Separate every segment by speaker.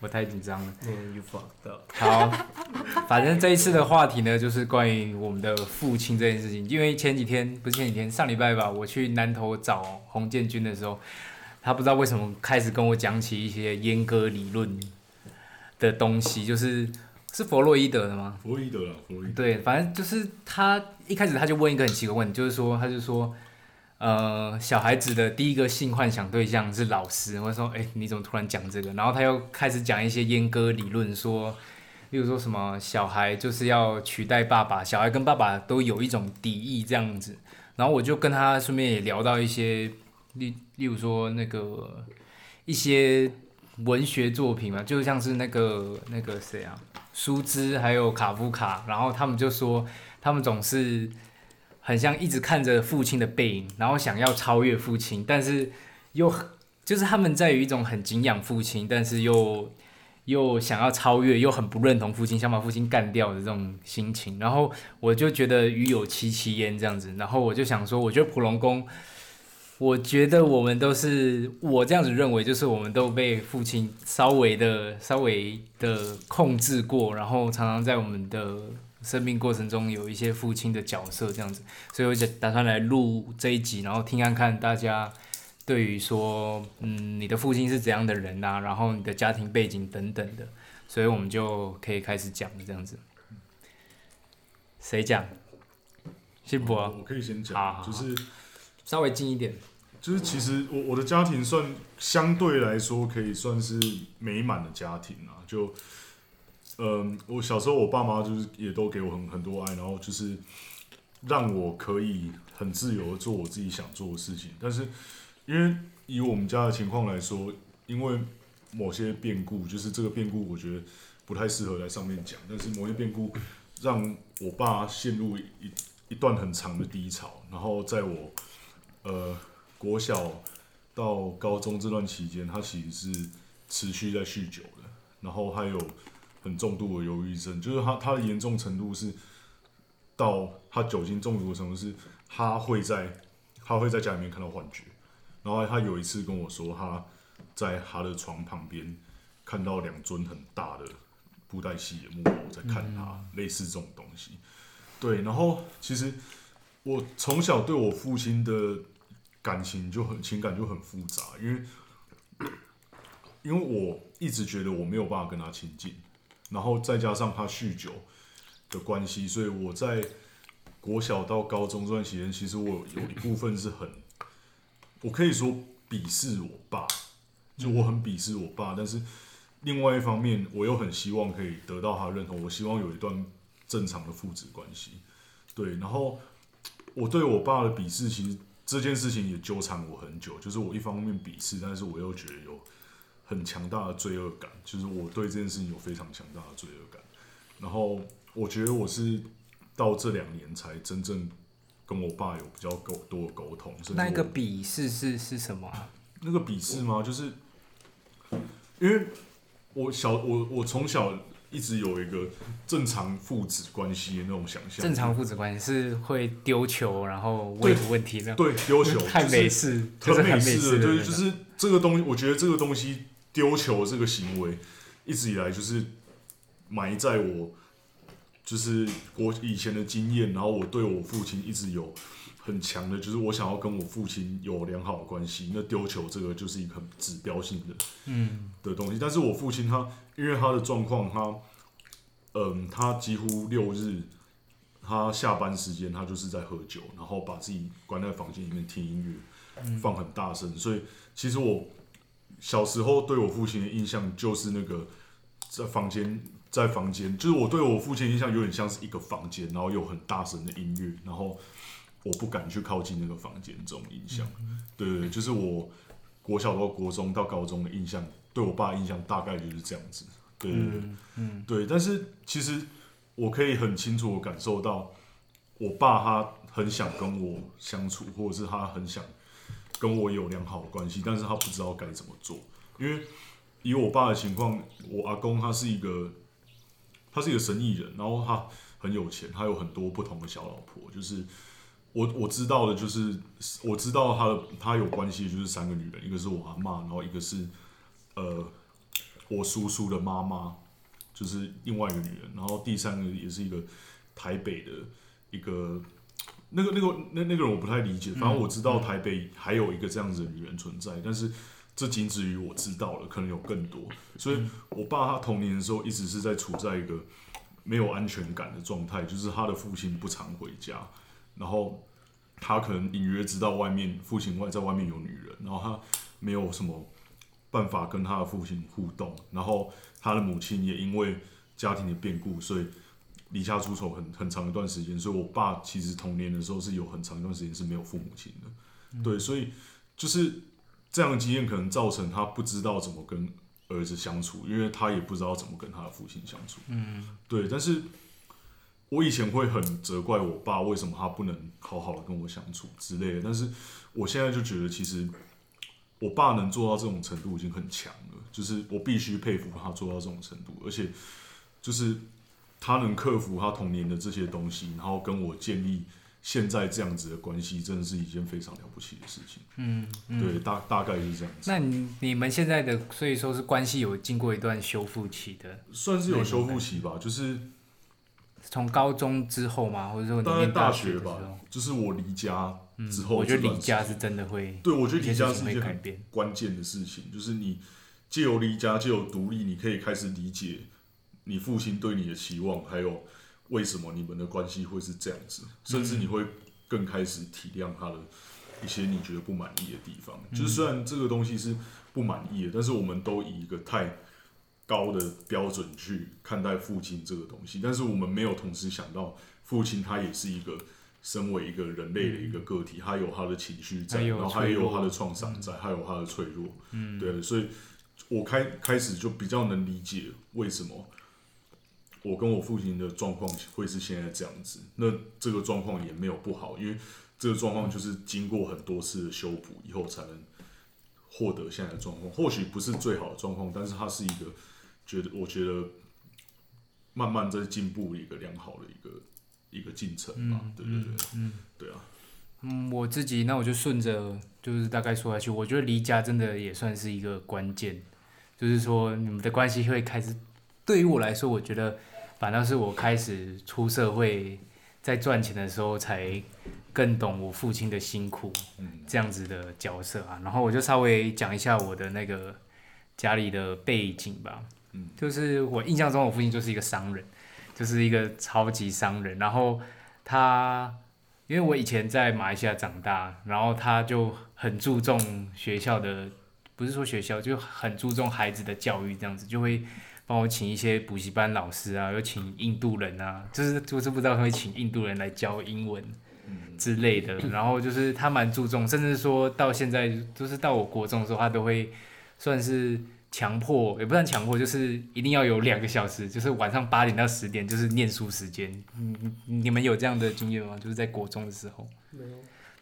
Speaker 1: 我太紧张了。
Speaker 2: Man, you fucked up。
Speaker 1: 好，反正这一次的话题呢，就是关于我们的父亲这件事情。因为前几天不是前几天，上礼拜吧，我去南头找洪建军的时候，他不知道为什么开始跟我讲起一些阉割理论的东西，就是是弗洛伊德的吗？
Speaker 3: 弗洛伊德啦，弗洛伊德。
Speaker 1: 对，反正就是他一开始他就问一个很奇怪的问题，就是说他就说，呃，小孩子的第一个性幻想对象是老师。我说，哎、你怎么突然讲这个？然后他又开始讲一些阉割理论，说，例如说什么小孩就是要取代爸爸，小孩跟爸爸都有一种敌意这样子。然后我就跟他顺便也聊到一些，例例如说那个一些文学作品嘛，就像是那个那个谁啊，舒兹还有卡夫卡，然后他们就说，他们总是很像一直看着父亲的背影，然后想要超越父亲，但是又就是他们在于一种很敬仰父亲，但是又又想要超越，又很不认同父亲，想把父亲干掉的这种心情。然后我就觉得鱼有戚戚焉这样子，然后我就想说，我觉得普龙宫。我觉得我们都是我这样子认为，就是我们都被父亲稍微的、稍微的控制过，然后常常在我们的生命过程中有一些父亲的角色这样子，所以我就打算来录这一集，然后听看看大家对于说，嗯，你的父亲是怎样的人呐、然后你的家庭背景等等的，所以我们就可以开始讲了这样子。谁讲？信博，
Speaker 3: 我可以先
Speaker 1: 啊好好好
Speaker 3: 讲，就是
Speaker 1: 稍微近一点。
Speaker 3: 就是，其实我我的家庭算相对来说可以算是美满的家庭啊。就，嗯，我小时候我爸妈就是也都给我很很多爱，然后就是让我可以很自由的做我自己想做的事情。但是，因为以我们家的情况来说，因为某些变故，就是这个变故，我觉得不太适合在上面讲。但是某些变故让我爸陷入一一段很长的低潮，然后在我呃。国小到高中这段期间，他其实是持续在酗酒的，然后他有很重度的忧郁症，就是他他的严重程度是到他酒精中毒的程度是，他会在他会在家里面看到幻觉，然后他有一次跟我说，他在他的床旁边看到两尊很大的布袋戏的木偶在看他，类似这种东西。对，然后其实我从小对我父亲的感情就很情感就很复杂，因为因为我一直觉得我没有办法跟他亲近，然后再加上他酗酒的关系，所以我在国小到高中这段期间，其实我有一部分是很，我可以说鄙视我爸，就我很鄙视我
Speaker 1: 嗯
Speaker 3: 爸，但是另外一方面，我又很希望可以得到他认同，我希望有一段正常的父子关系，对，然后我对我爸的鄙视，其实这件事情也纠缠我很久，就是我一方面鄙视，但是我又觉得有很强大的罪恶感，就是我对这件事情有非常强大的罪恶感。然后我觉得我是到这两年才真正跟我爸有比较沟多的沟通，甚至
Speaker 1: 那一个
Speaker 3: 我
Speaker 1: 笔是是是什么、啊？
Speaker 3: 那个鄙视吗？就是因为我小我我从小一直有一个正常父子关系的那种想象，
Speaker 1: 正常父子关系是会丢球，然后问问题这样，
Speaker 3: 对丢球
Speaker 1: 太
Speaker 3: 就是
Speaker 1: 美式，就
Speaker 3: 很
Speaker 1: 是很
Speaker 3: 美
Speaker 1: 美
Speaker 3: 式
Speaker 1: 式
Speaker 3: 的，对，
Speaker 1: 那
Speaker 3: 就
Speaker 1: 种
Speaker 3: 是这个东西，我觉得这个东西丢球这个行为，一直以来就是埋在我就是我以前的经验，然后我对我父亲一直有很强的，就是我想要跟我父亲有良好的关系。那丢球这个就是一个很指标性的，嗯的东西。但是我父亲他因为他的状况，他嗯，他几乎六日。他下班时间，他就是在喝酒，然后把自己关在房间里面听音乐，放很大声，所以其实我小时候对我父亲的印象就是那个在房间，在房间，就是我对我父亲的印象有点像是一个房间，然后有很大声的音乐，然后我不敢去靠近那个房间，这种印象，对对对，就是我国小到国中到高中的印象，对我爸的印象大概就是这样子，对对对，嗯对，但是其实我可以很清楚的感受到，我爸他很想跟我相处，或者是他很想跟我有良好的关系，但是他不知道该怎么做。因为以我爸的情况，我阿公他是一个，他是一个生意人，然后他很有钱，他有很多不同的小老婆。就是我我知道的，就是我知道他的他有关系的就是三个女人，一个是我阿妈，然后一个是呃我叔叔的妈妈，就是另外一个女人，然后第三个也是一个台北的一个。那个、那个、那那个人我不太理解，反正我知道台北还有一个这样子的女人存在，但是这仅止于我知道了，可能有更多。所以我爸他童年的时候一直是在处在一个没有安全感的状态，就是他的父亲不常回家，然后他可能隐约知道外面父亲外在外面有女人，然后他没有什么办法跟他的父亲互动，然后他的母亲也因为家庭的变故，所以离家出走很很长一段时间，所以我爸其实童年的时候是有很长一段时间是没有父母亲的，对，所以就是这样的经验可能造成他不知道怎么跟儿子相处，因为他也不知道怎么跟他的父亲相处，
Speaker 1: 嗯，
Speaker 3: 对，但是我以前会很责怪我爸为什么他不能好好的跟我相处之类的，但是我现在就觉得其实我爸能做到这种程度已经很强了，就是我必须佩服他做到这种程度，而且就是他能克服他童年的这些东西，然后跟我建立现在这样子的关系，真的是一件非常了不起的事情。
Speaker 1: 嗯，嗯
Speaker 3: 对，大大概是这样子，
Speaker 1: 那你你们现在的所以说是关系有经过一段修复期的，
Speaker 3: 算是有修复期吧，就是
Speaker 1: 从高中之后吗？或者说你
Speaker 3: 大概
Speaker 1: 念
Speaker 3: 大
Speaker 1: 学
Speaker 3: 学
Speaker 1: 的时候
Speaker 3: 吧，就是我离家
Speaker 1: 嗯
Speaker 3: 之后，
Speaker 1: 我觉得离家是真的会，
Speaker 3: 对，我觉得离家
Speaker 1: 有些事
Speaker 3: 是
Speaker 1: 情
Speaker 3: 一
Speaker 1: 会
Speaker 3: 件
Speaker 1: 改
Speaker 3: 很
Speaker 1: 变。
Speaker 3: 关键的事情，就是你借由离家，借由独立，你可以开始理解你父亲对你的期望，还有为什么你们的关系会是这样子，甚至你会更开始体谅他的一些你觉得不满意的地方。
Speaker 1: 嗯
Speaker 3: 就是虽然这个东西是不满意的，但是我们都以一个太高的标准去看待父亲这个东西，但是我们没有同时想到父亲他也是一个。身为一个人类的一个个体，他有他的情绪
Speaker 1: 嗯
Speaker 3: 在，
Speaker 1: 他有
Speaker 3: 然后他也
Speaker 1: 脆
Speaker 3: 有
Speaker 1: 弱嗯
Speaker 3: 他的创伤在，还有他的脆弱，嗯，对，所以我开开始就比较能理解为什么我跟我父亲的状况会是现在这样子。那这个状况也没有不好，因为这个状况就是经过很多次的修补以后才能获得现在的状况。或许不是最好的状况，但是它是一个觉得我觉得慢慢在进步的一个良好的一个一个进程吧。对对对，嗯，对啊，
Speaker 1: 嗯，我自己那我就顺着就是大概说下去，我觉得离家真的也算是一个关键，就是说你们的关系会开始，对于我来说，我觉得反倒是我开始出社会在赚钱的时候才更懂我父亲的辛苦
Speaker 3: 嗯
Speaker 1: 这样子的角色啊，然后我就稍微讲一下我的那个家里的背景吧，
Speaker 3: 嗯，
Speaker 1: 就是我印象中我父亲就是一个商人，就是一个超级商人，然后他。因为我以前在马来西亚长大，然后他就很注重学校的，不是说学校，就很注重孩子的教育，这样子就会帮我请一些补习班老师啊，又请印度人啊，就是就是不知道会请印度人来教英文
Speaker 3: 嗯
Speaker 1: 之类的。然后就是他蛮注重，甚至说到现在，就是到我国中的时候，他都会算是强迫，也不算强迫，就是一定要有两个小时，就是晚上八点到十点，就是念书时间。嗯你们有这样的经验吗？就是在国中的时候，
Speaker 2: 没有，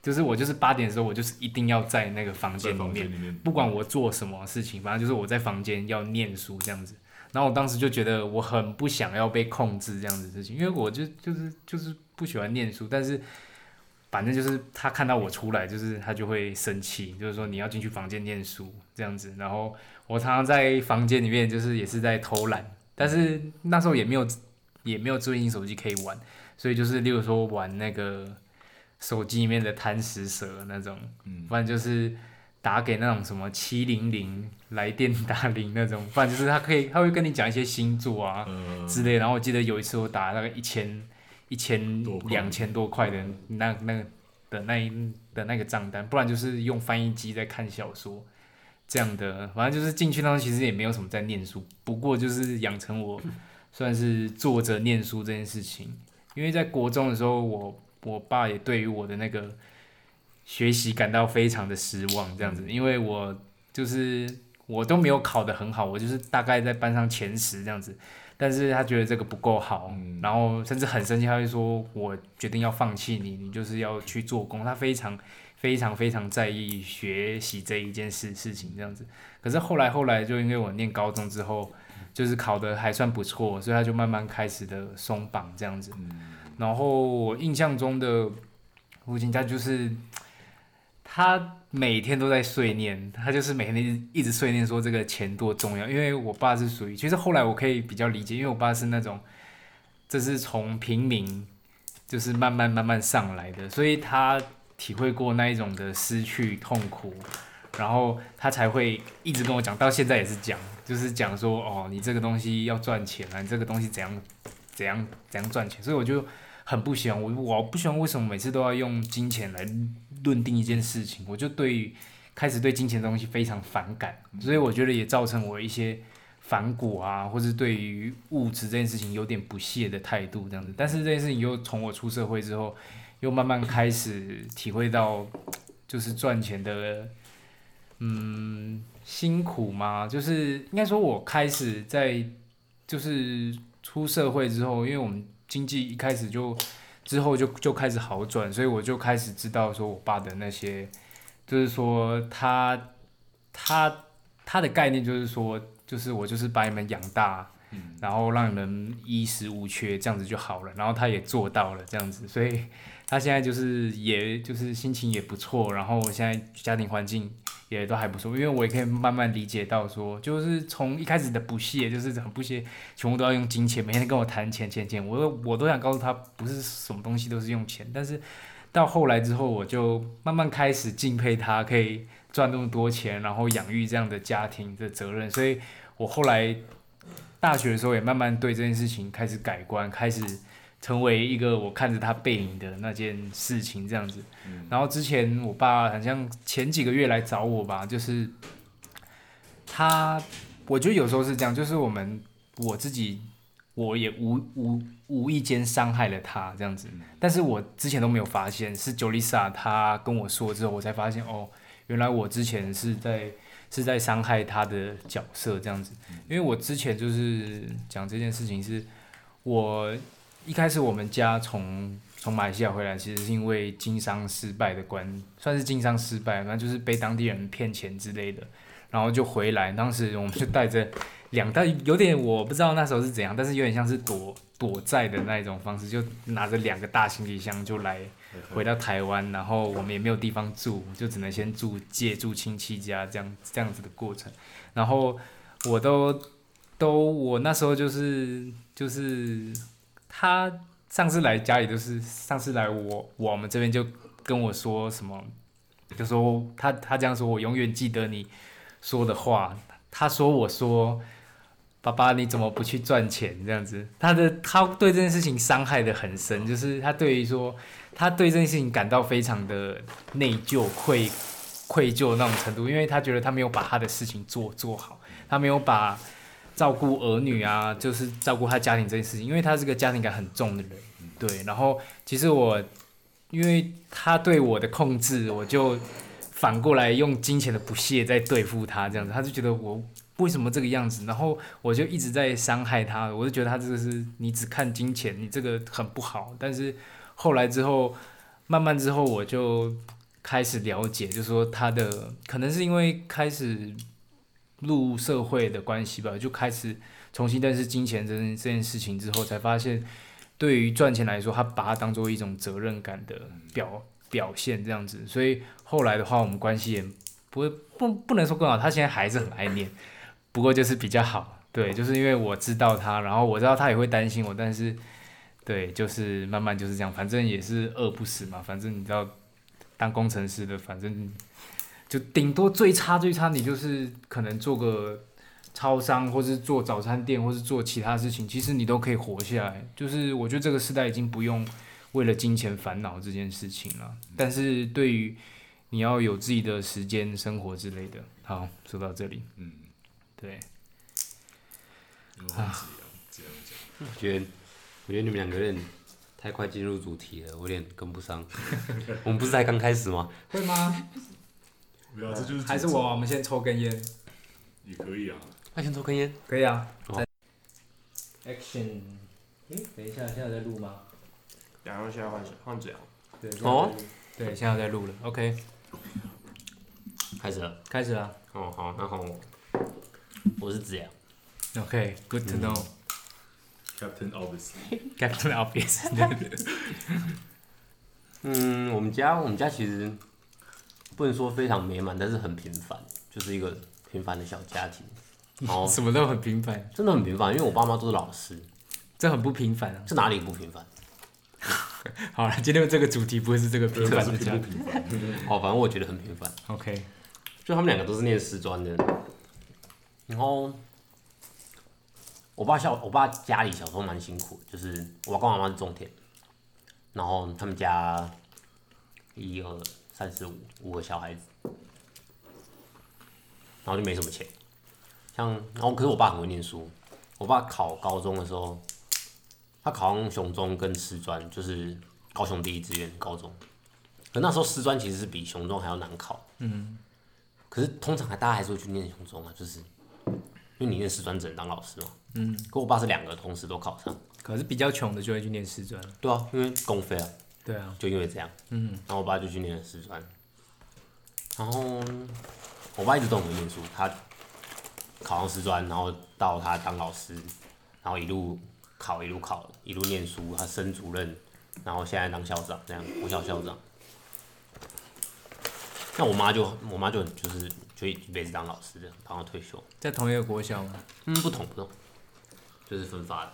Speaker 1: 就是我就是八点的时候，我就是一定要在那个房
Speaker 3: 在
Speaker 1: 间里
Speaker 3: 房
Speaker 1: 面
Speaker 3: 间。里面，
Speaker 1: 不管我做什么事情，反正就是我在房间要念书这样子。然后我当时就觉得我很不想要被控制这样子的事情，因为我就就是就是不喜欢念书，但是反正就是他看到我出来，就是他就会生气，就是说你要进去房间念书这样子。然后我常常在房间里面就是也是在偷懒，但是那时候也没有也没有智慧型手机可以玩，所以就是例如说玩那个手机里面的贪食蛇那种，
Speaker 3: 嗯
Speaker 1: 不然就是打给那种什么七零零来电打铃那种， 不然就是他可以他会跟你讲一些星座啊
Speaker 3: 呃，
Speaker 1: 之类。然后我记得有一次我打大概一千一千
Speaker 3: 多块
Speaker 1: 两千多块的那那的那一的那个账单，不然就是用翻译机在看小说这样的。反正就是进去当时其实也没有什么在念书，不过就是养成我算是坐着念书这件事情。因为在国中的时候，我我爸也对于我的那个学习感到非常的失望，这样子，因为我就是我都没有考得很好，我就是大概在班上前十这样子，但是他觉得这个不够好，
Speaker 3: 嗯
Speaker 1: 然后甚至很生气，他会说我决定要放弃你，你就是要去做工，他非常非常非常在意学习这一件事事情这样子。可是后来后来就因为我念高中之后，就是考得还算不错，所以他就慢慢开始的松绑这样子。然后我印象中的父亲他就是他每天都在碎念，他就是每天一直一直碎念说这个钱多重要。因为我爸是属于，其实后来我可以比较理解，因为我爸是那种，这是从平民就是慢慢慢慢上来的，所以他体会过那一种的失去痛苦，然后他才会一直跟我讲，到现在也是讲，就是讲说哦，你这个东西要赚钱啊，你这个东西怎样怎样怎样赚钱，所以我就很不喜欢我，我不喜欢为什么每次都要用金钱来论定一件事情，我就对于开始对金钱的东西非常反感，所以我觉得也造成我一些反骨啊，或是对于物质这件事情有点不屑的态度这样子。但是这件事情又从我出社会之后，又慢慢开始体会到，就是赚钱的，嗯，辛苦嘛，就是应该说，我开始在就是出社会之后，因为我们经济一开始就之后就就开始好转，所以我就开始知道说我爸的那些，就是说他他他的概念就是说，就是我就是把你们养大，然后让你们衣食无缺，这样子就好了。然后他也做到了这样子，所以他现在就是也就是心情也不错，然后现在家庭环境也都还不错，因为我也可以慢慢理解到说，就是从一开始的不屑，就是很不屑，全部都要用金钱，每天跟我谈钱钱钱，我都我都想告诉他，不是什么东西都是用钱，但是到后来之后，我就慢慢开始敬佩他可以赚那么多钱，然后养育这样的家庭的责任，所以我后来大学的时候也慢慢对这件事情开始改观，开始成为一个我看着他背影的那件事情这样子。然后之前我爸好像前几个月来找我吧，就是他，我觉得有时候是这样，就是我们我自己我也无无无意间伤害了他这样子，但是我之前都没有发现，是 Jolisa 他跟我说之后，我才发现哦，原来我之前是在是在伤害他的角色这样子，因为我之前就是讲这件事情是，我一开始我们家从从马来西亚回来，其实是因为经商失败的关，算是经商失败，反正就是被当地人骗钱之类的，然后就回来，当时我们就带着两袋，有点我不知道那时候是怎样，但是有点像是躲躲债的那一种方式，就拿着两个大行李箱就来回到台湾，然后我们也没有地方住，就只能先住借住亲戚家这样这样子的过程。然后我都都我那时候就是就是他上次来家里都是上次来我我们这边就跟我说什么，就说他他这样说，我永远记得你说的话。他说我说。爸爸，你怎么不去赚钱？这样子，他的他对这件事情伤害的很深，就是他对于说他对这件事情感到非常的内疚、愧愧疚那种程度，因为他觉得他没有把他的事情做做好，他没有把照顾儿女啊，就是照顾他家庭这件事情，因为他是个家庭感很重的人，对。然后其实我因为他对我的控制，我就反过来用金钱的不屑在对付他，这样子，他就觉得我。为什么这个样子？然后我就一直在伤害他，我就觉得他这个是你只看金钱，你这个很不好。但是后来之后，慢慢之后我就开始了解，就是说他的可能是因为开始入社会的关系吧，就开始重新认识金钱这件这件事情之后，才发现对于赚钱来说，他把它当做一种责任感的表表现这样子。所以后来的话，我们关系也不会不不能说更好，他现在还是很爱念。不过就是比较好，对，就是因为我知道他，然后我知道他也会担心我，但是对，就是慢慢就是这样，反正也是饿不死嘛，反正你知道，当工程师的，反正就顶多最差最差，你就是可能做个超商，或是做早餐店，或是做其他事情，其实你都可以活下来。就是我觉得这个时代已经不用为了金钱烦恼这件事情了，但是对于你要有自己的时间、生活之类的。好，说到这里，
Speaker 3: 嗯，
Speaker 1: 对。
Speaker 3: 有这样
Speaker 2: 啊
Speaker 3: 这样讲，
Speaker 2: 我觉得，我觉得你们两个人太快进入主题了，我有点跟不上。 我们不是才刚开始吗？
Speaker 1: 会吗？
Speaker 3: 不啊要，这就是
Speaker 1: 还是我，我们先抽根烟，
Speaker 3: 也可以啊。
Speaker 2: 那先抽根烟。
Speaker 1: 可以啊。
Speaker 2: 好
Speaker 4: Action，诶，等一下，现在在录吗？
Speaker 5: 然后现在换谁换子阳，
Speaker 4: 对，现在在
Speaker 2: 哦
Speaker 4: 录
Speaker 1: 对，现在在录了，OK，
Speaker 2: 开始了。
Speaker 1: 开始啦。
Speaker 2: 哦，好，那好，我是子阳。
Speaker 1: OK，Good、to know、
Speaker 3: Captain Obvious，
Speaker 1: 嗯 Captain Obvious
Speaker 2: 嗯，我们家我们家其实不能说非常美满，但是很平凡，就是一个平凡的小家庭。然 后
Speaker 1: 什么都很平凡，
Speaker 2: 真的很平凡，因为我爸妈都是老师，
Speaker 1: 这很不平凡啊。
Speaker 2: 这哪里不平凡？
Speaker 1: 好了，今天这个主题不会是这个平
Speaker 3: 这
Speaker 2: 啊
Speaker 1: 凡
Speaker 3: 是
Speaker 1: 的
Speaker 3: 平
Speaker 1: 家
Speaker 3: 不平凡？
Speaker 2: 哦，反正我觉得很平凡。
Speaker 1: OK，
Speaker 2: 就他们两个都是念师专的，然后我爸小我爸家里小时候蛮辛苦，就是我爸跟我妈妈是种田，然后他们家一二三四五五个小孩子，然后就没什么钱，像然后可是我爸很会念书，我爸考高中的时候，他考上雄中跟师专，就是高雄第一志愿高中，可那时候师专其实是比雄中还要难考。可是通常还大家还是会去念雄中啊，就是因为你念师专只能当老师嘛。嗯。可我爸是两个同时都考上。
Speaker 1: 可是比较穷的就会去念师专。
Speaker 2: 对啊，因为公费啊，
Speaker 1: 对啊，
Speaker 2: 就因为这样。嗯。然后我爸就去念了师专，然后我爸一直都很会念书，他考上师专，然后到他当老师，然后一路考一路考一路念书，他升主任，然后现在当校长这样，国校校长。那我妈就我妈就就是就一辈子当老师这样，当到退休。
Speaker 1: 在同一个国小嘛。
Speaker 2: 嗯，不同不同，就是分发的。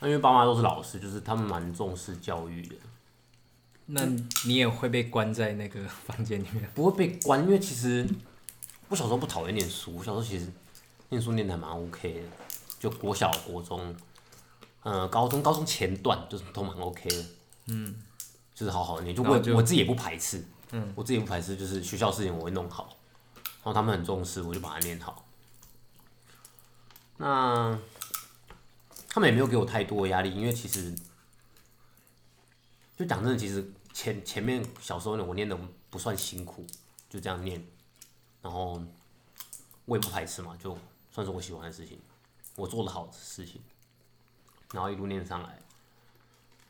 Speaker 2: 那因为爸妈都是老师，就是他们蛮重视教育的，
Speaker 1: 那
Speaker 4: 嗯
Speaker 1: 你也会被关在那个房间里面，
Speaker 2: 不会被关。因为其实我小时候不讨厌念书，我小时候其实念书念的蛮 OK 的，就国小、国中，呃，高中、高中前段就是都蛮 OK 的，嗯，就是好好念，就
Speaker 1: 然后
Speaker 2: 我
Speaker 1: 就
Speaker 2: 我自己也不排斥，嗯，我自己也不排斥，就是学校事情我会弄好，然后他们很重视，我就把它念好。那他们也没有给我太多的压力，因为其实就讲真的，其实前前面小时候呢，我念的不算辛苦，就这样念，然后我也不排斥嘛，就算是我喜欢的事情，我做的好的事情，然后一路念上来。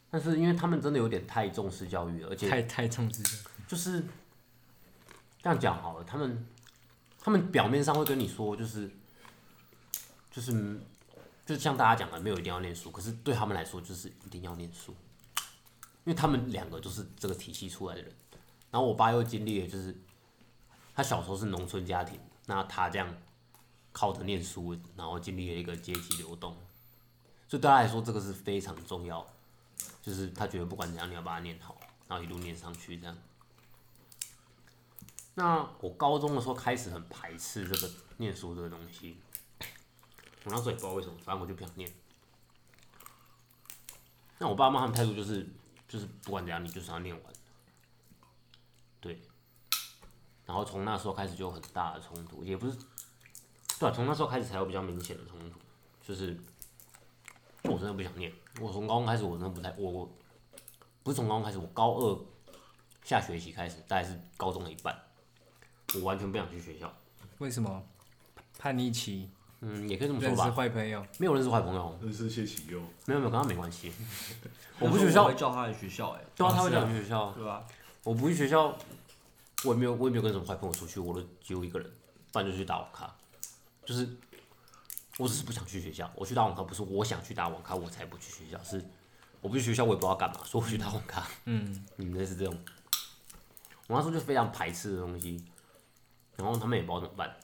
Speaker 2: 但是因为他们真的有点太重视教育了，而且
Speaker 1: 太太重视了。
Speaker 2: 就是这样讲好了，他们他们表面上会跟你说，就是就是就是像大家讲的，没有一定要念书，可是对他们来说就是一定要念书，因为他们两个就是这个体系出来的人。然后我爸又经历了，就是他小时候是农村家庭，那他这样靠着念书，然后经历了一个阶级流动，所以对他来说这个是非常重要，就是他觉得不管怎样，你要把它念好，然后一路念上去这样。那我高中的时候开始很排斥这个念书这个东西，我那时候也不知道为什么，反正我就不想念。那我爸妈他们态度就是，就是不管怎样，你就是要念完，对。然后从那时候开始就有很大的冲突，也不是，对啊、从那时候开始才有比较明显的冲突，就是，就我真的不想念。我从高中开始，我真的不太，我我不是从高中开始，我高二下学期开始，大概是高中的一半，我完全不想去学校。
Speaker 1: 为什么？叛逆期，
Speaker 2: 嗯，也可以这么说
Speaker 1: 认识
Speaker 2: 吧，
Speaker 1: 坏朋友，
Speaker 2: 没有认识坏朋友，
Speaker 3: 那是谢启佑，
Speaker 2: 没有没有，跟他没关 系。我
Speaker 5: 但
Speaker 2: 不
Speaker 5: 是
Speaker 2: 去学校
Speaker 5: 我会，叫他来学校，哎，
Speaker 2: 对啊，他会
Speaker 1: 是
Speaker 2: 叫
Speaker 1: 啊
Speaker 2: 你去学校。
Speaker 5: 对吧？
Speaker 2: 我不去学校，我也没有，我也没有跟什么坏朋友出去，我都只有一个人，不然就去打网咖。就是，我只是不想去学校。我去打网咖不是我想去打网咖，我才不去学校，是我不去学校，我也不知道干嘛，说我去打网咖。嗯，你们类似这种，我那时候就非常排斥的东西，然后他们也不知道怎么办。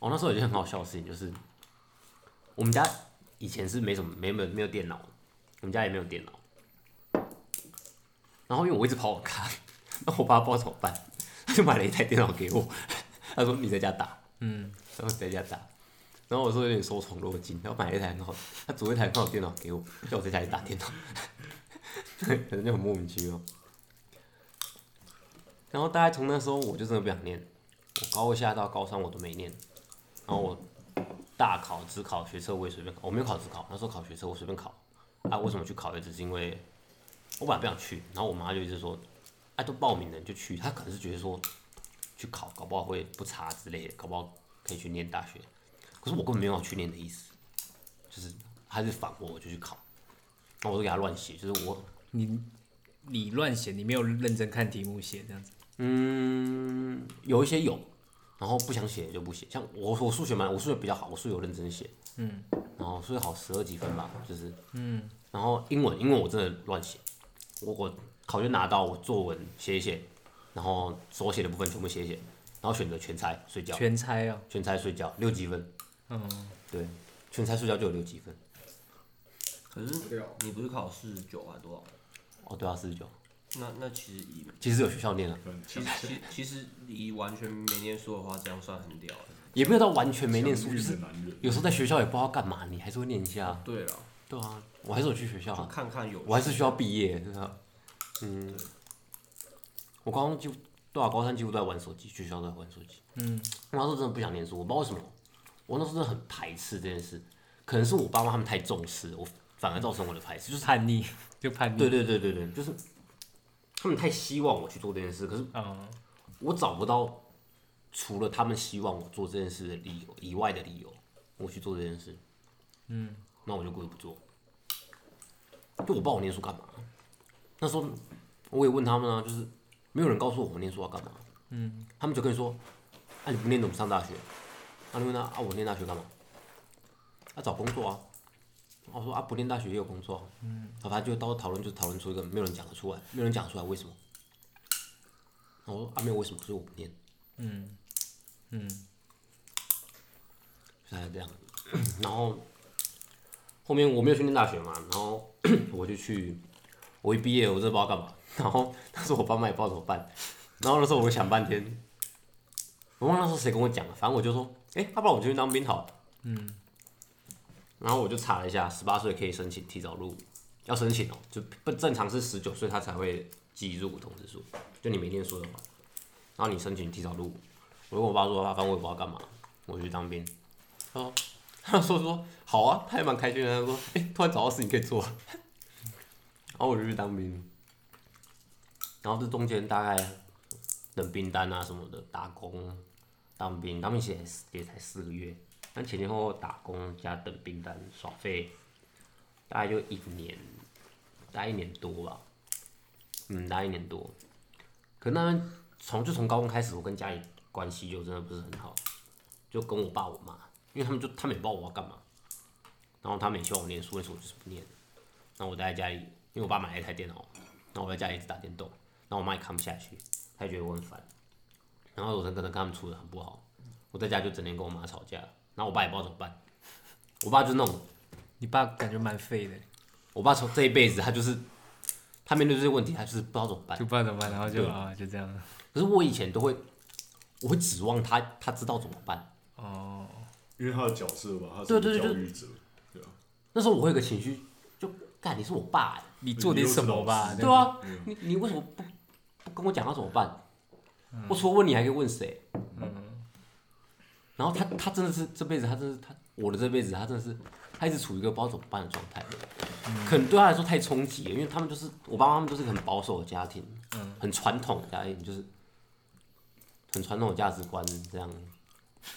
Speaker 2: 哦，那时候有一件很好笑的事情，就是我们家以前是没什么没没有没有电脑，我们家也没有电脑。然后因为我一直跑网咖，那我爸不知道怎么办，他就买了一台电脑给我，他说你在家打，嗯，然后在家打，然后我说有点受宠若惊，然后买了一台很好，他组了一台很好的电脑给我，叫我在家里打电脑， 反正就很莫名其妙。然后大概从那时候我就真的不想念，我高二下到高三我都没念，然后我大考、只考、学测我也随便考，我没有考只考，那时候考学测我随便考，啊，为什么去考也只是因为我本来不想去，然后我妈就一直说，哎、都报名了你就去。她可能是觉得说，去考搞不好会不差之类的，搞不好可以去念大学。可是我根本没有要去念的意思，就是她是反驳我就去考，然后我就给她乱写，就是我
Speaker 1: 你你乱写，你没有认真看题目写这样子。
Speaker 2: 嗯有一些有，然后不想写就不写。像我我数学蛮我数学比较好，我数学有认真写，嗯，然后数学好十二几分吧，就是嗯，然后英文英文我真的乱写，我我考卷拿到我作文写一写，然后手写的部分全部写一写，然后选择全猜睡觉，
Speaker 1: 全猜哦，
Speaker 2: 全猜睡觉六积分，
Speaker 1: 嗯，
Speaker 2: 对，全猜睡觉就有六积分。
Speaker 5: 可
Speaker 4: 对
Speaker 5: 是
Speaker 4: 哦
Speaker 5: 你不是考四十九还多少？
Speaker 2: 哦，对啊，四十九，
Speaker 5: 那那其实以
Speaker 2: 其实有学校念啊，
Speaker 5: 其实 其其实以完全没念书的话，这样算很屌了。
Speaker 2: 也没有到完全没念书，就
Speaker 3: 的
Speaker 2: 是
Speaker 3: 男人，
Speaker 2: 有时候在学校也不知道干嘛，你还是会念一下。
Speaker 5: 对了，
Speaker 2: 对啊，我还是有去学校
Speaker 5: 就
Speaker 2: 啊，
Speaker 5: 看看有，
Speaker 2: 我还是需要毕业，真的。嗯，我高中就对啊，高三几乎都在玩手机，学校都在玩手机。
Speaker 1: 嗯，
Speaker 2: 我那时候真的不想念书，我不知道为什么，我那时候真的很排斥这件事，可能是我爸妈他们太重视，我反而造成我的排斥，就是
Speaker 1: 叛逆就叛逆，
Speaker 2: 对，对对对对，就是他们太希望我去做这件事，可是
Speaker 1: 嗯，
Speaker 2: 我找不到除了他们希望我做这件事的理由以外的理由，我去做这件事。嗯，那我就故意不做。就我不知道我念书干嘛。那时候我也问他们啊，就是没有人告诉我我念书要干嘛。嗯，他们就跟你说，啊你不念怎么上大学？啊你问他啊我念大学干嘛？啊找工作啊。啊我说啊不念大学也有工作、啊。嗯，好吧，就到时候讨论就讨论出一个没有人讲得出来，没有人讲得出来为什么。然后我说啊没有为什么，所以我不念。
Speaker 1: 嗯，
Speaker 2: 大概这样。然后后面我没有去念大学嘛，然后我就去，我一毕业我真的不知道干嘛。然后那时候我爸妈也不知道怎么办，然后那时候我想半天，我忘了那时候谁跟我讲了，反正我就说，哎、要不然我就去当兵好了。嗯。然后我就查了一下，十八岁可以申请提早入伍，要申请哦、就不正常是十九岁他才会记入伍通知书，就你没念书的话，然后你申请提早入伍。我就跟我爸说，啊反正我也不知道干嘛，我就去当兵。哦他说说好啊，他也蛮开心的。他说，哎、突然找到事情可以做，然后我就去当兵。然后这中间大概冷兵单啊什么的，打工、当兵，当兵其实也是也才四个月，但前前后后打工加等兵单耍废，大概就一年，大概一年多吧。嗯，大概一年多。可那边从就从高中开始，我跟家里关系就真的不是很好，就跟我爸我妈。因为他们就他们也不知道我要干嘛，然后他们也希望我念书，但是我就是不念。然后我待在家里，因为我爸买了一台电脑，然后我在家里一直打电动，然后我妈也看不下去，她也觉得我很烦。然后我可能跟他们处的很不好，我在家就整天跟我妈吵架，然后我爸也不知道怎么办。我爸就是那种，
Speaker 1: 你爸感觉蛮废的，
Speaker 2: 我爸从这一辈子他就是，他面对这些问题他就是不知道怎么办。
Speaker 1: 就不知道怎么办，然后就
Speaker 2: 对
Speaker 1: 啊就这样，
Speaker 2: 可是我以前都会，我会指望他他知道怎么办。
Speaker 1: 哦，
Speaker 3: 因为他的角色吧，他是
Speaker 2: 对对
Speaker 3: 个
Speaker 2: 对
Speaker 3: 教育者，
Speaker 2: 那时候我会有个情绪，就干你是我爸、欸，
Speaker 1: 你做点什么吧，
Speaker 2: 对啊，你你为什么不不跟我讲要怎么办？我除了问你，还可以问谁？然后他他真的是这辈子，他真的是他我的这辈子，他真的是他一直处于一个不知道怎么办的状态，可能对他来说太冲击了，因为他们就是我爸妈他们就是一个很保守的家庭，很传统的家庭，就是很传统的价值观这样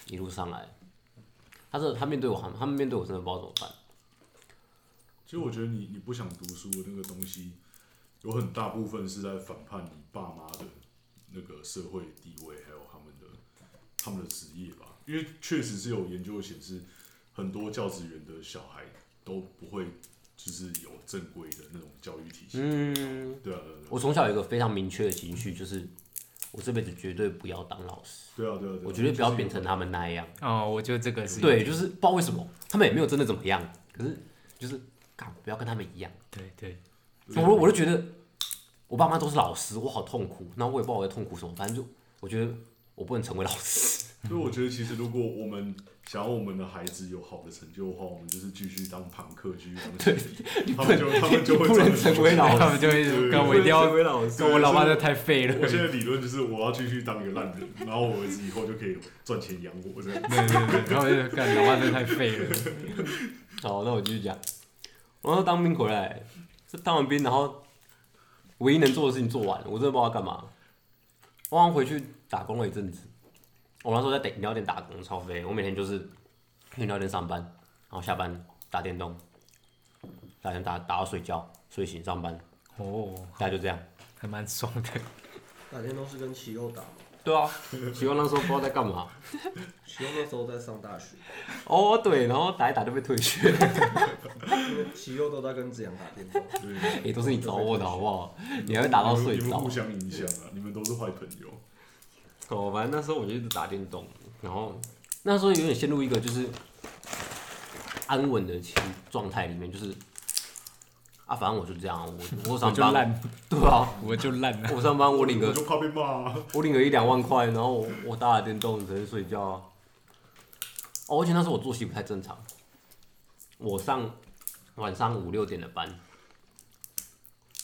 Speaker 2: 一路上来。他是他面对我，他们他们面对我真的不知道怎么办。
Speaker 3: 其实我觉得你你不想读书的那个东西，有很大部分是在反叛你爸妈的那个社会地位，还有他们的他们的职业吧。因为确实是有研究显示，很多教职员的小孩都不会就是有正规的那种教育体系。
Speaker 2: 嗯，
Speaker 3: 对啊，对啊，
Speaker 2: 我从小有一个非常明确的情绪，就是我这辈子绝对不要当老师，
Speaker 3: 对啊，对啊，对啊。
Speaker 2: 我绝对不要
Speaker 3: 就是
Speaker 2: 变成他们那样。
Speaker 1: 哦，我觉得这个是
Speaker 2: 对，就是不知道为什么，他们也没有真的怎么样，可是就是干，我不要跟他们一样。
Speaker 1: 对对，
Speaker 2: 所以我我就觉得我爸妈都是老师，我好痛苦，然后我也不知道我在痛苦什么，反正就我觉得我不能成为老师。
Speaker 3: 啊所以我觉得，其实如果我们想要我们的孩子有好的成就的话，我们就是继续当朋克，继续 当嬉皮，他们就他们就会
Speaker 2: 你不能
Speaker 3: 真的
Speaker 2: 成为老
Speaker 1: 他们就会
Speaker 3: 对
Speaker 1: 跟我一定要
Speaker 2: 成为老师
Speaker 1: 跟我老爸这太 废
Speaker 3: 我现
Speaker 1: 了，
Speaker 3: 在理论就是我要继续当一个烂人，然后我儿子以后就可以赚钱养我这样。
Speaker 1: 对对对，然后就干老爸这太废了，
Speaker 2: 好，哦那我继续讲。我要当兵回来，就当完兵，然后唯一能做的事情做完，我真的不知道干嘛。我好像回去打工了一阵子，我那时候在饮料店打工，超飞。我每天就是去饮料店上班，然后下班打电动，打电打打到睡觉，睡醒上班，
Speaker 1: 哦，
Speaker 2: 大概就这样。
Speaker 1: 还蛮爽的，
Speaker 5: 哪天都是跟奇佑打嘛，
Speaker 1: 对啊，
Speaker 2: 希望那时候不知道在干嘛。
Speaker 5: 其中那时候在上大学，
Speaker 2: 哦，对，然后打一打就被退学，
Speaker 5: 因为奇佑都在跟志阳打 电话。
Speaker 3: 对，
Speaker 2: 也都是你找我的好不好？ 你还会打到睡
Speaker 3: 你们
Speaker 2: 着
Speaker 3: 互。相影响啊，你们都是坏朋友。
Speaker 2: 哦，反正那时候我就一直打电动，然后那时候有点陷入一个就是安稳的情状态里面，就是啊，反正我就这样，我我
Speaker 1: 我
Speaker 2: 上
Speaker 1: 就
Speaker 2: 班，
Speaker 1: 烂，
Speaker 2: 对啊，
Speaker 1: 我就烂 了。
Speaker 2: 我上班我领
Speaker 3: 我
Speaker 2: 个
Speaker 3: 就怕被骂啊，
Speaker 2: 我领个一两万块，然后我我打打电动，只能睡觉啊。哦，而且那时候我作息不太正常，我上晚上五六点的班，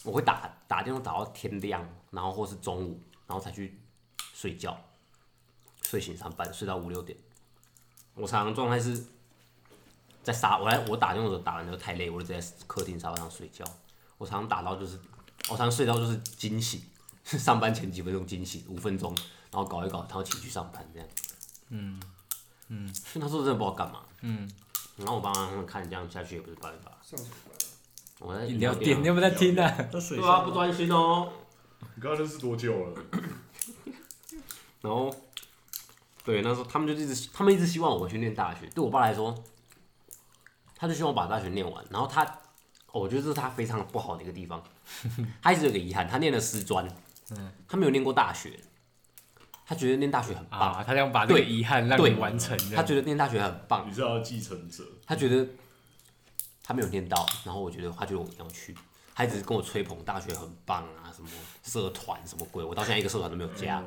Speaker 2: 我会打打电话打到天亮，然后或是中午，然后才去睡觉，睡醒上班，睡到五六点。我常常状态是在沙，我来我打电话的时候打完之后太累，我就直接在客厅沙发上睡觉。我常常打到就是，我常常睡到就是惊醒。 上班前几分钟惊醒，五分钟，然后搞一搞，然后起去上班这样。嗯嗯，所以那时候真的不知道干嘛。嗯，然后我帮他们看这样下去也不是办法。
Speaker 5: 上什么班？
Speaker 2: 我在
Speaker 1: 饮
Speaker 2: 饮
Speaker 1: 料
Speaker 2: 料
Speaker 1: 店，你
Speaker 2: 啊
Speaker 1: 有没有在听啊？
Speaker 5: 都水
Speaker 2: 对啊，不专心哦。
Speaker 3: 你跟他认识多久 了？
Speaker 2: 然后，对，那时候他们就一直，他们一直希望我去念大学。对我爸来说，他就希望我把大学念完。然后他，哦我觉得这是他非常不好的一个地方， 他一直有个遗憾，他念了师专，他没有念过大学。他觉得念大学很 棒，
Speaker 1: 啊，他想把这个遗憾让你
Speaker 2: 对
Speaker 1: 完成这样，
Speaker 2: 他觉得念大学很棒，
Speaker 3: 你是他的继承者，
Speaker 2: 他觉得他没有念到，然后我觉得他觉得我一定要去，他一直跟我吹捧大学很棒啊，什么社团什么鬼，我到现在一个社团都没有加。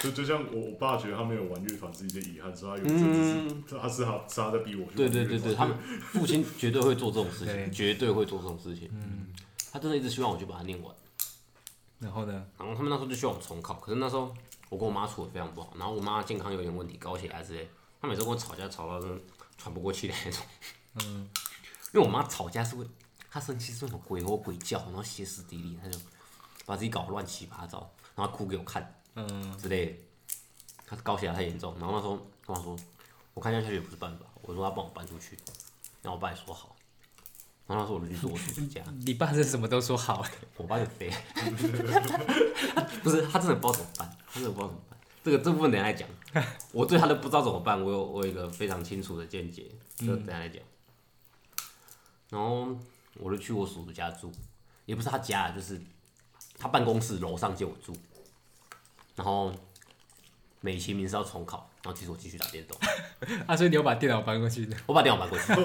Speaker 3: 就就像我我爸觉得他没有玩乐团是一件遗憾，所以他有一阵子是他是他是他在逼我去玩
Speaker 2: 嗯对对
Speaker 3: 乐
Speaker 2: 对对，
Speaker 3: 团
Speaker 2: 他们父亲绝对会做这种事
Speaker 1: 对
Speaker 2: 情，绝对会做这种事情。嗯，他真的一直希望我去把它念完，
Speaker 1: 然后呢？
Speaker 2: 然后他们那时候就希望我重考，可是那时候我跟我妈处的非常不好，然后我妈健康有点问题，高血压之类，她每次跟我吵架吵到真的喘不过气的那种。嗯，因为我妈吵架是会，她生气是那种鬼吼鬼叫，然后歇斯底里，她就把自己搞得乱七八糟，然后哭给我看，嗯之类的。她高血压太严重，然后那时候跟我说，我看一下下去也不是办法，我说要帮我搬出去，然后我爸也说好，然后那时候我就去做我自己家。
Speaker 1: 你爸是什么都说好，
Speaker 2: 我爸就飞， 不是他真的不知道怎么办，他真的不知道怎么办。这个这部分等一下再讲，我对他都不知道怎么办，我有我有一个非常清楚的见解，就等一下再讲。然后我就去我叔叔家住，也不是他家，就是他办公室楼上借我住。然后美其名是要重考，然后其实我继续打电动，
Speaker 1: 啊，所以你有把电脑搬过去的，
Speaker 2: 我把电脑搬过去，
Speaker 3: 啊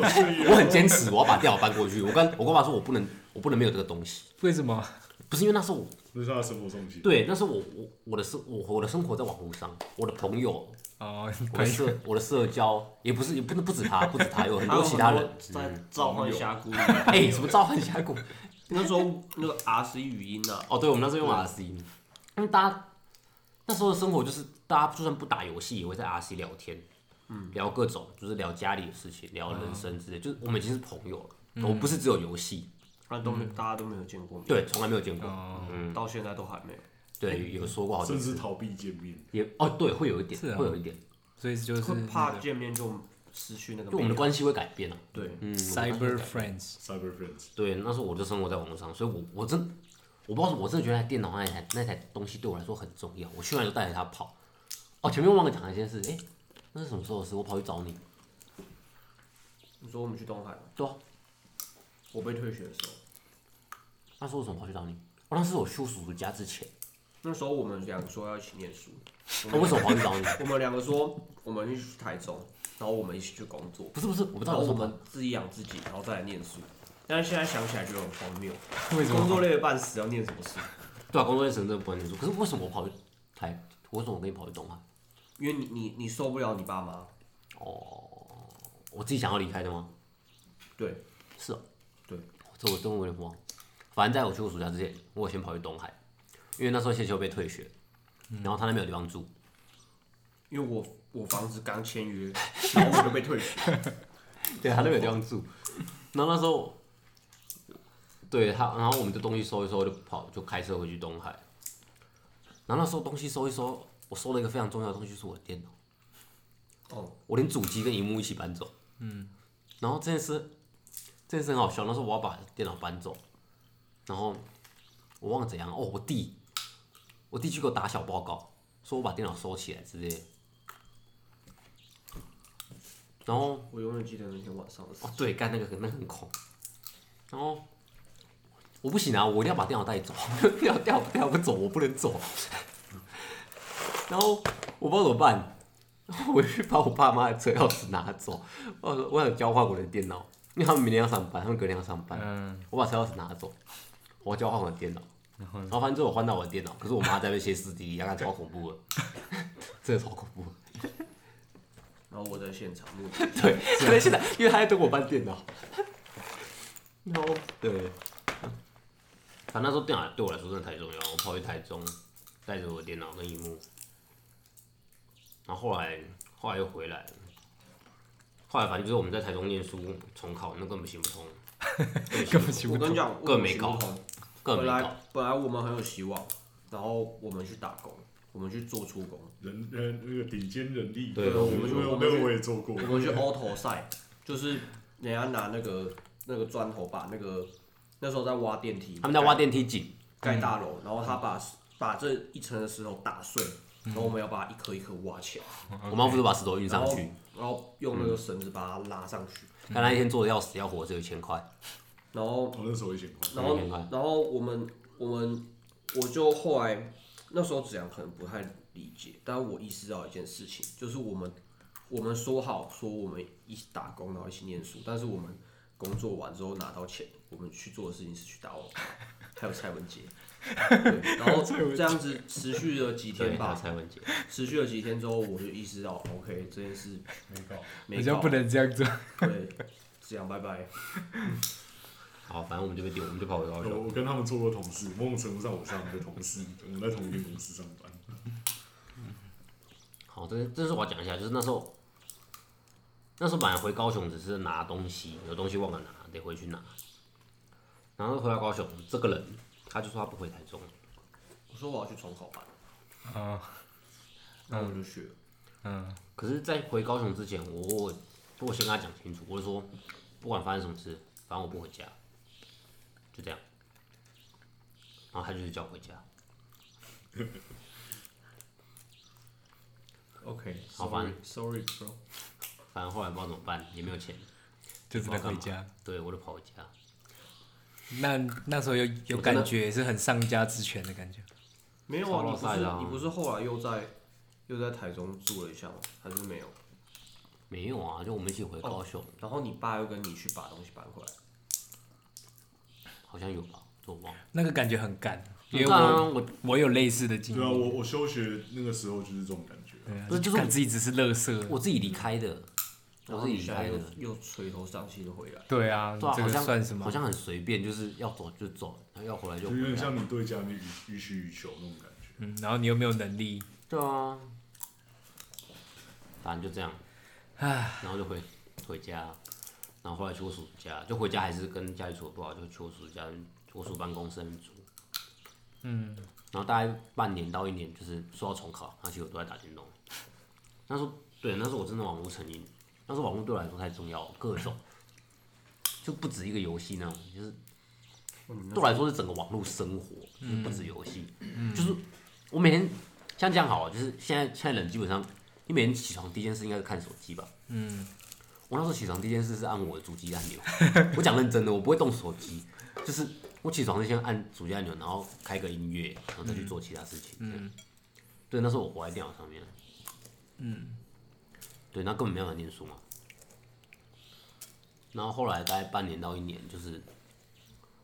Speaker 2: 我很坚持，我要把电脑搬过去。我跟我跟我爸说，我不能，我不能没有这个东西，
Speaker 1: 为什么？
Speaker 2: 不是因为那时候我
Speaker 3: 那是他的生活重心。
Speaker 2: 对，但是我我我的生我我的生活在网络上，我的朋友，
Speaker 1: 哦，
Speaker 2: 我的
Speaker 1: 关于
Speaker 2: 社我的社交也不是也不能不止他，不止他，有很多其他人。
Speaker 5: 在召唤峡谷。
Speaker 2: 哎、什么召唤峡谷？
Speaker 5: 那时候那个 RC 语音啊，
Speaker 2: 哦，对，我们那时候用 RC，因为大家那时候的生活就是大家就算不打游戏，也会在 RC 聊天，嗯，聊各种，就是聊家里的事情，聊人生之类，就是我们已经是朋友了，我们不是只有游戏，
Speaker 5: 那都没大家都没有见过
Speaker 2: 嗯
Speaker 5: 面，
Speaker 2: 对，从来没有见过，
Speaker 1: 哦
Speaker 5: 到现在都还没有。
Speaker 2: 对，有说过好几
Speaker 3: 甚至
Speaker 2: 次，
Speaker 3: 逃避见面，
Speaker 2: 也哦，对，会有一点，
Speaker 1: 是啊
Speaker 2: 会有一点，
Speaker 1: 所以就是
Speaker 5: 会
Speaker 1: 那
Speaker 5: 怕
Speaker 1: 个
Speaker 5: 见面就失去那个
Speaker 2: 就我们的
Speaker 5: 美好
Speaker 2: 关系会改变啊，
Speaker 5: 对，
Speaker 2: 嗯
Speaker 1: cyber friends，
Speaker 3: Cyber Friends，
Speaker 2: 对，那时候我就生活在网络上，所以我我真我不知道，我真的觉得那电脑那台那台东西对我来说很重要。我去完就带着它跑。哦，前面忘了讲一件事，哎、那是什么时候的事？我跑去找你，
Speaker 5: 你说我们去东海吗，
Speaker 2: 对啊，
Speaker 5: 我被退学的时候，
Speaker 2: 那时候为什么跑去找你？哦，那是我去叔叔家之前。
Speaker 5: 那时候我们两个说要一起念书，
Speaker 2: 哦，为什么跑去找你？
Speaker 5: 我们两个说我们一起去台中，然后我们一起去工作，
Speaker 2: 不是不是，我不知
Speaker 5: 然
Speaker 2: 道
Speaker 5: 后
Speaker 2: 为
Speaker 5: 哦我
Speaker 2: 什么
Speaker 5: 们自己养自己，然后再来念书。但是现在想起来就很荒谬，
Speaker 1: 为什
Speaker 5: 工作
Speaker 1: 么？
Speaker 5: 累得半死，要念什么书？
Speaker 2: 跑。对啊，工作在深圳不能念书，可是为什么我跑去台？为什么我跟你跑去东海？
Speaker 5: 因为你你你受不了你爸妈，
Speaker 2: 我自己想要离开的吗？
Speaker 5: 对，
Speaker 2: 是哦，
Speaker 5: 对，
Speaker 2: 这我真的有点忘了。反正在我去过暑假之前，我有先跑去东海，因为那时候谢修被退学，
Speaker 5: 嗯
Speaker 2: 然后他那边有地方住，
Speaker 5: 因为我我房子刚签约，然后我就被 退学，
Speaker 2: 对他那边有地方住，然后那时候，对他，然后我们就东西收一收，就跑就开车回去东海，然后那时候东西收一收，我收了一个非常重要的东西，就是我的电脑，
Speaker 5: 哦，
Speaker 2: 我连主机跟荧幕一起搬走，嗯，然后这件事，这件事很好笑，那时候我要把电脑搬走，然后我忘了怎样，哦，我弟，我弟去给我打小报告，说我把电脑收起来之类的。然后
Speaker 5: 我永远记得那天晚上的事
Speaker 2: 哦，。对，干那个很那个很恐。然后我不行啊，我一定要把电脑带走， 要掉掉不走，我不能走。然后我不知道怎么办，然后我就去把我爸妈的车钥匙拿走，我想我想交换我的电脑，因为他们明天要上班，他们隔天要上班，
Speaker 1: 嗯，
Speaker 2: 我把车钥匙拿走，我交换我的电脑。然后反正最后我换到我的电脑，可是我妈在那边歇斯底里，那超恐怖的， 真的超恐怖的。
Speaker 5: 然后我在现场目睹，
Speaker 2: 对，可能现在因为他在等我搬电脑。然后 对，反正那时候电脑对我来说真的太重要，我跑去台中，带着我的电脑跟荧幕，然后后来后来又回来，后来反正就是我们在台中念书重考，那根本行不通，
Speaker 1: 根本行
Speaker 5: 我
Speaker 1: 不
Speaker 5: 跟
Speaker 1: 通。
Speaker 5: 你讲，
Speaker 2: 更没搞
Speaker 5: 我行不
Speaker 2: 根
Speaker 5: 通
Speaker 2: 本
Speaker 5: 本
Speaker 2: 没搞
Speaker 5: 来。本来我们很有希望，然后我们去打工，我们去做出工，
Speaker 3: 人人那个顶尖人力，
Speaker 2: 对
Speaker 3: 我
Speaker 5: 我
Speaker 3: 们
Speaker 5: 们
Speaker 3: 那个
Speaker 5: 我们
Speaker 3: 那个我也做过
Speaker 5: 我，们去 auto 赛，就是人家拿那个那个砖头把那个那时候在挖电梯，
Speaker 2: 他们在挖电梯嗯井，
Speaker 5: 盖大楼，然后他把把这一层的石头打碎，然后我们要把它一颗一颗挖起来，
Speaker 2: 我妈负责把石头运
Speaker 5: 然
Speaker 2: 上
Speaker 5: 后
Speaker 2: 去。
Speaker 5: 然后用那个绳子把它拉上去，
Speaker 2: 但那一天做的要死要活，只有一千块。
Speaker 5: 然后
Speaker 3: 我那时候也行过。
Speaker 5: 然后
Speaker 2: 明白
Speaker 5: 然后我们我们我就后来那时候子阳可能不太理解，但我意识到一件事情，就是我们我们说好说我们一起打工，然后一起念书，但是我们工作完之后拿到钱，我们去做的事情是去打网咖，还有蔡文杰。对然后这样子持续了几
Speaker 2: 对，
Speaker 5: 天
Speaker 2: 还有
Speaker 5: 吧，
Speaker 2: 蔡文杰，
Speaker 5: 持续了几天之后，我就意识到，OK，这件事
Speaker 3: 没搞，
Speaker 1: 比
Speaker 5: 没
Speaker 1: 较
Speaker 5: 搞
Speaker 1: 不能这样做，
Speaker 5: 对，子阳拜拜。
Speaker 2: 好，反正我们就被丢，我们就跑回高
Speaker 3: 有
Speaker 2: 雄。
Speaker 3: 我跟他们做过同事，某种程度上我是他们的同事，我们在同一间公司上班。
Speaker 2: 好，这这是我要讲一下，就是那时候，那时候本来回高雄只是拿东西，有东西忘了拿，得回去拿。然后回到高雄，这个人他就说他不回台中，
Speaker 5: 我说我要去重考班，
Speaker 1: 啊，
Speaker 5: 那我就去了。
Speaker 1: 嗯，
Speaker 2: 可是，在回高雄之前，我我我先跟他讲清楚，我就说不管发生什么事，反正我不回家，就这样。然后他就是叫我回家，
Speaker 5: OK，
Speaker 2: 好烦
Speaker 5: Sorry, bro。
Speaker 2: 反正后来不知道怎么办，也没有钱，
Speaker 1: 就只能回家。
Speaker 2: 对我就跑回家。
Speaker 1: 那那时候有有
Speaker 2: 我真的
Speaker 1: 感觉是很上家之犬的感觉，
Speaker 5: 没有
Speaker 2: 超
Speaker 5: 啊，你不
Speaker 2: 晒
Speaker 5: 是
Speaker 2: 的啊
Speaker 5: 你不是后来又在又在台中住了一下吗？还是没有？
Speaker 2: 没有啊，就我们一起回
Speaker 1: 哦
Speaker 2: 高雄，
Speaker 5: 然后你爸又跟你去把东西搬回来，
Speaker 2: 好像有吧，我忘了。
Speaker 1: 那个感觉很干，因为
Speaker 2: 当然啊
Speaker 1: 我
Speaker 2: 我
Speaker 1: 我有类似的经
Speaker 3: 对啊，我
Speaker 1: 历，
Speaker 3: 我休学那个时候就是这种感觉。
Speaker 1: 对啊
Speaker 2: 不是就是
Speaker 1: 感自己只是乐色，
Speaker 2: 我自己离开的，我
Speaker 5: 然后
Speaker 2: 自己嗯哦离
Speaker 5: 你现在
Speaker 2: 开
Speaker 5: 又
Speaker 2: 的。
Speaker 5: 又垂头丧气的回来。
Speaker 1: 对啊，
Speaker 2: 对啊，
Speaker 1: 这
Speaker 2: 好
Speaker 1: 个
Speaker 2: 像
Speaker 1: 算什么
Speaker 2: 好？像很随便，就是要走就走，然后要回来
Speaker 3: 就
Speaker 2: 就回
Speaker 3: 有点
Speaker 2: 来。
Speaker 3: 像你对家里予予取予求那种感觉。
Speaker 1: 嗯，然后你又没有能力，
Speaker 2: 对啊，反正就这样，然后就回回家，然后后来去我叔叔家，就回家还是跟家里处的不好，就去我叔叔家，我叔办公室那边住。嗯，然后大概半年到一年，就是说要重考，然后其实我都在打电动。那时候对，那时候我真的网络成瘾，那时候网络对我来说太重要了，各种就不止一个游戏那种，就是对我来说是整个网络生活，就是不止游戏，就是我每天像这样好了，就是现在现在人基本上，你每天起床第一件事应该是看手机吧？嗯，我那时候起床第一件事是按我的主机按钮，我讲认真的，我不会动手机，就是我起床是先按主机按钮，然后开个音乐，然后再去做其他事情。嗯，对，那时候我活在电脑上面。嗯，对，那根本没有人念书嘛。然后后来大概半年到一年，就是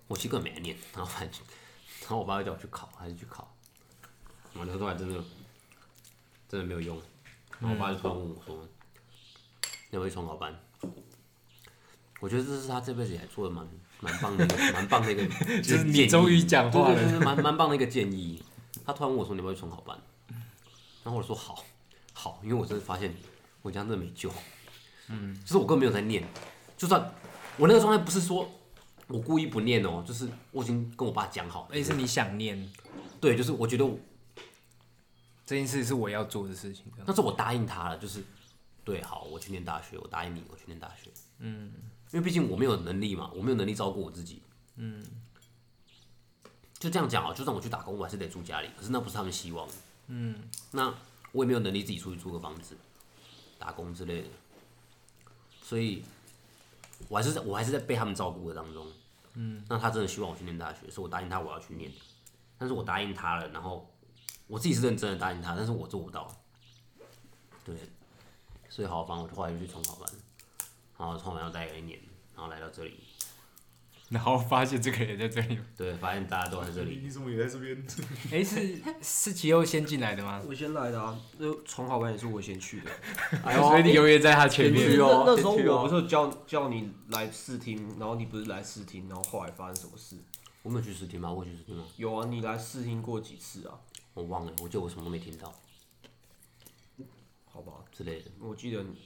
Speaker 2: 我其实根本没念，然后反正就，然后我爸就叫我去考，还是去考，我那时候后来真的真的没有用，然后我爸就突然问我说，要不要去重考班？我觉得这是他这辈子以来做的蛮蛮棒的一个蛮棒的一个 建议，
Speaker 1: 就是你终于讲话了
Speaker 2: 对对对对蛮蛮棒的一个建议。他突然问我说，你要不要去重考班？然后我说好，好，因为我真的发现我这样真的没救，嗯，就是我根本没有在念，就算我那个状态不是说我故意不念哦，就是我已经跟我爸讲好了，
Speaker 1: 而且是你想念
Speaker 2: 对，就是我觉得我
Speaker 1: 这件事是我要做的事 情，这样
Speaker 2: 那是我答应他了，就是对，好，我去念大学，我答应你，我去念大学，嗯，因为毕竟我没有能力嘛，我没有能力照顾我自己，嗯，就这样讲啊，就算我去打工，我还是得住家里，可是那不是他们希望的，嗯，那我也没有能力自己出去租个房子、打工之类的，所以我还是在我还是在被他们照顾的当中。嗯，那他真的希望我去念大学，所以我答应他我要去念，但是我答应他了，然后我自己是认真的答应他，但是我做不到。对，所以好，反正我就后来就去重考班，然后重考班又待了一年，然后来到这里，
Speaker 1: 然后发现这个人在这里。
Speaker 2: 对，发现大家都在这
Speaker 3: 你
Speaker 2: 里，
Speaker 3: 你怎么也在这边？
Speaker 1: 哎、是是奇佑先进来的吗？
Speaker 5: 我先来的啊，那重考班也是我先去的。
Speaker 2: 哎呦
Speaker 1: 所以你永远在他前
Speaker 5: 那
Speaker 1: 面
Speaker 2: 去。哦
Speaker 5: 那时候
Speaker 2: 先去哦
Speaker 5: 我不是有叫叫你来试听，然后你不是来试听，然后后来发生什么事？
Speaker 2: 我没有去试听吗？我有去试听吗？
Speaker 5: 有啊，你来试听过几次啊？
Speaker 2: 我忘了，我记得我什么都没听到
Speaker 5: 好吧，
Speaker 2: 之类的。
Speaker 5: 我记得你，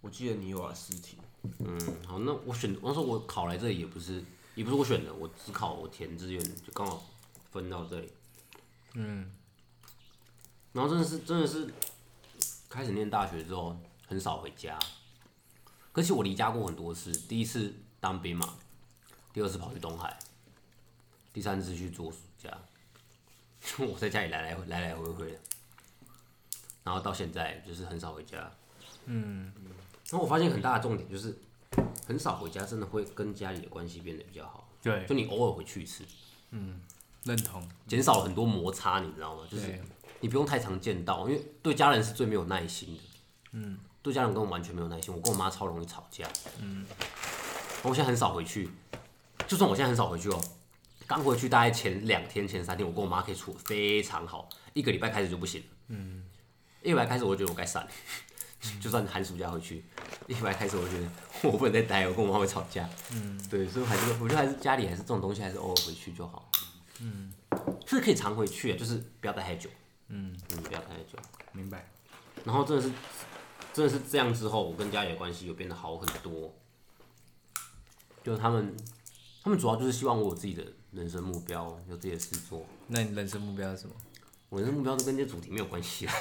Speaker 5: 我记得你有来试听。
Speaker 2: 嗯，好，那我选，那时候我考来这里也不是，也不是我选的，我只考我填志愿，就刚好分到这里。嗯，然后真的是真的是开始念大学之后很少回家，可是我离家过很多次，第一次当兵嘛，第二次跑去东海，第三次去做暑假，就我在家里来来回来来回回的，然后到现在就是很少回家。然后我发现很大的重点就是，很少回家，真的会跟家里的关系变得比较好。
Speaker 1: 对，
Speaker 2: 就你偶尔回去一次，
Speaker 1: 认同。
Speaker 2: 减少了很多摩擦，你知道吗？就是
Speaker 1: 对，
Speaker 2: 你不用太常见到，因为对家人是最没有耐心的。嗯，对家人跟我完全没有耐心，我跟我妈超容易吵架。嗯，我现在很少回去，就算我现在很少回去哦，刚回去大概前两天、前三天，我跟我妈可以处得非常好，一个礼拜开始就不行了。嗯，一个礼拜开始我就觉得我该散了， 就算寒暑假回去，一个礼拜开始我就觉得我不能再待了，我跟我妈会吵架。嗯，对，所以我还是我觉得还是家里还是这种东西，还是偶尔回去就好。嗯，是可以常回去的，就是不要待太久。嗯，不要待太久。
Speaker 1: 明白。
Speaker 2: 然后真的是，真的是这样之后，我跟家里的关系有变得好很多。就是他们，他们主要就是希望我有自己的人生目标，有自己的事做。
Speaker 1: 那你人生目标是什么？
Speaker 2: 我人生目标都跟这主题没有关 系啊，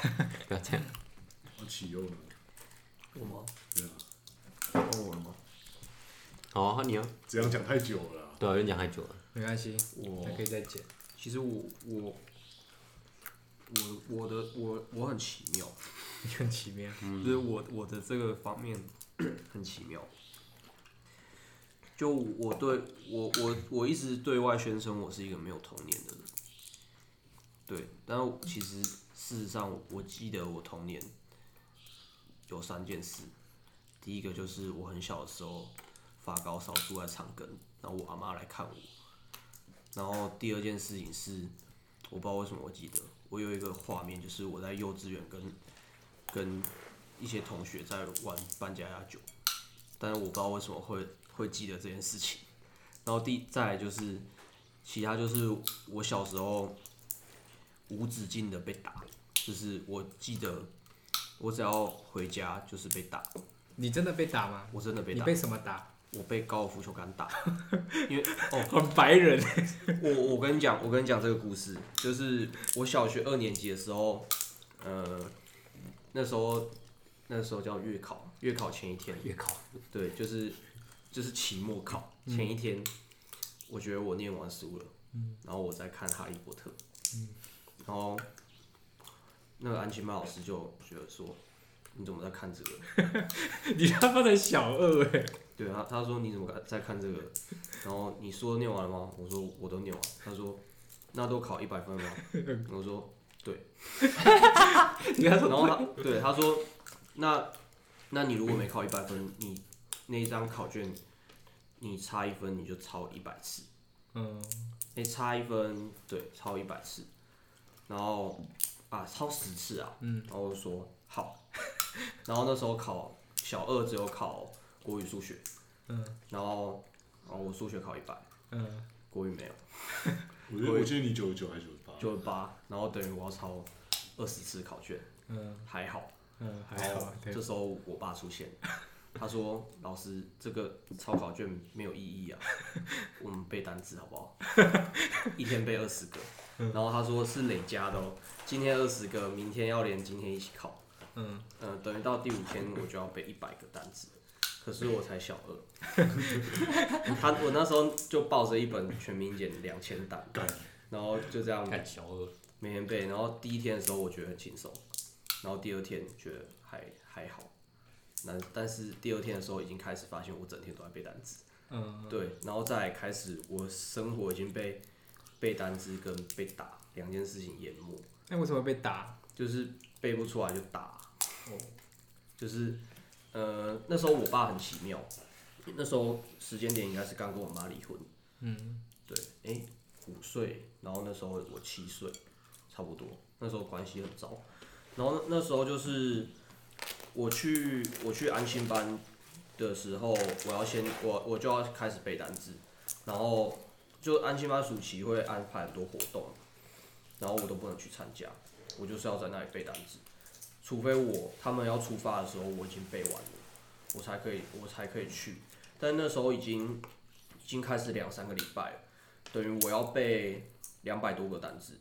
Speaker 2: 不要这样。
Speaker 3: 我起用了，
Speaker 5: 我吗？
Speaker 3: 对啊，
Speaker 5: 问我了吗？
Speaker 2: 好、啊，换你啊。
Speaker 3: 这样讲太久了啊。
Speaker 2: 对啊，有点讲太久了。
Speaker 1: 没关系，
Speaker 5: 我
Speaker 1: 还可以再剪。
Speaker 5: 其实我我我我的我我很奇妙，
Speaker 1: 你很奇妙。
Speaker 5: 就是我我的这个方面很奇妙。就我对我我我一直对外宣称我是一个没有童年的人，对，但我其实事实上我我记得我童年有三件事，第一个就是我很小的时候发高烧住在长庚，然后我阿妈来看我，然后第二件事情是我不知道为什么我记得我有一个画面，就是我在幼稚园跟跟一些同学在玩扮家家酒，但是我不知道为什么会会记得这件事情。然后第再来就是，其他就是我小时候无止境的被打，就是我记得我只要回家就是被打，
Speaker 1: 你真的被打吗？
Speaker 5: 我真的被
Speaker 1: 你
Speaker 5: 打，
Speaker 1: 被什么打？
Speaker 5: 我被高尔夫球杆打， 因为哦，
Speaker 1: 很白 人。
Speaker 5: 我我跟你讲，我跟你讲这个故事，就是我小学二年级的时候，呃，那时候那时候叫月考，月考前一天，
Speaker 2: 月考，
Speaker 5: 对，就是就是期末考前一天，我觉得我念完书了，然后我在看《哈利波特》，然后那个安琪曼老师就觉得说，你怎么在看这个？
Speaker 1: 你他妈的小二哎、
Speaker 5: 对他，他说你怎么在看这个？然后你说念完了吗？我说我都念完。他说那都考一百分了吗？我说对。
Speaker 1: 你看
Speaker 5: 然后他对他说那那你如果没考一百分，你那一张考卷你差一分你就抄一百次，
Speaker 1: 嗯，
Speaker 5: 哎、差一分对抄一百次，然后啊抄十次啊，嗯，然后我就说好， 然后那时候考小二只有考国语数学，
Speaker 1: 嗯，
Speaker 5: 然后然后我数学考一百。
Speaker 1: 嗯，
Speaker 5: 国语没有，
Speaker 3: 我觉得我记得你九十九还是九十八，
Speaker 5: 九十八，然后等于我要抄二十次考卷，
Speaker 1: 嗯
Speaker 5: 还好，
Speaker 1: 嗯，还
Speaker 5: 然后
Speaker 1: 好，对
Speaker 5: 这，时候我爸出现，他说：“老师，这个抄考卷没有 意义啊，我们背单词好不好？一天背二十个。”
Speaker 1: 嗯
Speaker 5: 然后他说是累加的哦，今天二十个，明天要连今天一起考。
Speaker 1: 嗯
Speaker 5: 呃，等于到第五天我就要背一百个单词，可是我才小二。 他我那时候就抱着一本全民检两千单，然后就这样
Speaker 2: 看小二，
Speaker 5: 每天背。然后第一天的时候我觉得很轻松，然后第二天觉得还还好，那但是第二天的时候已经开始发现我整天都在背单词。
Speaker 1: 嗯，
Speaker 5: 对，然后再来开始我生活已经被背单词跟被打两件事情淹没，
Speaker 1: 那为什么被打？
Speaker 5: 就是背不出来就打，
Speaker 1: 哦
Speaker 5: 就是呃那时候我爸很奇妙，那时候时间点应该是刚跟我妈离婚，
Speaker 1: 嗯，
Speaker 5: 对，哎、五岁，然后那时候我七岁，差不多，那时候关系很糟。然后那那时候就是我去我去安心班的时候，我要先我我就要开始背单词，然后就安心班暑期会安排很多活动，然后我都不能去参加，我就是要在那里背单词，除非我他们要出发的时候我已经背完了，我才可以我才可以去。但那时候已经已经开始两三个礼拜了。等于我要背两百多个单字，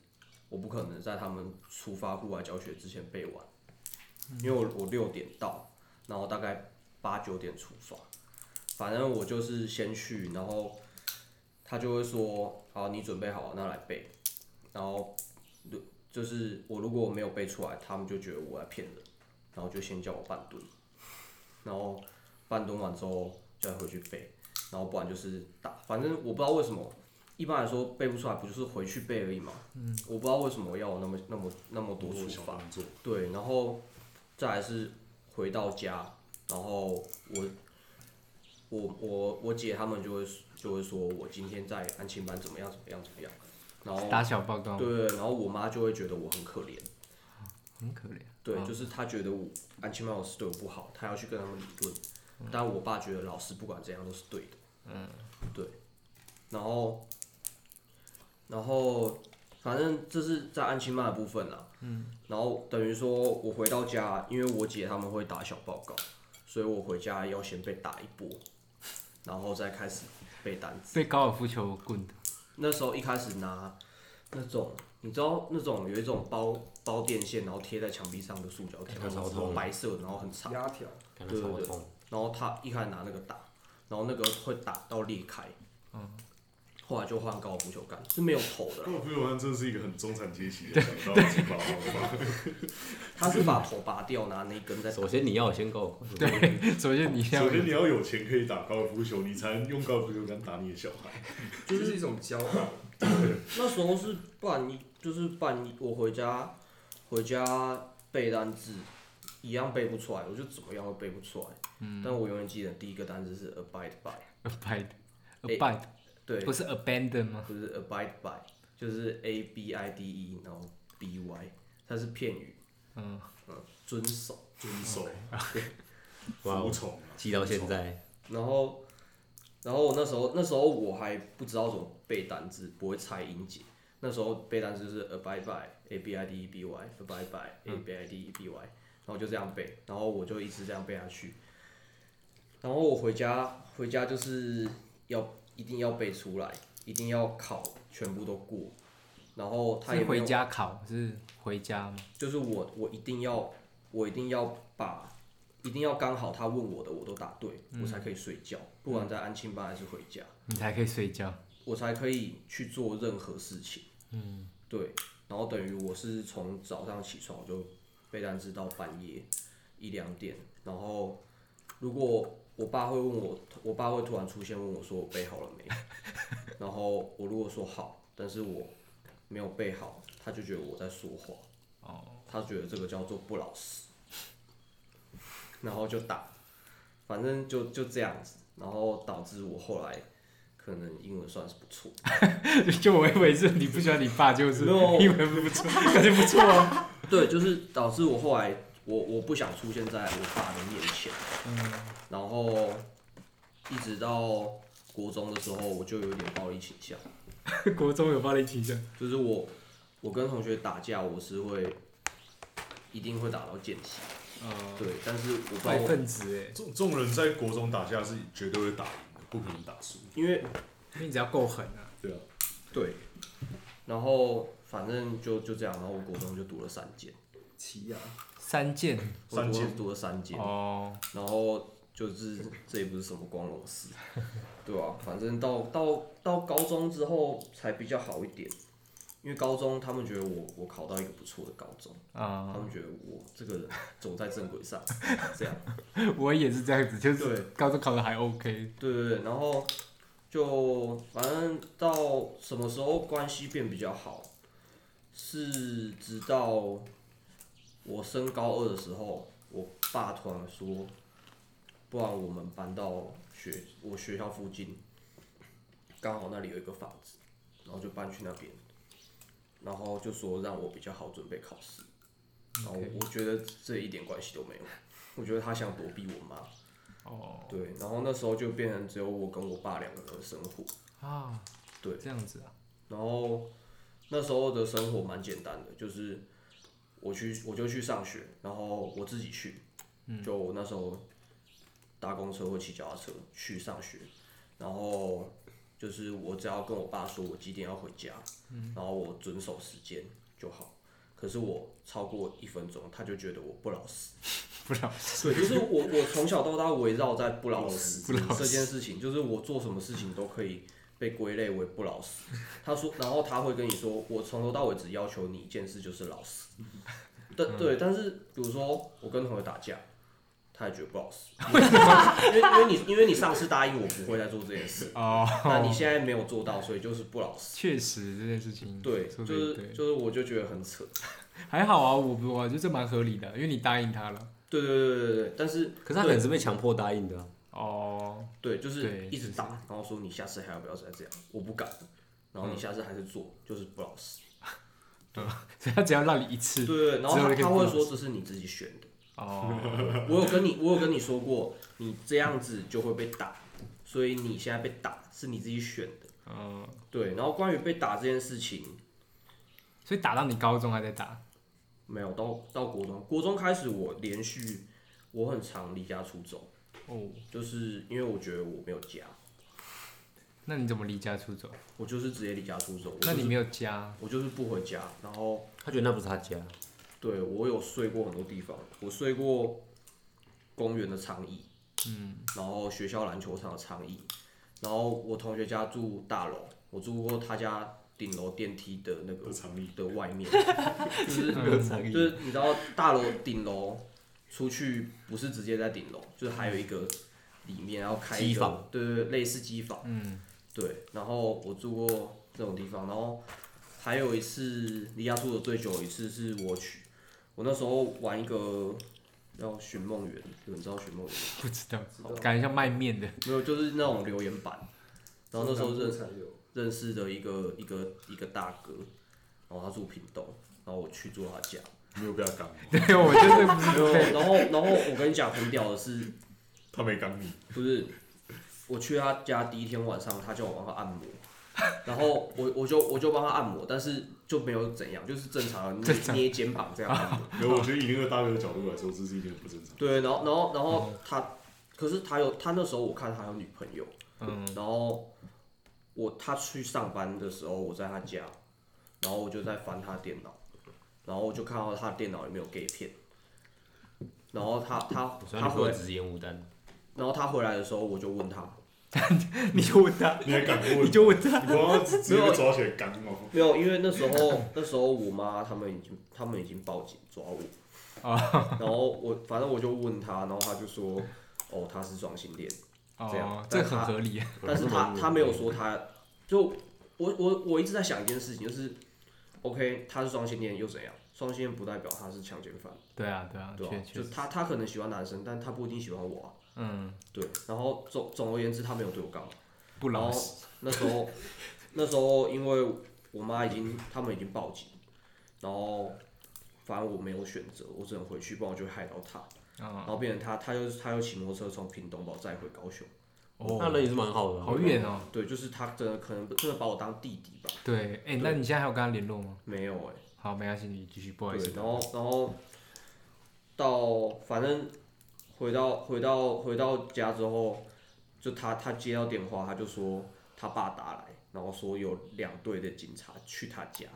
Speaker 5: 我不可能在他们出发户外教学之前背完，因为我我六点到，然后大概八九点出发，反正我就是先去，然后他就会说，好，你准备好，那来背，然后如就是我如果没有背出来，他们就觉得我在骗人，然后就先叫我半蹲，然后半蹲完之后再回去背，然后不然就是打，反正我不知道为什么。一般来说背不出来，不就是回去背而已嘛？嗯，我不知道为什么要有那么那么那么多
Speaker 3: 多
Speaker 5: 处
Speaker 3: 小
Speaker 5: 罚，
Speaker 3: 动作，
Speaker 5: 对，然后再来是回到家，然后我我我我姐他们就会就会说我今天在安亲班怎么样怎么样怎么样，然后
Speaker 1: 打小报告，
Speaker 5: 对，然后我妈就会觉得我很可怜，
Speaker 1: 很可怜。
Speaker 5: 对，
Speaker 1: 哦
Speaker 5: 就是她觉得我安亲班老师对我不好，她要去跟他们理论，但我爸觉得老师不管怎样都是对的，嗯，对，然后然后反正这是在安亲班的部分啦，嗯，然后等于说我回到家，因为我姐他们会打小报告，所以我回家要先被打一波，然后再开始背单词。
Speaker 1: 被高尔夫球棍 的，
Speaker 5: 那时候一开始拿那种，你知道那种有一种包包电线，然后贴在墙壁上的塑胶条，
Speaker 2: 哎那
Speaker 5: 然
Speaker 2: 超痛
Speaker 5: 后白色的，然后很长，
Speaker 4: 压条，
Speaker 2: 感觉超痛，
Speaker 5: 然后他一开始拿那个打，然后那个会打到裂开，嗯，后来就换高尔夫球杆，是没有头的啦
Speaker 3: 高，尔夫球杆真的是一个很中产阶级的想到金宝宝，
Speaker 5: 他是把头拔掉，拿那一根在打
Speaker 2: 首，先你要先够，
Speaker 1: 首先 你要
Speaker 3: 首先你要有钱可以打高尔夫球，你才能用高尔夫球杆打你的小孩。
Speaker 4: 就是一种骄傲。
Speaker 5: 那时候是半夜，就是半夜我回家回家背单字，一样背不出来，我就怎么样都背不出来，嗯，但我永远记得第一个单字是 abide by，
Speaker 1: abide，abide
Speaker 5: 对，
Speaker 1: 不是 abandon 吗？
Speaker 5: 不是 abide by，就是 a b i d e，然后 b y，它是片语，
Speaker 1: 嗯
Speaker 5: 嗯，遵守。
Speaker 3: 遵 守、
Speaker 2: 哇
Speaker 3: 服从啊，
Speaker 2: 记到现在，
Speaker 5: 然后，然后我那时候那时候我还不知道怎么背单字，不会猜音节。那时候背单词就是 abide by a b i d e b y abide by a b i d e b y，然后就这样背，然后我就一直这样背下去。然后我回家回家就是要一定要背出来，一定要考全部都过。然后他也
Speaker 1: 哦是
Speaker 5: 没有
Speaker 1: 回家考，是回家吗？
Speaker 5: 就是我我一定要我一定要把一定要刚好他问我的我都答对，我才可以睡觉，不管在安亲班还是回家，
Speaker 1: 你才可以睡觉。
Speaker 5: 我才可以去做任何事情。嗯，对，然后等于我是从早上起床我就背单词到半夜一两点，然后如果我爸会问我，我爸会突然出现问我说我背好了没， 然后我如果说好，但是我没有背好，他就觉得我在说谎。他觉得这个叫做不老实，然后就打，反正就就这样子，然后导致我后来可能英文算是不错，
Speaker 1: 就我以为是你不喜欢你爸，就是
Speaker 5: No
Speaker 1: 英文不错，感觉不错 哦。
Speaker 5: 对，就是导致我后来我我不想出现在我爸的面前，然后一直到国中的时候，我就有点暴力倾向。
Speaker 1: 国中有暴力倾向，
Speaker 5: 就是我我跟同学打架，我是会一定会打到见血，
Speaker 1: 哦
Speaker 5: 对，但是我不知道
Speaker 1: 坏
Speaker 5: 我
Speaker 1: 分子哎，
Speaker 3: 这种这种人在国中打架是绝对会打赢的，不可能打输。
Speaker 5: 因为
Speaker 1: 因为你只要够狠啊。
Speaker 3: 对啊，
Speaker 5: 对，然后反正就就这样，然后我国中就读了三间，
Speaker 4: 奇
Speaker 5: 啊
Speaker 4: 亚，
Speaker 1: 三剑
Speaker 5: 我国
Speaker 3: 三间
Speaker 5: 中读了三间，
Speaker 1: 哦，
Speaker 5: 然后就是这也不是什么光荣事，对吧、反正到到到高中之后才比较好一点，因为高中他们觉得我我考到一个不错的高中，
Speaker 1: 啊、
Speaker 5: 他们觉得我这个人走在正轨上，这样
Speaker 1: 我也是这样子，就是
Speaker 5: 对
Speaker 1: 高中考的还 OK，
Speaker 5: 对对对，然后就反正到什么时候关系变比较好，是直到我升高二的时候，我爸突然说，不然我们搬到学我学校附近，刚好那里有一个房子，然后就搬去那边，然后就说让我比较好准备考试，然后
Speaker 1: OK
Speaker 5: 我觉得这一点关系都没有，我觉得他想躲避我妈。
Speaker 1: 哦
Speaker 5: 对，然后那时候就变成只有我跟我爸两个人生活，
Speaker 1: 啊，
Speaker 5: 对
Speaker 1: 这样子啊，
Speaker 5: 然后那时候的生活蛮简单的，就是我去我就去上学，然后我自己去，就我那时候搭公车或骑脚踏车去上学，然后就是我只要跟我爸说我几点要回家，然后我遵守时间就好。可是我超过一分钟，他就觉得我不老实。
Speaker 1: 不知道
Speaker 5: 对，就是我我从小到大围绕在不老实
Speaker 1: 不老实
Speaker 5: 这件事情，就是我做什么事情都可以被归类为不老实。他说，然后他会跟你说，我从头到尾只要求你一件事，就是老实。但对，但是比如说我跟同学打架，他也觉得不老实，因为因为你因为你上次答应我不会再做这件事，
Speaker 1: 哦，
Speaker 5: 那你现在没有做到，所以就是不老实。
Speaker 1: 确实这件事情
Speaker 5: 对，
Speaker 1: 说
Speaker 5: 就
Speaker 1: 得
Speaker 5: 是
Speaker 1: 对
Speaker 5: 就是，我就觉得很扯。
Speaker 1: 还好啊，我不我觉得这蛮合理的，因为你答应他了
Speaker 5: 对对对对对对，但是
Speaker 2: 可是他可能是被强迫答应的啊、
Speaker 1: 哦，
Speaker 5: 对，就是
Speaker 1: 对
Speaker 5: 一直打，然后说你下次还要不要再这样？我不敢，然后你下次还是做，就是不老实。
Speaker 1: 嗯所以他只要让你一次
Speaker 5: 对对，对然后
Speaker 1: 只有你
Speaker 5: 他
Speaker 1: 可以
Speaker 5: 他
Speaker 1: 不老
Speaker 5: 会
Speaker 1: 实
Speaker 5: 说这是你自己选的。
Speaker 1: 哦，
Speaker 5: 我有跟你， 我有跟你说过，你这样子就会被打，所以你现在被打是你自己选的。
Speaker 1: 嗯，
Speaker 5: 对，然后关于被打这件事情，
Speaker 1: 所以打到你高中还在打，
Speaker 5: 没有到到国中，国中开始我连续我很常离家出走，
Speaker 1: 哦，
Speaker 5: 就是因为我觉得我没有家，
Speaker 1: 那你怎么离家出走？
Speaker 5: 我就是直接离家出走。我
Speaker 1: 那
Speaker 5: 就
Speaker 1: 你
Speaker 5: 是
Speaker 1: 没有家
Speaker 5: 我就是不回家，然后
Speaker 2: 他觉得那不是他家，
Speaker 5: 对我有睡过很多地方，我睡过公园的长椅，嗯，然后学校篮球场的长椅，然后我同学家住大楼，我住过他家顶楼电梯的那个
Speaker 3: 的长椅
Speaker 5: 的外 面，就是
Speaker 1: 嗯
Speaker 2: 嗯
Speaker 5: 就是你知道大楼顶楼出去不是直接在顶楼，就是还有一个里面，然后开一
Speaker 2: 机
Speaker 5: 个
Speaker 2: 房
Speaker 5: 对对对类似机房，嗯，对，然后我住过这种地方，然后还有一次离家出走最久的一次是我去，我那时候玩一个叫寻梦园，有人知道寻梦园吗？
Speaker 1: 不知道
Speaker 5: 道，
Speaker 1: 感觉像卖面的，
Speaker 5: 没有，就是那种留言板，然后那时候认
Speaker 4: 才有，
Speaker 5: 认识的一个一个一个大哥，然后他住屏东，然后我去住他家。
Speaker 3: 没有被他刚，
Speaker 1: 对我就是不
Speaker 5: 没有， 然后然后我跟你讲很屌的是，
Speaker 3: 他没刚你，
Speaker 5: 不是我去他家第一天晚上，他叫我帮他按摩，然后我我就我就帮他按摩，但是就没有怎样，就是正常的
Speaker 1: 正常
Speaker 5: 捏捏肩膀这样按摩。
Speaker 3: 然后我觉得以那个大哥的角度来说，这是一件不正常。
Speaker 5: 对，然后然后然后
Speaker 1: 嗯
Speaker 5: 他，可是他有他那时候我看他有女朋友，嗯，然后我他去上班的时候我在他家，然后我就在翻他电脑，然后我就看到他电脑里面有 gay 片，然后他他
Speaker 2: 所以他
Speaker 5: 他
Speaker 2: 不
Speaker 5: 回
Speaker 2: 会只是烟雾弹。
Speaker 5: 然后他回来的时候，我就问他，
Speaker 1: 你就问他，
Speaker 3: 你还敢问？
Speaker 1: 你就问他，
Speaker 3: 你不要直接被抓起来干吗？
Speaker 5: 没有，因为那时 候那时候我妈他们已经他们已经报警抓我，
Speaker 1: 啊
Speaker 5: 然后我反正我就问他，然后他就说，哦，他是双性恋， 这
Speaker 1: 哦
Speaker 5: 样，
Speaker 1: 这
Speaker 5: 但
Speaker 1: 很
Speaker 5: 他
Speaker 1: 合理啊，
Speaker 5: 但是他他没有说他，就我我我一直在想一件事情，就是，OK，他是双性恋又怎样？双性恋不代表他是强奸犯，
Speaker 1: 对啊，对啊，
Speaker 5: 对吧、
Speaker 1: 确确
Speaker 5: 就
Speaker 1: 实，
Speaker 5: 他他可能喜欢男生，但他不一定喜欢我啊。
Speaker 1: 嗯，
Speaker 5: 对，然后总总而言之，他没有对我干嘛。
Speaker 1: 不
Speaker 5: 然
Speaker 1: 老
Speaker 5: 后
Speaker 1: 实，
Speaker 5: 那时候，那时候因为我妈已经他们已经报警，然后反正我没有选择，我只能回去，不然我就会害到
Speaker 1: 嗯
Speaker 5: 他。然后变成他，他又他又骑摩托车从屏东把我载回高雄。
Speaker 2: 那
Speaker 1: 哦，
Speaker 2: 人也是蛮好的啊、
Speaker 1: 好远哦，
Speaker 5: 对，就是他真的可能真的把我当弟弟吧？
Speaker 1: 对，哎、那你现在还有跟他联络吗？
Speaker 5: 没有哎、
Speaker 1: 好，没关系，你继续，不好意
Speaker 5: 对
Speaker 1: 思，，
Speaker 5: 然后然后到反正回到回到回到家之后，就他他接到电话，他就说他爸打来，然后说有两队的警察去他家，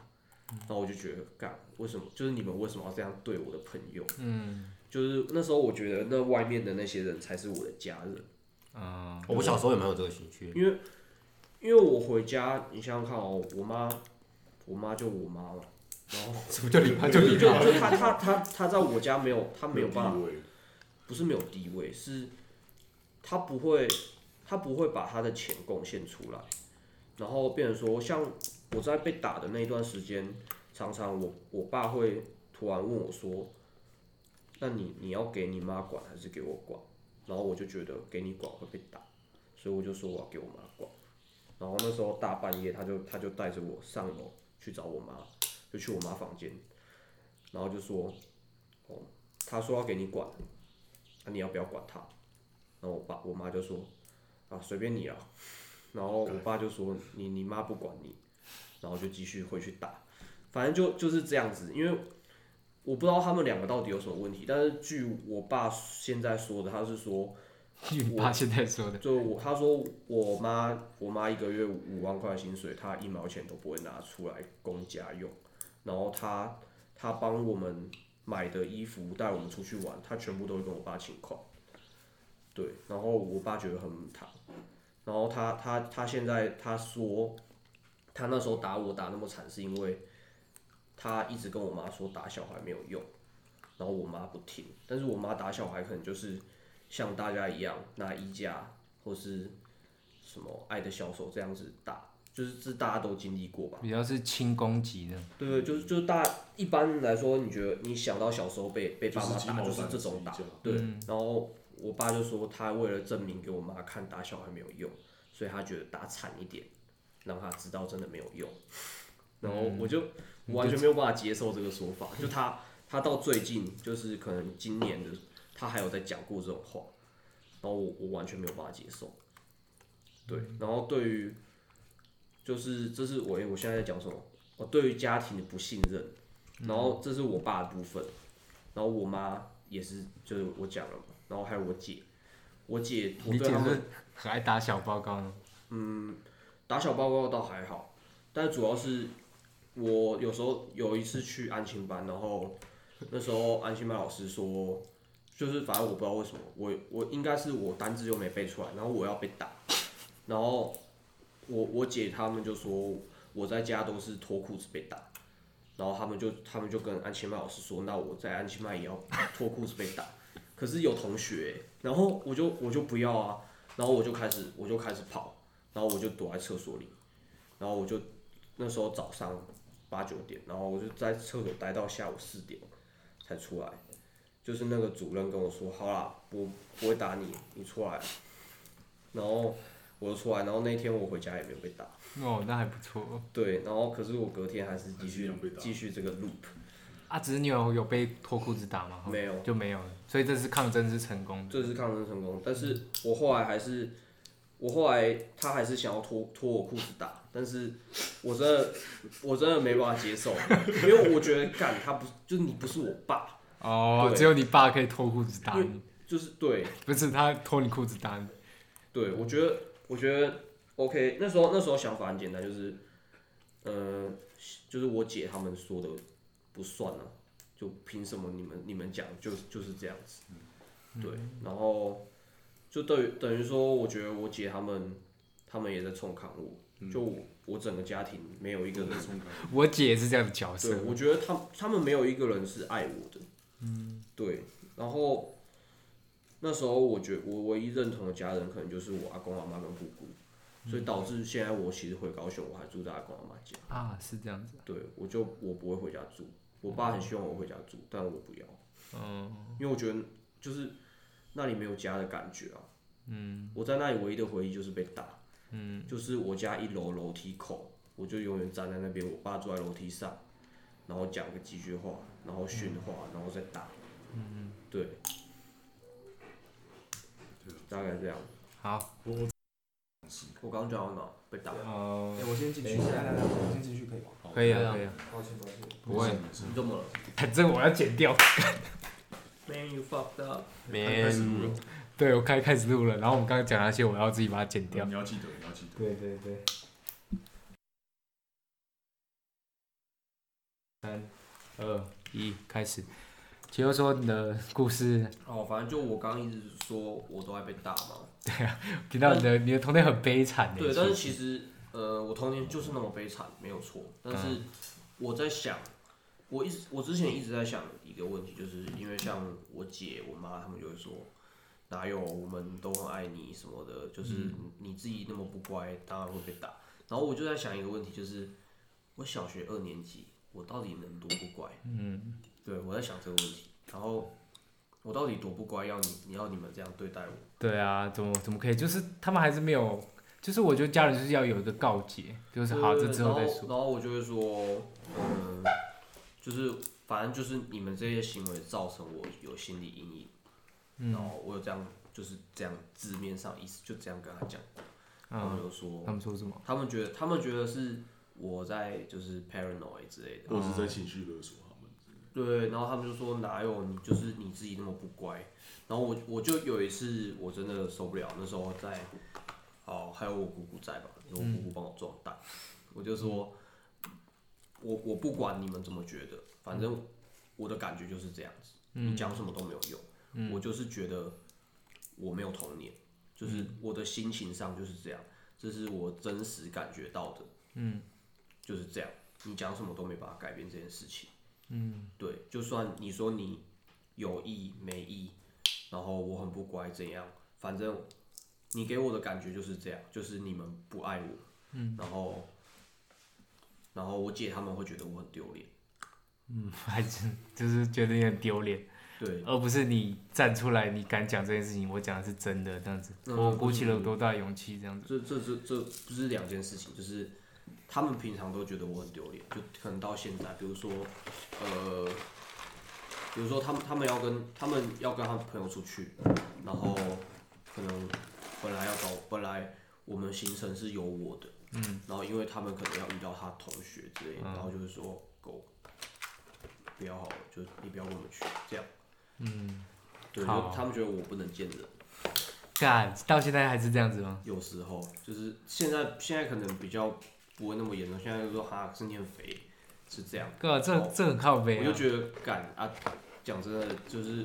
Speaker 1: 嗯
Speaker 5: 然后我就觉得干为什么？就是你们为什么要这样对我的朋友？嗯，就是那时候我觉得那外面的那些人才是我的家人，
Speaker 1: 嗯，
Speaker 2: 我小时候也蛮有这个情绪的，
Speaker 5: 因为因为我回家，你想想看哦，我妈我妈就我妈嘛，然后
Speaker 1: 什么叫 你妈就
Speaker 5: 就
Speaker 1: 你
Speaker 5: 就
Speaker 1: 妈？
Speaker 5: 就她她她她在我家没有她没有办法
Speaker 3: 地位，
Speaker 5: 不是没有地位，是他不会，他不会把他的钱贡献出来，然后变成说，像我在被打的那一段时间，常常我我爸会突然问我说，那你你要给你妈管还是给我管？然后我就觉得给你管会被打，所以我就说我要给我妈管。然后那时候大半夜，他就他就带着我上楼去找我妈，就去我妈房间，然后就说，哦，他说要给你管，那、你要不要管他？然后我爸我妈就说啊随便你啊，然后我爸就说你你妈不管你，然后就继续回去打，反正就就是这样子，因为我不知道他们两个到底有什么问题，但是据我爸现在说的，他是说
Speaker 1: 你爸现在说的，
Speaker 5: 就我他说我妈我妈一个月五万块薪水，她一毛钱都不会拿出来供家用，然后她她帮我们买的衣服带我们出去玩，她全部都会跟我爸请款。对，然后我爸觉得很疼，然后他他他现在他说他那时候打我打那么惨，是因为他一直跟我妈说打小孩没有用，然后我妈不听，但是我妈打小孩可能就是像大家一样拿衣架或是什么爱的小手这样子打，就是这大家都经历过吧。
Speaker 1: 比较是轻攻击的，
Speaker 5: 对对，就是就是大一般来说，你觉得你想到小时候被被爸妈
Speaker 3: 就是鸡
Speaker 5: 打，
Speaker 3: 毛
Speaker 5: 就是
Speaker 3: 掸子
Speaker 5: 这种打
Speaker 3: 一家，
Speaker 5: 对。然后我爸就说，他为了证明给我妈看打小孩没有用，所以他觉得打惨一点，让他知道真的没有用。然后我就我完全没有办法接受这个说法，就他他到最近就是可能今年的，他还有在讲过这种话，然后我我完全没有办法接受。对，
Speaker 1: 嗯
Speaker 5: 然后对于就是这是我我现在在讲什么？我对于家庭的不信任，
Speaker 1: 嗯
Speaker 5: 然后这是我爸的部分，然后我妈也是，就是我讲了嘛，然后还有我姐，我姐我
Speaker 1: 你
Speaker 5: 对
Speaker 1: 姐
Speaker 5: 他们
Speaker 1: 是很爱打小报告吗？
Speaker 5: 打小报告倒还好，但主要是我有时候有一次去安亲班，然后那时候安亲班老师说，就是反正我不知道为什么，我我应该是我单字又没背出来，然后我要被打，然后我我姐他们就说我在家都是脱裤子被打，然后他们就他们就跟安亲班老师说，那我在安亲班也要脱裤子被打，可是有同学，欸然后我就我就不要啊，然后我就开始我就开始跑。然后我就躲在厕所里，然后我就那时候早上八九点，然后我就在厕所待到下午四点才出来。就是那个主任跟我说，好啦，我不会打你，你出来。然后我就出来，然后那天我回家也没有被打。
Speaker 1: 哦，那还不错
Speaker 5: 对，然后可是我隔天还是继
Speaker 3: 还是一
Speaker 5: 续
Speaker 3: 样被打
Speaker 5: 继续这个 loop，
Speaker 1: 啊。只是你有有被脱裤子打吗？
Speaker 5: 没有，
Speaker 1: 就没有了，所以这次抗争是成功的。
Speaker 5: 这次抗争成功，但是我后来还是，我后来他还是想要脱脱我裤子打，但是我真的我真的没办法接受，因为我觉得干他不就是你不是我爸，
Speaker 1: 哦，
Speaker 5: 对
Speaker 1: 只有你爸可以脱裤子打
Speaker 5: 因为
Speaker 1: 你，
Speaker 5: 就是对
Speaker 1: 不是他脱你裤子打你。
Speaker 5: 对，我觉得我觉得 OK，那时候那时候想法很简单，就是，呃，就是我姐他们说的不算啊，就凭什么你们你们讲就就是这样子，对，然后就等于等于说，我觉得我姐他们他们也在冲康我，就我我整个家庭没有一个人
Speaker 1: 我姐也是这样的角
Speaker 5: 对，
Speaker 1: 色，
Speaker 5: 我觉得他们他们没有一个人是爱我的。嗯，对。然后那时候我觉我唯一认同的家人可能就是我阿公阿妈跟姑姑，所以导致现在我其实回高雄，我还住在阿公阿妈家。
Speaker 1: 啊，是这样子。
Speaker 5: 对，我就我不会回家住，我爸很希望我回家住，但我不要。嗯，因为我觉得就是那里没有家的感觉啊。嗯，我在那里唯一的回忆就是被打。嗯，就是我家一楼楼梯口，我就永远站在那边，我爸坐在楼梯上，然后讲个几句话，然后训话，然后再打。嗯，对。大概这样。
Speaker 1: 好，
Speaker 3: 我
Speaker 5: 我刚刚讲到哪？被打。
Speaker 1: 哦，
Speaker 4: 哎我先进去，
Speaker 6: 等一下
Speaker 4: 来来来，我先进去可以吗？
Speaker 1: 可以啊，可以啊，
Speaker 4: 抱歉抱歉。
Speaker 1: 不会，
Speaker 5: 你怎么了
Speaker 1: 这个我要剪掉。
Speaker 5: ？Man, you fucked up.
Speaker 3: 开始录了，
Speaker 1: 对，我开开始录了，然后我们刚刚讲那些，我要自己把它剪掉
Speaker 3: 你。要记得，你要记得。
Speaker 4: 对对对。
Speaker 1: 二一，开始。请问说你的故事，
Speaker 5: 哦，反正就我刚刚一直说我都在被打嘛。
Speaker 1: 听到你的你的童年很悲惨的。
Speaker 5: 对，但是其实呃，我童年就是那么悲惨，没有错。但是我在想，我一直我之前一直在想一个问题，就是因为像我姐、我妈他们就会说，哪有我们都很爱你什么的，就是你自己那么不乖，当然会被打。然后我就在想一个问题，就是我小学二年级，我到底能多不乖？嗯，对我在想这个问题。然后我到底多不乖，要你你要你们这样对待我？
Speaker 1: 对啊，怎么怎么可以？就是他们还是没有，就是我觉得家人就是要有一个告诫，就是好，
Speaker 5: 对
Speaker 1: 这
Speaker 5: 对
Speaker 1: 之后再
Speaker 5: 然
Speaker 1: 说。
Speaker 5: 然后我就会说，嗯，就是反正就是你们这些行为造成我有心理阴影，
Speaker 1: 嗯
Speaker 5: 然后我有这样就是这样字面上意思就这样跟他讲，然后就说、
Speaker 1: 他们说什么？
Speaker 5: 他们觉得他们觉得是我在就是 paranoid 之
Speaker 1: 嗯
Speaker 5: 类的，
Speaker 3: 或者是在情绪勒索他们。
Speaker 5: 对，然后他们就说哪有你就是你自己那么不乖，然后我我就有一次我真的受不了，那时候在，哦还有我姑姑在吧，因为我姑姑帮我壮大，我就说，我我不管你们怎么觉得，反正我的感觉就是这样子，你讲什么都没有用，我就是觉得我没有童年，就是我的心情上就是这样，这是我真实感觉到的，嗯，就是这样，你讲什么都没办法改变这件事情。对，就算你说你有意没意，然后我很不乖怎样，反正你给我的感觉就是这样，就是你们不爱我，嗯，然后然后我姐他们会觉得我很丢脸，
Speaker 1: 嗯 还是就是觉得你很丢脸，
Speaker 5: 对，
Speaker 1: 而不是你站出来，你敢讲这件事情，我讲的是真的，这样子，
Speaker 5: 嗯
Speaker 1: 我鼓起了多大勇气，这样子。
Speaker 5: 这这这这不是两件事情，就是他们平常都觉得我很丢脸，就可能到现在，比如说呃，比如说他们他们要跟他们要跟他们朋友出去，然后可能本来要找本来我们行程是有我的，嗯，然后因为他们可能要遇到他同学之类的，然后就是说狗不要好了，就是你不要跟我们去这样，嗯，对，
Speaker 1: 好
Speaker 5: 就他们觉得我不能见人。
Speaker 1: 干，到现在还是这样子吗？
Speaker 5: 有时候就是现在现在可能比较不会那么严重，现在就说哈身体很肥是这样，
Speaker 1: 哥，啊这这很靠背
Speaker 5: 哦我就
Speaker 1: 啊。
Speaker 5: 觉得敢啊，讲真的就是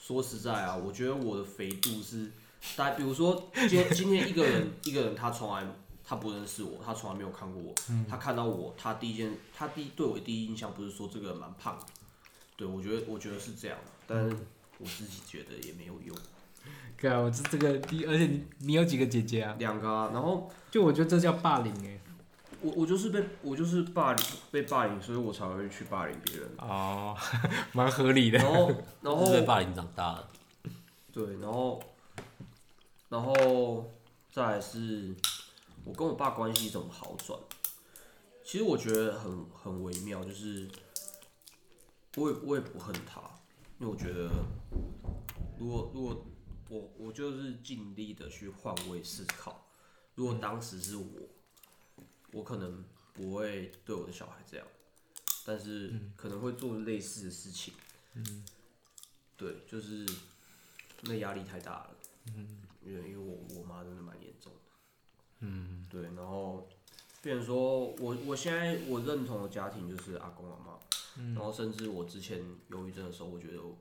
Speaker 5: 说实在啊，我觉得我的肥度是，大比如说今天今天一个人一个人他从来他不认识我，他从来没有看过我，
Speaker 1: 嗯
Speaker 5: 他看到我，他第一件他第一对我的第一印象不是说这个人蛮胖的，对我觉得我觉得是这样，但是
Speaker 1: 嗯
Speaker 5: 我自己觉得也没有用，
Speaker 1: 哥，啊我这这个第，而且你你有几个姐姐啊？
Speaker 5: 两个啊，然后。
Speaker 1: 就我觉得这叫霸凌哎、
Speaker 5: 我我就是被我就是霸凌被霸凌，所以我才会去霸凌别人。
Speaker 1: 哦，蛮合理的。
Speaker 5: 然后然后
Speaker 2: 是被霸凌长大的。
Speaker 5: 对，然后然后再来是我跟我爸关系怎么好转？其实我觉得很很微妙，就是我也我也不恨他，因为我觉得如果如果我我就是尽力的去换位思考，如果当时是我，我可能不会对我的小孩这样，但是可能会做类似的事情。对，就是那压力太大了。嗯，因为因为我我妈真的蛮严重的。嗯，对，然后，变成说我我现在我认同的家庭就是阿公阿妈，然后甚至我之前忧郁症的时候，我觉得我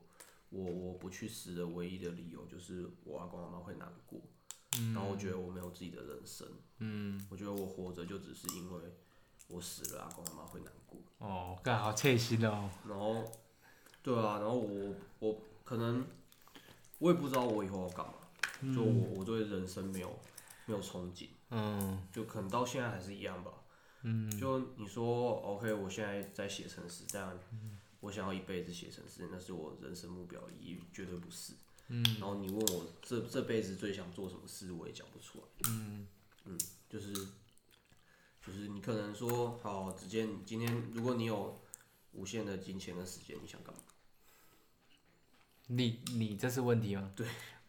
Speaker 5: 我不去死的唯一的理由就是我阿公阿妈会难过，然后我觉得我没有自己的人生。嗯，我觉得我活着就只是因为我死了，阿公阿妈会难过。
Speaker 1: 哦，干，好切心哦。
Speaker 5: 然后，对啊，然后我我可能我也不知道我以后要干嘛，就我我对人生没有没有憧憬，
Speaker 1: 嗯，
Speaker 5: 就可能到现在还是一样吧。嗯，就你说 OK，我现在在写程式，但我想要一辈子写程式，那是我人生目标，也绝对不是。嗯，然后你问我这这辈子最想做什么事，我也讲不出来。嗯嗯，就是就是你可能说好，子健，你今天如果你有无限的金钱跟时间，你想干嘛？
Speaker 1: 你你这是问题吗？
Speaker 5: 对，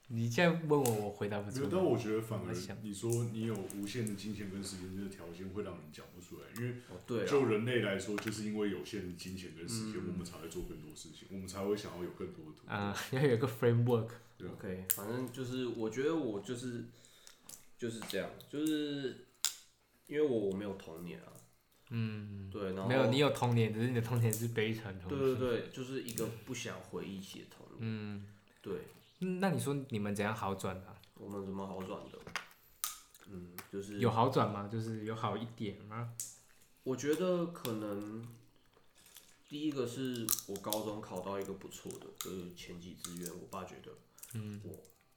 Speaker 1: 你现在问我，我回答不
Speaker 3: 没
Speaker 1: 出
Speaker 3: 有，
Speaker 1: 来。
Speaker 3: 但我觉得反而
Speaker 1: 我在想
Speaker 3: 你说你有无限的金钱跟时间这个条件，会让人讲不出来，因为
Speaker 5: 哦，对啊，
Speaker 3: 就人类来说，就是因为有限的金钱跟时间，我们才会做更多事情，我们才会想要有更多的突破。
Speaker 1: 嗯啊、要有一个 framework。
Speaker 5: OK，反正就是我觉得我就是就是这样，就是因为我我没有童年啊，嗯，对，然后
Speaker 1: 没有，你有童年，只是你的童年是悲惨的童
Speaker 5: 对
Speaker 1: 年。
Speaker 5: 对对，就是一个不想回忆起的童年，嗯，对
Speaker 1: 嗯那你说你们怎样好转的啊？
Speaker 5: 我们怎么好转的？嗯，就是
Speaker 1: 有好转吗？就是有好一点吗？
Speaker 5: 我觉得可能第一个是我高中考到一个不错的，就是前几志愿，我爸觉得，嗯，我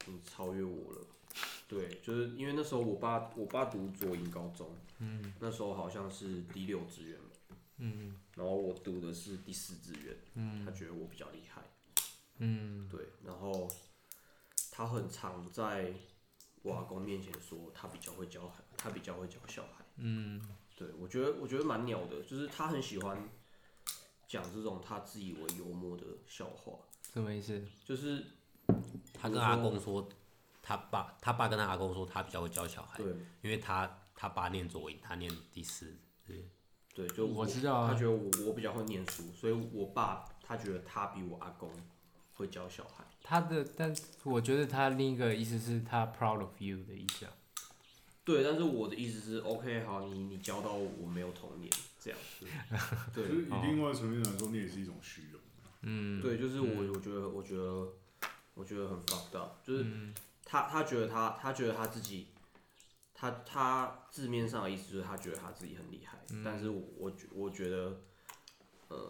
Speaker 5: 你超越我了。对，就是因为那时候我爸我爸读左营高中，嗯，那时候好像是第六志愿吧，嗯，然后我读的是第四志愿，嗯，他觉得我比较厉害，嗯，对，然后他很常在我阿公面前说他比较会教孩，他比较会教小孩。
Speaker 1: 嗯
Speaker 5: 对，我觉得我觉得蛮鸟的，就是他很喜欢讲这种他自以为幽默的笑话，
Speaker 1: 什么意思？
Speaker 5: 就是
Speaker 2: 他跟阿公说，他爸他爸跟他阿公说，他比较会教小孩，
Speaker 5: 对
Speaker 2: 因为他他爸念左营，他念第四，对
Speaker 5: 对，就
Speaker 1: 我知道啊
Speaker 5: 他觉得我我比较会念书，所以我爸他觉得他比我阿公会教小孩，
Speaker 1: 他的，但我觉得他另一个意思是他 proud of you 的意思啊。
Speaker 5: 对，但是我的意思是，OK，好，你你教到我没有童年这样，
Speaker 3: 就
Speaker 5: 对
Speaker 3: 是以
Speaker 1: 哦
Speaker 3: 另外层面来说，你也是一种虚荣。
Speaker 1: 嗯
Speaker 5: 对，就是我，我觉得，我觉得，我觉得很 fucked up，就是
Speaker 1: 嗯
Speaker 5: 他，他觉得他，他觉得他自己，他他字面上的意思就是他觉得他自己很厉害，
Speaker 1: 嗯
Speaker 5: 但是我我觉我觉得，呃，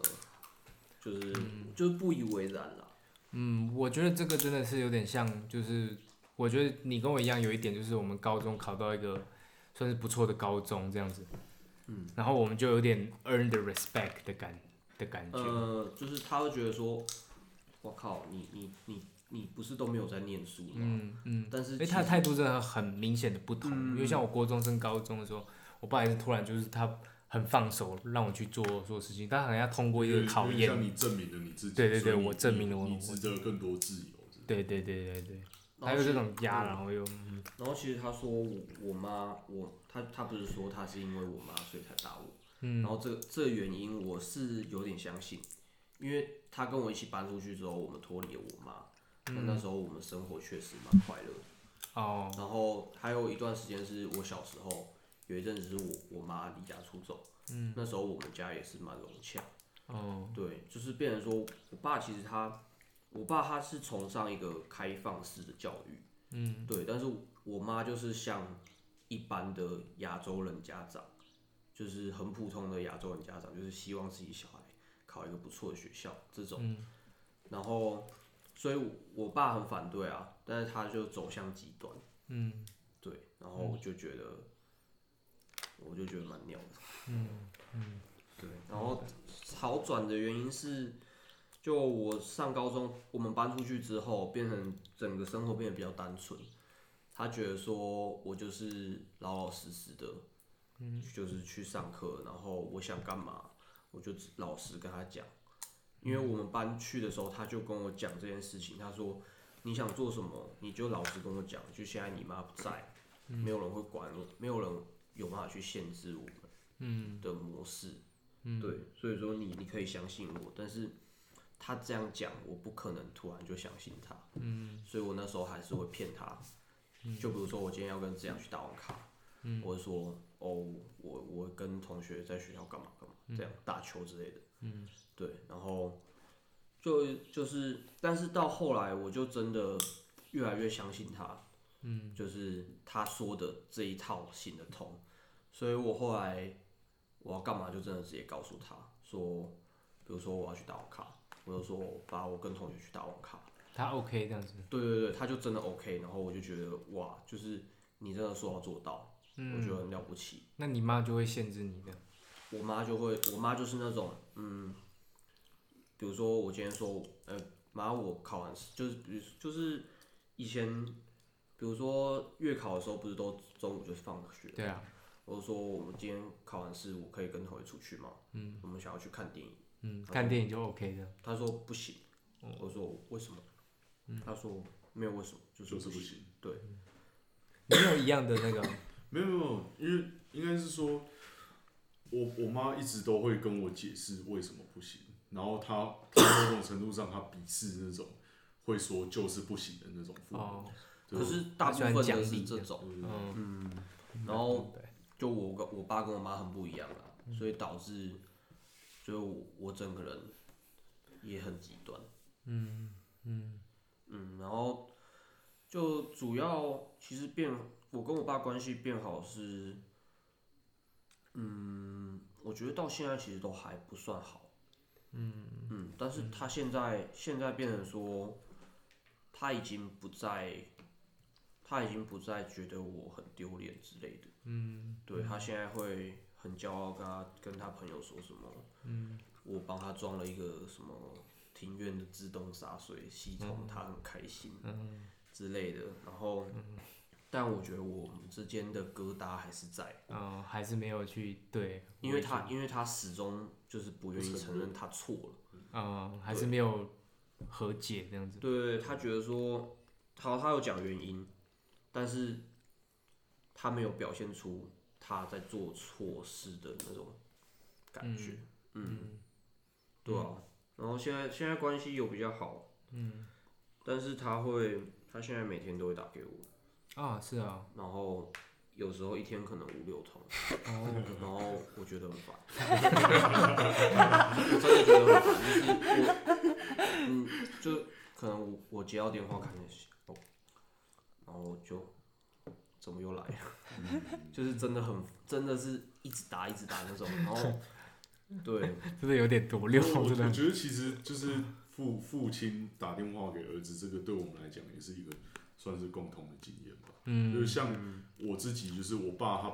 Speaker 5: 就是、就是不以为然啦，
Speaker 1: 嗯，我觉得这个真的是有点像，就是我觉得你跟我一样，有一点就是我们高中考到一个算是不错的高中这样子，嗯，然后我们就有点 earn the respect 的感的感觉，
Speaker 5: 呃，就是他会觉得说，我靠，你你你你不是都没有在念书吗？
Speaker 1: 嗯嗯，
Speaker 5: 但是
Speaker 1: 因为他
Speaker 5: 其
Speaker 1: 的
Speaker 5: 实
Speaker 1: 态度真的很明显的不同，因为像我国中升高中的时候，我爸也是突然就是他很放手让我去做所有事情，他好像要通过一个考验，
Speaker 3: 让你证明了你自己。
Speaker 1: 对对对
Speaker 3: 所以你
Speaker 1: 我证明了我
Speaker 3: 你值得更多自由。是
Speaker 1: 对对对对对，
Speaker 5: 然
Speaker 1: 还
Speaker 5: 后
Speaker 1: 有
Speaker 5: 其
Speaker 1: 这
Speaker 5: 实
Speaker 1: 种压，
Speaker 5: 嗯
Speaker 1: 然后又
Speaker 5: 然后其实他说我我妈我他他不是说他是因为我妈所以才打我，然后这个这个原因我是有点相信，因为他跟我一起搬出去之后，我们脱离了我妈，但那时候我们生活确实蛮快乐的。
Speaker 1: 哦，
Speaker 5: 然后还有一段时间是我小时候有一阵子是我我妈离家出走，嗯，那时候我们家也是蛮融洽，
Speaker 1: 哦，
Speaker 5: 对，就是变成说我爸其实他，我爸他是崇尚一个开放式的教育，嗯，对，但是我妈就是像一般的亚洲人家长，就是很普通的亚洲人家长，就是希望自己小孩考一个不错的学校这种，然后所以我我爸很反对啊，但是他就走向极端，
Speaker 1: 嗯，
Speaker 5: 对，然后我就觉得，我就觉得蛮妙的。嗯嗯，对。然后好转的原因是，就我上高中，我们搬出去之后，变成整个生活变得比较单纯。他觉得说我就是老老实实的，嗯，就是去上课，然后我想干嘛，我就只老实跟他讲。因为我们搬去的时候，他就跟我讲这件事情，他说你想做什么，你就老实跟我讲。就现在你妈不在，没有人会管我，没有人有办法去限制我们嗯的模式，嗯、对，所以说你你可以相信我，但是他这样讲，我不可能突然就相信他，嗯，所以我那时候还是会骗他，就比如说我今天要跟志阳去打网咖，嗯，我会说哦，我我跟同学在学校干嘛干嘛，这样打球之类的，嗯，对，然后就就是，但是到后来我就真的越来越相信他，嗯就是他说的这一套行得通，所以我后来我要干嘛就真的直接告诉他说，比如说我要去打网咖，我就说把我跟同学去打网咖，
Speaker 1: 他 OK 这样子，
Speaker 5: 对对对，他就真的 OK，然后我就觉得哇，就是你真的说到做到，我觉得很了不起。
Speaker 1: 那你妈就会限制你的，
Speaker 5: 我妈就会，我妈就是那种，嗯，比如说我今天说，呃，妈，我考完试就是，比如就是以前，比如说月考的时候，不是都中午就放学，
Speaker 1: 对啊，
Speaker 5: 我就说我们今天考完试，我可以跟同学出去吗？嗯，我们想要去看电影。
Speaker 1: 嗯，看电影就 OK 的，
Speaker 5: 他说不行，我说为什么？他说没有为什么，就
Speaker 3: 就是
Speaker 5: 是
Speaker 3: 不
Speaker 5: 行。对，
Speaker 1: 你有一样的那个，
Speaker 3: 没有没有，因为应该是说，我我妈一直都会跟我解释为什么不行，然后她她某种程度上她鄙视那种会说就是不行的那种父母。
Speaker 1: 哦，
Speaker 3: 对
Speaker 5: 可是大
Speaker 1: 他
Speaker 5: 部分
Speaker 1: 喜欢
Speaker 5: 的
Speaker 1: 讲
Speaker 5: 是
Speaker 1: 理
Speaker 5: 这种，
Speaker 1: 嗯，
Speaker 5: 然后
Speaker 1: 对嗯
Speaker 5: 就我跟我爸跟我妈很不一样啊，所以导致，所以我我整个人也很极端。嗯嗯嗯，然后就主要其实变，我跟我爸关系变好是，嗯，我觉得到现在其实都还不算好，嗯嗯，但是他现在现在变成说，他已经不再，他已经不再觉得我很丢脸之类的，嗯，对他现在会很骄傲，跟他跟他朋友说什么，嗯，我帮他装了一个什么庭院的自动洒水系统，他很开心，之类的。然后，但我觉得我们之间的疙瘩还是在，
Speaker 1: 嗯，还是没有去对，
Speaker 5: 因为他因为他始终就是不愿意承认他错了。
Speaker 1: 嗯，还是没有和解这样子。
Speaker 5: 对，他觉得说，好，他有讲原因，但是他没有表现出他在做错事的那种感觉，嗯，对啊，然后现在现在关系有比较好，嗯，但是他会，他现在每天都会打给我，
Speaker 1: 啊，是啊，
Speaker 5: 然后有时候一天可能五六通，然后我觉得很烦，我真的觉得很烦，就是我，嗯，就可能我我接到电话看见是哦，然后就怎么又来了，就是真的很真的是一直打一直打那种，然后对
Speaker 1: 真的有点多六，
Speaker 3: 哦我
Speaker 1: 真
Speaker 3: 我
Speaker 1: 的。
Speaker 3: 觉得其实就是父父亲打电话给儿子，这个对我们来讲也是一个算是共同的经验吧。嗯，就是像我自己，就是我爸他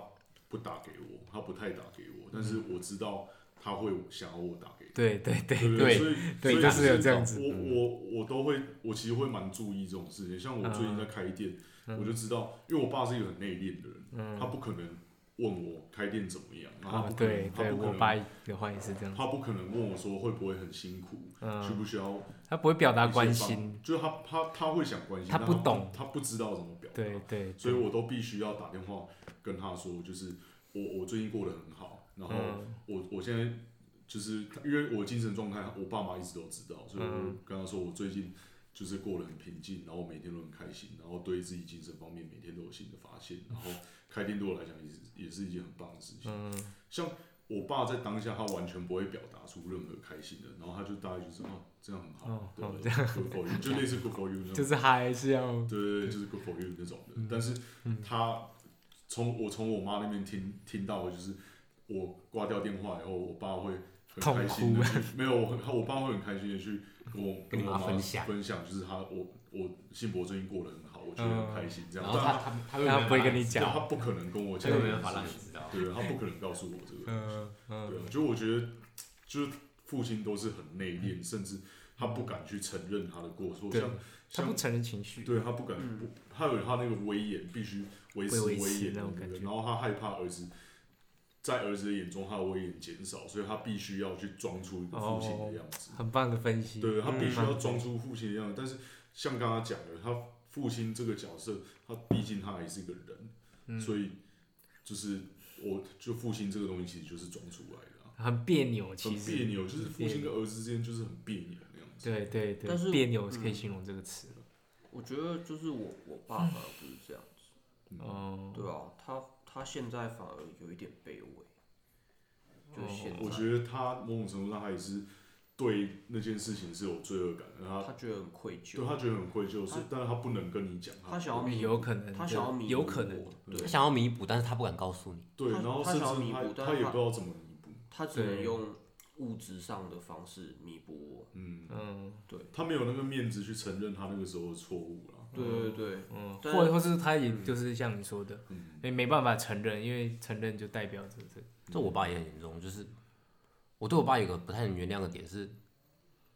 Speaker 3: 不打给我，他不太打给我，但
Speaker 1: 嗯
Speaker 3: 是我知道他会想要我打给他。
Speaker 1: 对对对
Speaker 3: 对不
Speaker 1: 对，
Speaker 3: 所以
Speaker 1: 对
Speaker 3: 所以
Speaker 1: 就是有这样子嗯
Speaker 3: 我我我都会，我其实会蛮注意这种事情。像我最近
Speaker 1: 嗯
Speaker 3: 在开店，我就知道，因为我爸是一个很内敛的人，
Speaker 1: 嗯
Speaker 3: 他不可能问我开店怎么样，然后他
Speaker 1: 啊
Speaker 3: 不，可能
Speaker 1: 对
Speaker 3: 他
Speaker 1: 对，
Speaker 3: 不可
Speaker 1: 我
Speaker 3: 能
Speaker 1: 爸的话也是这样，
Speaker 3: 他不可能问我说会不会很辛苦，需不需要
Speaker 1: 他不会表达
Speaker 3: 一些
Speaker 1: 关
Speaker 3: 帮
Speaker 1: 心，，
Speaker 3: 就是他他他会想关心，
Speaker 1: 他
Speaker 3: 但
Speaker 1: 不懂
Speaker 3: 他不知道怎么表达，
Speaker 1: 对对，
Speaker 3: 哦
Speaker 1: 啊
Speaker 3: 所以我都必须要打电话跟他说，就是我我最近过得很好，然后
Speaker 1: 嗯
Speaker 3: 我、我现在就是因为我精神状态，我爸妈一直都知道，所以
Speaker 1: 嗯
Speaker 3: 我跟他说我最近就是过得很平静，然后每天都很开心，然后对自己精神方面每天都有新的发现，然后开店对我来讲也是也是一件很棒的事情。
Speaker 1: 嗯
Speaker 3: 像我爸在当下他完全不会表达出任何开心的，然后他就大概就是啊这样很好，
Speaker 1: 哦
Speaker 3: 对
Speaker 1: 哦
Speaker 3: 不对？Good for you，就类似 Good for you 那种
Speaker 1: 就是还是要
Speaker 3: 对对对，就是 good for you 那种
Speaker 2: 嗯
Speaker 3: 的。但是他从我从我妈那边听听到的就是，我挂掉电话以后，我爸会很
Speaker 1: 痛
Speaker 3: 开心
Speaker 1: 哭
Speaker 3: 的去，没有，我很我爸会很开心的去跟我
Speaker 2: 啊跟你
Speaker 3: 我
Speaker 2: 妈
Speaker 3: 妈
Speaker 2: 分享
Speaker 3: 分享，就是他我我信博最近过得很好，我觉得很开心这
Speaker 2: 嗯
Speaker 3: 样。
Speaker 2: 然后
Speaker 3: 但
Speaker 2: 他他他
Speaker 1: 他不会跟
Speaker 2: 你，
Speaker 1: 你
Speaker 3: 但他
Speaker 1: 讲，
Speaker 3: 不可能跟我
Speaker 2: 这
Speaker 3: 讲
Speaker 2: 个
Speaker 3: 这
Speaker 2: 没
Speaker 3: 件
Speaker 2: 办法让你
Speaker 3: 事情，
Speaker 2: 知道。
Speaker 3: 对他不可能告诉我这个。
Speaker 1: 嗯
Speaker 3: 对啊
Speaker 1: 嗯，
Speaker 3: 就我觉得，就是父亲都是很内
Speaker 2: 嗯
Speaker 3: 敛，甚至他不敢去承认他的过错，
Speaker 1: 对
Speaker 3: 像
Speaker 1: 他
Speaker 3: 像
Speaker 1: 不承认情绪，
Speaker 3: 对他不敢，不他有他那个威严，必须维持
Speaker 1: 嗯会维
Speaker 3: 威
Speaker 1: 持
Speaker 3: 严的
Speaker 1: 那种
Speaker 3: 个
Speaker 1: 感觉
Speaker 3: 然后他害怕儿子，在儿子的眼中，他的威严减少，所以他必须要去装出一个父亲的样子。
Speaker 1: 很棒的分析，
Speaker 3: 对，他必须要
Speaker 1: 哦嗯
Speaker 3: 装出父亲的样子。但是像刚刚讲的，他父亲这个角色，他毕竟他还是一个人，
Speaker 1: 嗯
Speaker 3: 所以就是我就父亲这个东西，其实就是装出来的啊、
Speaker 1: 很别扭，
Speaker 3: 很
Speaker 1: 其
Speaker 3: 别
Speaker 1: 实，
Speaker 3: 扭，就是父亲跟儿子之间就是很别扭那样子。
Speaker 1: 对对
Speaker 5: 但是
Speaker 1: 对，别扭
Speaker 3: 嗯
Speaker 1: 可以形容这个词，
Speaker 5: 我觉得就是我我爸反而不是这样子，
Speaker 1: 哦，
Speaker 5: 对啊，他他现在反而有一点卑微，就是现在
Speaker 3: 哦我觉得他某种程度上他也是对那件事情是有罪恶感的，他
Speaker 5: 他觉得很愧
Speaker 3: 对
Speaker 5: 疚，
Speaker 3: 他觉得很愧疚，是，但是他不能跟你讲，啊
Speaker 5: 他想要弥补
Speaker 1: 有可能
Speaker 5: 他想要弥补
Speaker 1: 有可能
Speaker 5: 我，
Speaker 2: 他想要弥补，但是他不敢告诉你。
Speaker 3: 对，
Speaker 5: 他
Speaker 3: 然后
Speaker 5: 他
Speaker 3: 甚至
Speaker 5: 想要弥
Speaker 3: 他
Speaker 5: 补但
Speaker 3: 他也
Speaker 5: 他
Speaker 3: 不知道怎么弥补，
Speaker 5: 他只能
Speaker 1: 对
Speaker 5: 用物质上的方式弥补我。
Speaker 3: 嗯，
Speaker 1: 嗯
Speaker 3: 他没有那个面子去承认他那个时候的错误了，
Speaker 5: 对对对，
Speaker 1: 嗯，
Speaker 5: 但
Speaker 1: 或或是他也就是像你说的，
Speaker 3: 嗯，
Speaker 1: 没没办法承认，因为承认就代表着这
Speaker 2: 这我爸也很严重，就是我对我爸有个不太能原谅的点是，